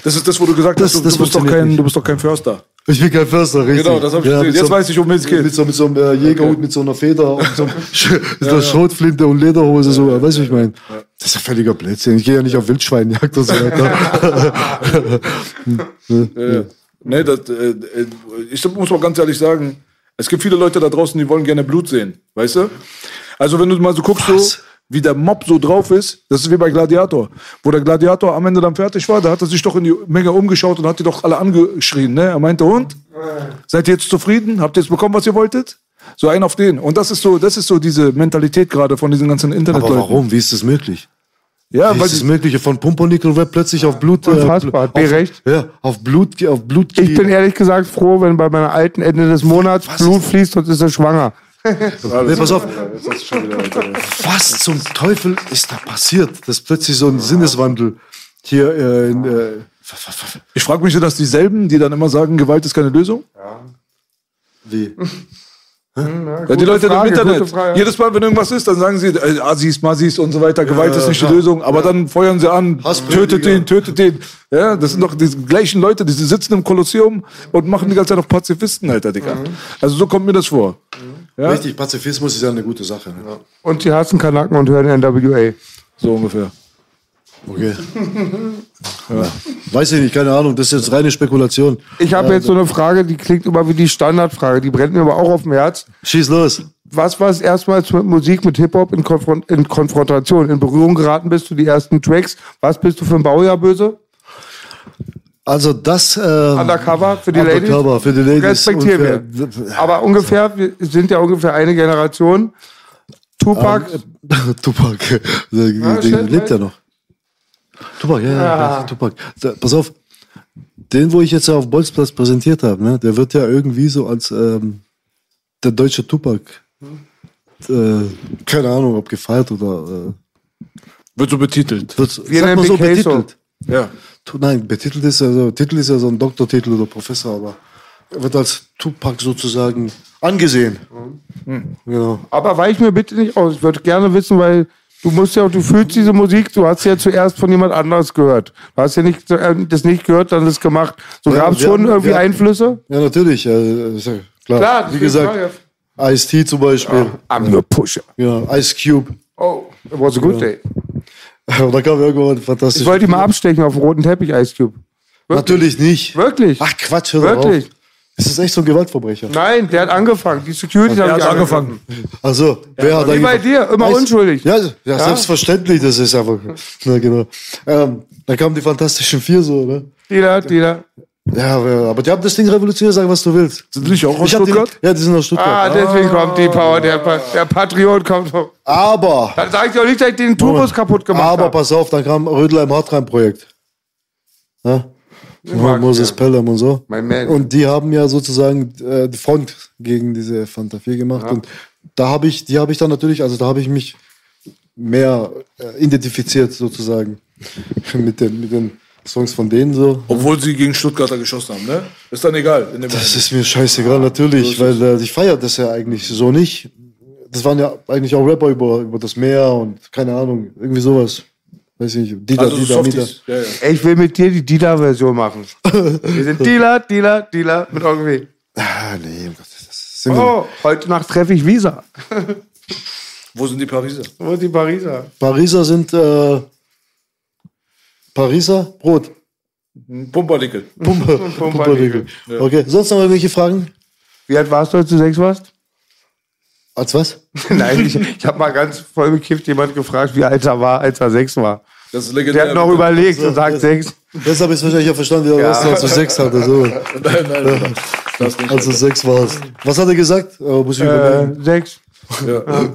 S1: Das ist das, wo du gesagt
S3: Das-
S1: hast, du,
S3: das
S1: du, bist doch
S3: funktioniert
S1: kein,
S3: nicht.
S1: du bist doch kein Förster.
S3: Ich bin kein Förster, richtig.
S1: Genau, das hab ich gesehen.
S3: mit
S1: Jetzt weiß ich, worum es geht.
S3: Mit so, mit so einem äh, Jägerhut, mit so einer Feder und so einem Sch so einer Schrotflinte und Lederhose, so, weißt du, wie ich meine? Das ist ja völliger Blödsinn. Ich gehe ja nicht auf Wildschweinjagd und so weiter.
S1: Äh, ne, das, äh, äh, ich muss mal ganz ehrlich sagen, es gibt viele Leute da draußen, die wollen gerne Blut sehen, weißt du? Also wenn du mal so guckst, so, wie der Mob so drauf ist, das ist wie bei Gladiator. Wo der Gladiator am Ende dann fertig war, da hat er sich doch in die Menge umgeschaut und hat die doch alle angeschrien. Ne? Er meinte, und? Seid ihr jetzt zufrieden? Habt ihr jetzt bekommen, was ihr wolltet? So ein auf den. Und das ist so, das ist so diese Mentalität gerade von diesen ganzen
S3: Aber
S1: Internetleuten.
S3: warum? Wie ist das möglich?
S1: Ja,
S3: Wie
S1: weil
S3: ist das möglich? Von Pumpernickel-Rap plötzlich auf Blut. äh,
S2: Unfassbar. Hat B
S3: auf,
S2: recht.
S3: Ja, auf Blut, auf Blut.
S2: Ich bin ehrlich gesagt froh, wenn bei meiner alten Ende des Monats Blut fließt und ist er schwanger.
S3: nee, pass auf,
S1: Jetzt hast du schon wieder-
S3: was zum Teufel ist da passiert? Dass plötzlich so ein Sinneswandel hier äh, in, äh,
S1: Ich frage mich, sind das dieselben, die dann immer sagen, Gewalt ist keine Lösung?
S3: wie?
S1: Ja, die Leute
S2: Frage,
S1: im Internet.
S2: gute Frage.
S1: Jedes Mal, wenn irgendwas ist, dann sagen sie, äh, Assis, Massis und so weiter, Gewalt ist nicht die Lösung, aber dann feuern sie an,
S3: Hassprediger.
S1: tötet den, tötet den. Ja, das sind doch die gleichen Leute, die sitzen im Kolosseum und machen die ganze Zeit auf Pazifisten, Alter, Digga.
S3: Mhm.
S1: Also so kommt mir das vor. Ja?
S3: Richtig, Pazifismus ist ja eine gute Sache. Ne?
S2: Und die hassen Kanaken und hören NWA.
S1: So ungefähr.
S3: Okay. Ja. Weiß ich nicht, keine Ahnung, das ist jetzt reine Spekulation.
S2: Ich habe jetzt so eine Frage, die klingt immer wie die Standardfrage, die brennt mir aber auch auf dem Herz.
S3: Schieß los.
S2: Was war es erstmals mit Musik, mit Hip-Hop in, Konfron in Konfrontation? In Berührung geraten bist du die ersten Tracks. Was bist du für ein Baujahr böse?
S3: Also das ähm,
S2: Undercover für die Ladies?
S3: Undercover für die Ladies.
S2: Respektieren
S3: und
S2: wir.
S3: für-
S2: Aber ungefähr, wir sind ja ungefähr eine Generation. Tupac,
S3: Ähm, äh, Tupac, der, der
S2: schön,
S3: lebt
S2: schön.
S3: ja noch. Tupac, ja, ja, Tupac. Da, pass auf, den, wo ich jetzt ja auf Bolzplatz präsentiert habe, ne, der wird ja irgendwie so als ähm, der deutsche Tupac, äh, keine Ahnung, ob gefeiert oder
S1: Wird so betitelt.
S3: äh, wird,
S2: Wir
S3: sagt man
S2: nennen
S3: so
S2: den Queso.
S3: betitelt.
S1: Ja.
S3: Tu- Nein, betitelt ist ja so, Titel ist ja so ein Doktortitel oder Professor, aber er wird als Tupac sozusagen angesehen. Genau.
S2: aber weich mir bitte nicht aus. Ich würde gerne wissen, weil du musst ja, du fühlst diese Musik, du hast sie ja zuerst von jemand anders gehört. Du hast ja nicht, äh, das nicht gehört, dann das gemacht. So
S3: Ja,
S2: gab es
S3: wir
S2: schon
S3: haben-
S2: irgendwie
S3: wir-
S2: Einflüsse?
S3: Ja, natürlich. Äh, ist ja klar.
S2: Klar,
S3: Wie
S2: deswegen
S3: gesagt, Ice-T zum Beispiel.
S2: I'm the pusher.
S3: Ja, Ice Cube.
S2: Oh, it was a good day.
S3: Und da kam irgendwann fantastisch.
S2: Ich wollte ihn mal abstechen auf dem roten Teppich, Ice Cube.
S3: Natürlich nicht.
S2: Wirklich?
S3: Ach Quatsch, hör doch
S2: Wirklich?
S3: auf. Das ist echt so ein Gewaltverbrecher.
S2: Nein, der hat angefangen. Die Security hat
S1: Er hat angefangen.
S3: Also, wer hat
S2: wie bei
S3: angefangen?
S2: dir, immer
S3: Ice-
S2: unschuldig.
S3: Ja, ja, selbstverständlich, das ist einfach. Na genau. Ähm, da kamen die Fantastischen Vier so, ne?
S2: Dealer, Dealer.
S3: Ja, aber aber die haben das Ding revolutioniert, sag was du willst.
S1: Sind die nicht auch aus
S3: Ich hab die,
S1: Stuttgart?
S3: ja, die sind aus
S2: Ah,
S3: Stuttgart.
S2: deswegen kommt die Power. Der, Pa- der Patriot kommt. hoch.
S3: Aber,
S2: Dann sag ich doch nicht, dass ich den Turbos kaputt gemacht habe.
S3: aber pass auf, dann kam Rödler im Hartrein-Projekt. Ja?
S2: mag,
S3: Moses
S2: ja.
S3: Pelham und so.
S2: Mein Man.
S3: Und die haben ja sozusagen äh, die Front gegen diese Fanta 4 gemacht. Und da habe ich, die habe ich dann natürlich, also da habe ich mich mehr äh, identifiziert sozusagen mit den, mit den Songs von denen so.
S1: Obwohl sie gegen Stuttgarter geschossen haben, ne? Ist dann egal. In dem
S3: Das ist mir scheißegal, natürlich, weil äh, ich feiere das ja eigentlich so nicht. Das waren ja eigentlich auch Rapper über, über das Meer und keine Ahnung, irgendwie sowas. Weiß ich nicht. Dieter,
S1: also so
S3: Dieter, Dieter.
S1: Softies. Ja, ja.
S2: Ey, Ich will mit dir die Dealer-Version machen. Wir sind Dealer, Dealer, Dealer mit irgendwie.
S3: Ah, nee, um Gottes Willen, das sind
S2: Oh, heute Nacht treffe ich Visa.
S1: Wo sind die Pariser?
S2: Wo ist die Pariser?
S3: Pariser sind äh, Pariser Brot.
S1: Pumpernickel.
S3: Pumpe, Pumpernickel. Okay, sonst noch irgendwelche Fragen?
S2: Wie alt warst du, als du sechs warst?
S3: Als was?
S2: Nein, ich, ich habe mal ganz voll bekifft jemand gefragt, wie alt er war, als er sechs war.
S1: Das ist legendär.
S2: Der hat noch überlegt und sagt sechs.
S3: Das habe ich wahrscheinlich auch verstanden, wie er
S2: Ja.
S3: ja. als du sechs hatte. So.
S1: Nein, nein, nein. Das nicht.
S3: Als du sechs warst. Was hat er gesagt? Oh, muss ich
S2: Äh,
S3: überlegen.
S2: sechs.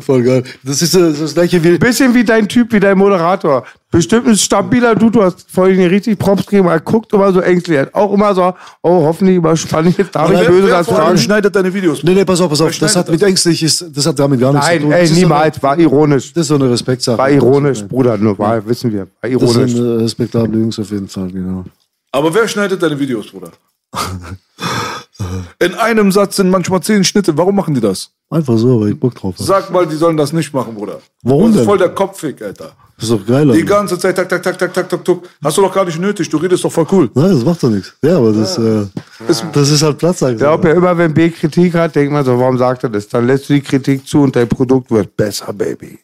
S3: Voll geil. Das ist äh, das gleiche wie.
S2: Bisschen wie dein Typ, wie dein Moderator. Bestimmt ein stabiler Dude, du hast vorhin richtig Props gegeben, aber er guckt immer so ängstlich. Er hat Auch immer so, oh, hoffentlich überspanne ich jetzt, darf ich
S3: Wer-
S2: böse
S1: Wer
S2: das
S1: vor allem
S2: fragen?
S1: schneidet deine Videos.
S3: Nee, nee, pass auf, pass auf. Das hat mit ängstlich, ist, das hat damit gar nichts zu
S2: Nein,
S3: tun.
S2: ey,
S3: das ist so eine-
S2: niemals, war ironisch.
S3: Das ist so eine Respektsache.
S2: War ironisch, Bruder, nur war, wissen wir, war
S3: Das
S2: ironisch.
S3: sind äh, respektable Jungs auf jeden Fall, genau.
S1: Aber wer schneidet deine Videos, Bruder? In einem Satz sind manchmal zehn Schnitte. Warum machen die das?
S3: Einfach so, weil ich Bock drauf habe.
S1: Sag mal, die sollen das nicht machen, Bruder.
S3: Warum
S1: Das ist
S3: denn?
S1: voll der Kopfweg, Alter.
S3: Das ist doch geil,
S1: Die
S3: Alter.
S1: ganze Zeit, tak, tak, tak, tak, tak, tak, tak. Hast du doch gar nicht nötig, du redest doch voll cool.
S3: Nein, das macht doch nichts. Ja, aber das, äh, das, das ist halt Platzangst.
S2: Ich glaube ja immer, wenn B Kritik hat, denkt man so, warum sagt er das? Dann lässt du die Kritik zu und dein Produkt wird besser, Baby.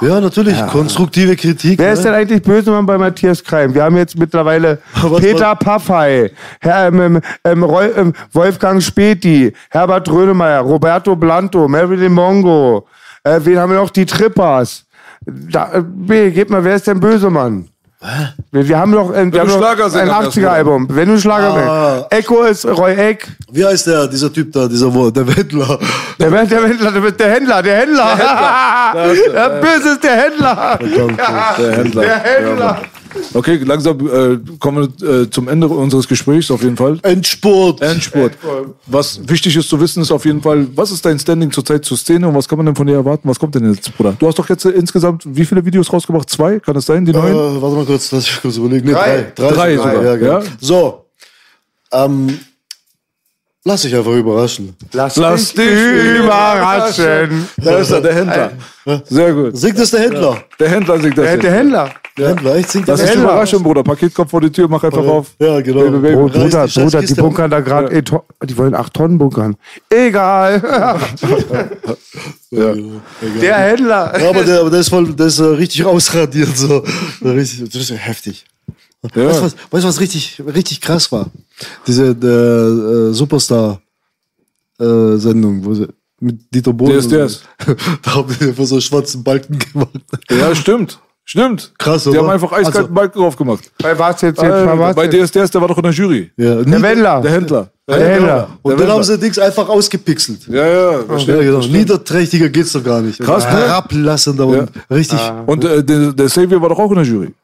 S3: Ja, natürlich. Konstruktive Kritik.
S2: Wer
S3: ne?
S2: ist denn eigentlich Bösemann bei Matthias Kreim? Wir haben jetzt mittlerweile
S3: Was
S2: Peter Paffey, Herr, ähm, ähm, ähm, Roy, ähm, Wolfgang Späti, Herbert Rönemeyer, Roberto Blanto, Marilyn Mongo. Äh, wen haben wir noch? Die Trippers. Da, äh, B, gib mal, wer ist denn Bösemann? Wir, wir haben noch, äh, wir
S1: du
S2: haben noch
S1: Schlagersänger
S2: ein
S1: wärst,
S2: 80er-Album. Wenn du Schlager
S3: Ah.
S2: bist. Echo ist Roy Eck.
S3: Wie heißt der, dieser Typ da, dieser Wo- der Wendler?
S2: Der, der, der, Händler, der, der Händler, der Händler. Der Böse ist der Händler.
S1: Der Händler.
S2: Ah, Der Händler.
S1: Okay, langsam äh, kommen wir äh, zum Ende unseres Gesprächs auf jeden Fall.
S3: Endspurt. Äh,
S1: Endspurt. Was wichtig ist zu wissen, ist auf jeden Fall, was ist dein Standing zurzeit zur Szene und was kann man denn von dir erwarten? Was kommt denn jetzt, Bruder? Du hast doch jetzt äh, insgesamt wie viele Videos rausgebracht? Zwei? Kann das sein? Die
S3: Äh,
S1: neuen?
S3: warte mal kurz, lass ich kurz überlegen. Nee,
S2: Drei.
S3: drei.
S1: Drei sogar,
S3: Ja, genau.
S1: ja.
S3: So. Ähm, lass dich einfach überraschen.
S2: Lass,
S1: Da ist er, der Händler. Sehr gut.
S3: Singt das der Händler?
S1: Der Händler singt das.
S2: Der,
S1: jetzt.
S2: der Händler.
S3: äh, Der Händler, echt singt
S1: Das
S3: der
S1: ist
S3: Händler.
S1: Überraschung, Bruder. Paket kommt vor die Tür, mach einfach auf.
S3: Ja, genau.
S1: Baby, baby.
S2: Oh,
S3: Reiß
S2: Bruder,
S3: die
S2: Bruder, die
S3: Schatzkiste
S2: bunkern da gerade. eh to- Die wollen acht Tonnen bunkern. Egal.
S3: Ja, genau. Egal.
S2: Der Händler.
S3: Ja, aber der, aber der ist voll, der ist äh, richtig ausradiert, so. Richtig, das ist ja heftig.
S1: Ja.
S3: Weißt du, was, weißt, du, was richtig, richtig krass war? Diese der, äh, Superstar-Sendung, wo sie mit Dieter Bohlen.
S1: DSDS.
S3: Da haben die einfach so einen schwarzen Balken gemacht.
S1: Ja, stimmt. Stimmt.
S3: Krass,
S1: Die
S3: oder?
S1: haben einfach eiskalten
S3: Also-
S1: Balken drauf gemacht.
S2: Bei was jetzt? jetzt bei
S1: Äh,
S2: was
S1: bei
S2: jetzt?
S1: DSDS, der war doch in der Jury.
S3: Ja, nie-
S2: der Wendler.
S1: Der Händler.
S2: Der
S1: Händler.
S2: Händler.
S3: Und
S1: Der
S3: dann haben
S1: Wendler.
S3: sie Dings einfach ausgepixelt.
S1: Ja, ja.
S3: Ja, genau. Niederträchtiger geht's doch gar nicht.
S1: Krass, ne?
S3: Herablassender und richtig.
S2: Ah.
S1: Und äh, der, der Xavier war doch auch in der Jury.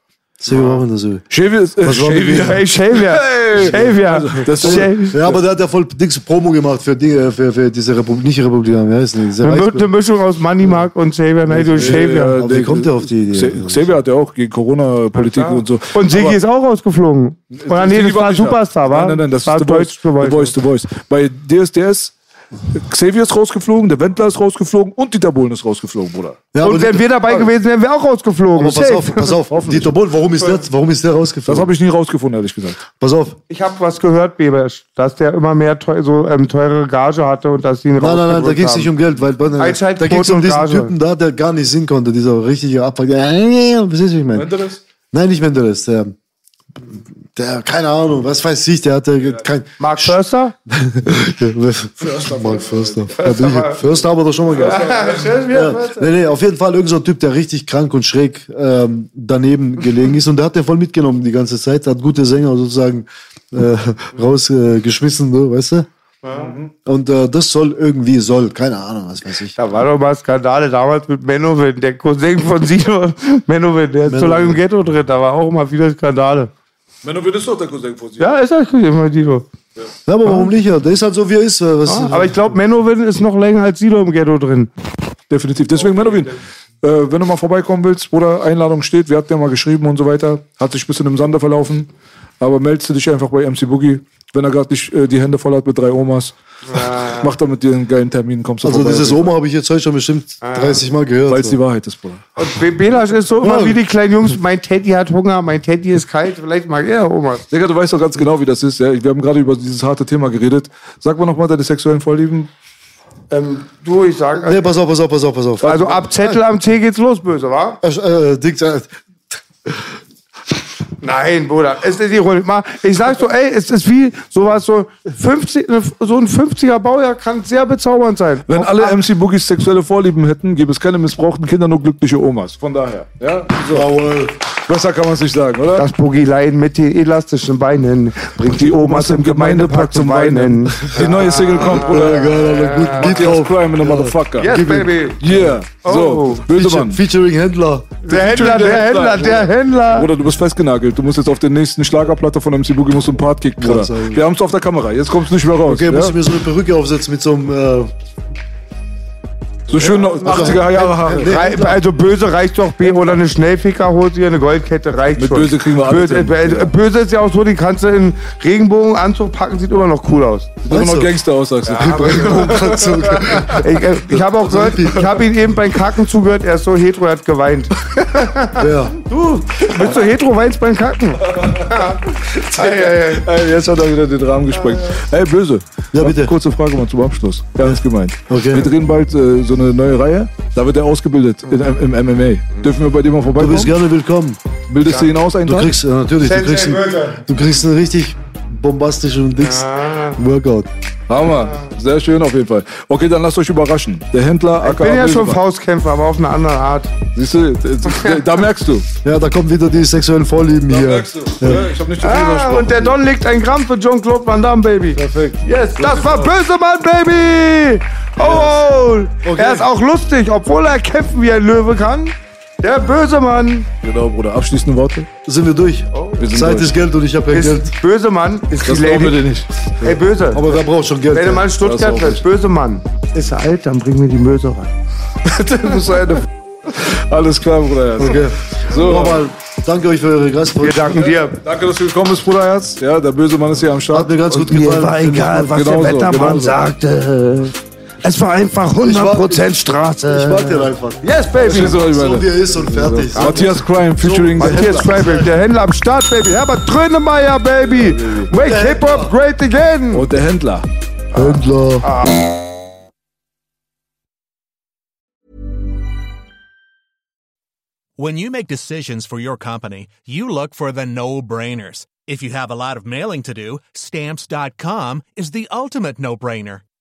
S3: Deswegen machen wir das so.
S1: Xavier ist. Äh,
S3: Was war mit
S1: Xavier.
S2: Hey, Xavier. Xavier.
S1: Also, das ist-
S2: Xavier.
S3: Ja, aber der hat ja voll Dings Promo gemacht für, die, äh, für, für diese Republik, nicht Republikaner, wie heißt denn? Diese
S2: Eine
S3: Reichs-
S2: Mi- eine Mischung aus Money Mark und Xavier. Nein, du Xavier.
S1: Ja,
S3: Aber wie kommt der auf die Idee?
S1: Xa- Xavier hat ja auch gegen Corona-Politik und so.
S2: Und Sigi ist auch rausgeflogen. Oder nee, das
S1: Sigi
S2: war
S1: nicht da.
S2: Superstar, war?
S1: Nein, nein, nein, das
S2: war
S1: ist The Voice.
S2: Deutsch
S1: The Voice, The Voice. Bei DSDS, Xavier ist rausgeflogen, der Wendler ist rausgeflogen und Dieter Bohlen ist rausgeflogen, Bruder.
S3: Ja,
S2: Und
S3: aber-
S2: wären wir dabei gewesen, wären wir auch rausgeflogen.
S3: Aber pass
S2: Safe.
S3: auf, pass auf. Dieter Bohlen, warum ist der, warum ist der
S1: Das
S3: rausgefallen?
S1: habe ich nie rausgefunden, ehrlich gesagt.
S3: Pass auf.
S2: Ich habe was gehört, Bebesch, dass der immer mehr teu so ähm, teure Gage hatte und dass die ihn
S3: Nein, nein, nein, da ging es nicht um Geld, weil nein, nein,
S2: Einschaltquote
S3: da ging es
S2: halt
S3: um
S2: und
S3: diesen
S2: Gage.
S3: Typen da, der gar nicht singen konnte, dieser richtige Abfuck. Ja, ja, ja, verstehst du, wie ich meine? Nein, nicht Menderes, der, der, keine Ahnung, was weiß ich, der hatte kein.
S2: Mark Förster?
S3: Förster. Mark Förster. Förster, Förster haben wir doch schon mal gehabt. Ja.
S2: Ja.
S3: Nee, nee, auf jeden Fall irgendein so ein Typ, der richtig krank und schräg ähm, daneben gelegen ist. Und der hat den voll mitgenommen die ganze Zeit. Hat gute Sänger sozusagen äh, rausgeschmissen, äh, geschmissen, ne, weißt du? Und äh, das soll irgendwie, soll, keine Ahnung, was weiß ich.
S2: Da war doch mal Skandale damals mit Menowin, der Cousin von Simon. Menowin, der ist so lange im Ghetto drin, da war auch immer viele Skandale.
S1: Menowin ist doch der Cousin von Sie.
S2: Ja, ist das immer Dino.
S3: Ja, aber warum nicht? Ja? Der ist halt so, wie er ist. äh, Was,
S2: Aber ich glaube, Menowin ist noch länger als Silo im Ghetto drin.
S1: Definitiv. Deswegen, Menowin, äh, wenn du mal vorbeikommen willst, Bruder, Einladung steht, wir hatten ja mal geschrieben und so weiter, hat sich ein bisschen im Sander verlaufen, aber meldest du dich einfach bei MC Boogie, wenn er gerade nicht äh, die Hände voll hat mit drei Omas. Mach da mit dir einen geilen Termin, kommst du
S3: also
S1: vorbei.
S3: dieses Oma habe ich jetzt heute schon bestimmt 30 Mal gehört.
S1: Weil es
S3: so.
S2: Also-
S1: die Wahrheit ist, Bruder.
S2: Und Be- Belasch ist so immer
S3: Ja.
S2: wie die kleinen Jungs, mein Teddy hat Hunger, mein Teddy ist kalt, vielleicht mag er Oma.
S1: Digga, du weißt doch ganz genau, wie das ist. Ja? Wir haben gerade über dieses harte Thema geredet. Sag mal nochmal deine sexuellen Vorlieben.
S2: Ähm, du, ich sag,
S3: Nee, pass auf, pass auf, pass auf, pass auf.
S2: also ab Zettel am Tee geht's los, böse, wa?
S3: Äh, äh, Dick, äh,
S2: Nein, Bruder, es ist ironisch. Mal, ich sag so, ey, es ist wie sowas, so, 50, so ein 50er Baujahr kann sehr bezaubernd sein.
S1: Wenn
S2: Auf
S1: alle
S2: Ab-
S1: MC Boogies sexuelle Vorlieben hätten, gäbe es keine missbrauchten Kinder, nur glückliche Omas. Von daher. Ja?
S3: Jawohl.
S1: Besser kann man es nicht sagen, oder?
S2: Das Boogie-Lein mit den elastischen Beinen bringt die Omas im Gemeindepark zum Weinen. Oh
S1: Die neue Single kommt, Bruder.
S3: Alter, gut,
S1: Beat
S3: geht
S1: House
S3: drauf.
S1: Crime in the Motherfucker.
S2: Yes, baby.
S1: Yeah. So,
S2: Oh.
S1: böse
S3: Feature,
S1: Mann.
S3: featuring Händler.
S2: Der Händler, der Händler, der Händler.
S1: Bruder, du bist festgenagelt. Du musst jetzt auf der nächsten Schlagerplatte von MC Boogie musst du einen Part kicken, Bruder.
S3: Krass, Alter.
S1: Wir haben es auf der Kamera. Jetzt kommst du nicht mehr raus.
S3: Okay,
S1: ja?
S3: muss ich mir so eine Perücke aufsetzen mit so einem. Äh,
S1: So schön 80er Jahre Haare.
S3: Nee,
S2: Rei- Also böse reicht doch B oder eine Schnellfickerhose hier, eine Goldkette reicht
S1: Mit
S2: schon.
S1: böse kriegen wir alles
S2: böse,
S1: hin.
S2: also böse ist ja auch so, die kannst du in Regenbogenanzug packen, sieht immer noch cool aus.
S1: Wenn du
S3: Meinst
S1: noch
S3: du?
S1: Gangster aus, sagst du.
S2: Ich, äh, ich habe auch gehört, ich habe ihn eben beim Kacken zugehört, er ist so hetero, er hat geweint.
S3: Ja.
S2: Du, bist du hetero, weinst beim Kacken?
S1: Ey, Jetzt hat er wieder den Rahmen gesprengt. Ey, Böse.
S3: Ja,
S1: noch
S3: bitte.
S1: Kurze Frage mal zum Abschluss. Ernst gemeint.
S3: Okay.
S1: Wir drehen bald äh, so eine neue Reihe. Da wird er ausgebildet in, im MMA. Dürfen wir bei dir mal
S3: Du
S1: vorbeikommen?
S3: bist gerne willkommen.
S1: Bildest du ihn aus einen
S3: Du
S1: Tag?
S3: kriegst, ja, natürlich, du
S2: Sensei
S3: kriegst,
S2: Burger.
S3: einen, du kriegst einen richtig bombastischen Dicks Workout.
S1: Hammer. Sehr schön auf jeden Fall. Okay, dann lasst euch überraschen. Der Händler,
S2: Ich bin ja schon Faustkämpfer, aber auf eine andere Art.
S1: Siehst du, d- d- da merkst du.
S3: Ja, da kommen wieder die sexuellen Vorlieben hier.
S1: Ja, Ich hab nicht zu viel
S2: Ah,
S1: versprochen.
S2: und der Don legt ein Gramm für Jean-Claude Van Damme, Baby. Perfekt. Yes, das war böse Mann, Baby. Oh, oh. er ist auch lustig, obwohl er kämpfen wie ein Löwe kann. Der böse Mann
S1: Genau, Bruder. Abschließende Worte.
S3: Sind wir durch?
S1: Oh. Wir sind
S3: Zeit
S1: durch.
S3: ist Geld und ich habe kein Geld.
S2: ist böse Mann ist
S1: Das
S2: die
S1: glauben wir
S2: Lady.
S1: dir nicht.
S2: Ey, böse.
S3: Aber wer braucht schon Geld?
S2: Wenn du mal in
S1: Das
S2: Stuttgart
S1: auch
S2: bist, böse Mann. Ist er alt, dann bringen wir die Möse rein.
S1: Das muss sein. Alles klar, Bruder.
S3: Okay.
S1: So.
S3: Nochmal, danke euch für eure Gastfreundschaft.
S2: danken dir.
S1: Danke, dass du gekommen bist, Bruderherz. Ja, der böse Mann ist hier am Start.
S3: Hat mir ganz gut gefallen.
S4: Mir war egal, was
S1: Genauso,
S4: der Wettermann
S1: genauso.
S4: sagte. Es war einfach
S3: Ich
S4: 100% Straße.
S3: Ich mag den einfach.
S2: Yes,
S1: Das
S2: Baby.
S1: ist so, ich
S3: So wie
S1: meine.
S3: er ist und fertig. So.
S1: Matthias Crime featuring
S2: Matthias Freiberg, der Händler am Start, Baby. Herbert Trönemeyer, Baby. Make Hip-Hop great again.
S1: und der Händler.
S3: Händler.
S5: When you make decisions for your company, you look for the no brainers. If you have a lot of mailing to do, stamps.com is the ultimate no brainer.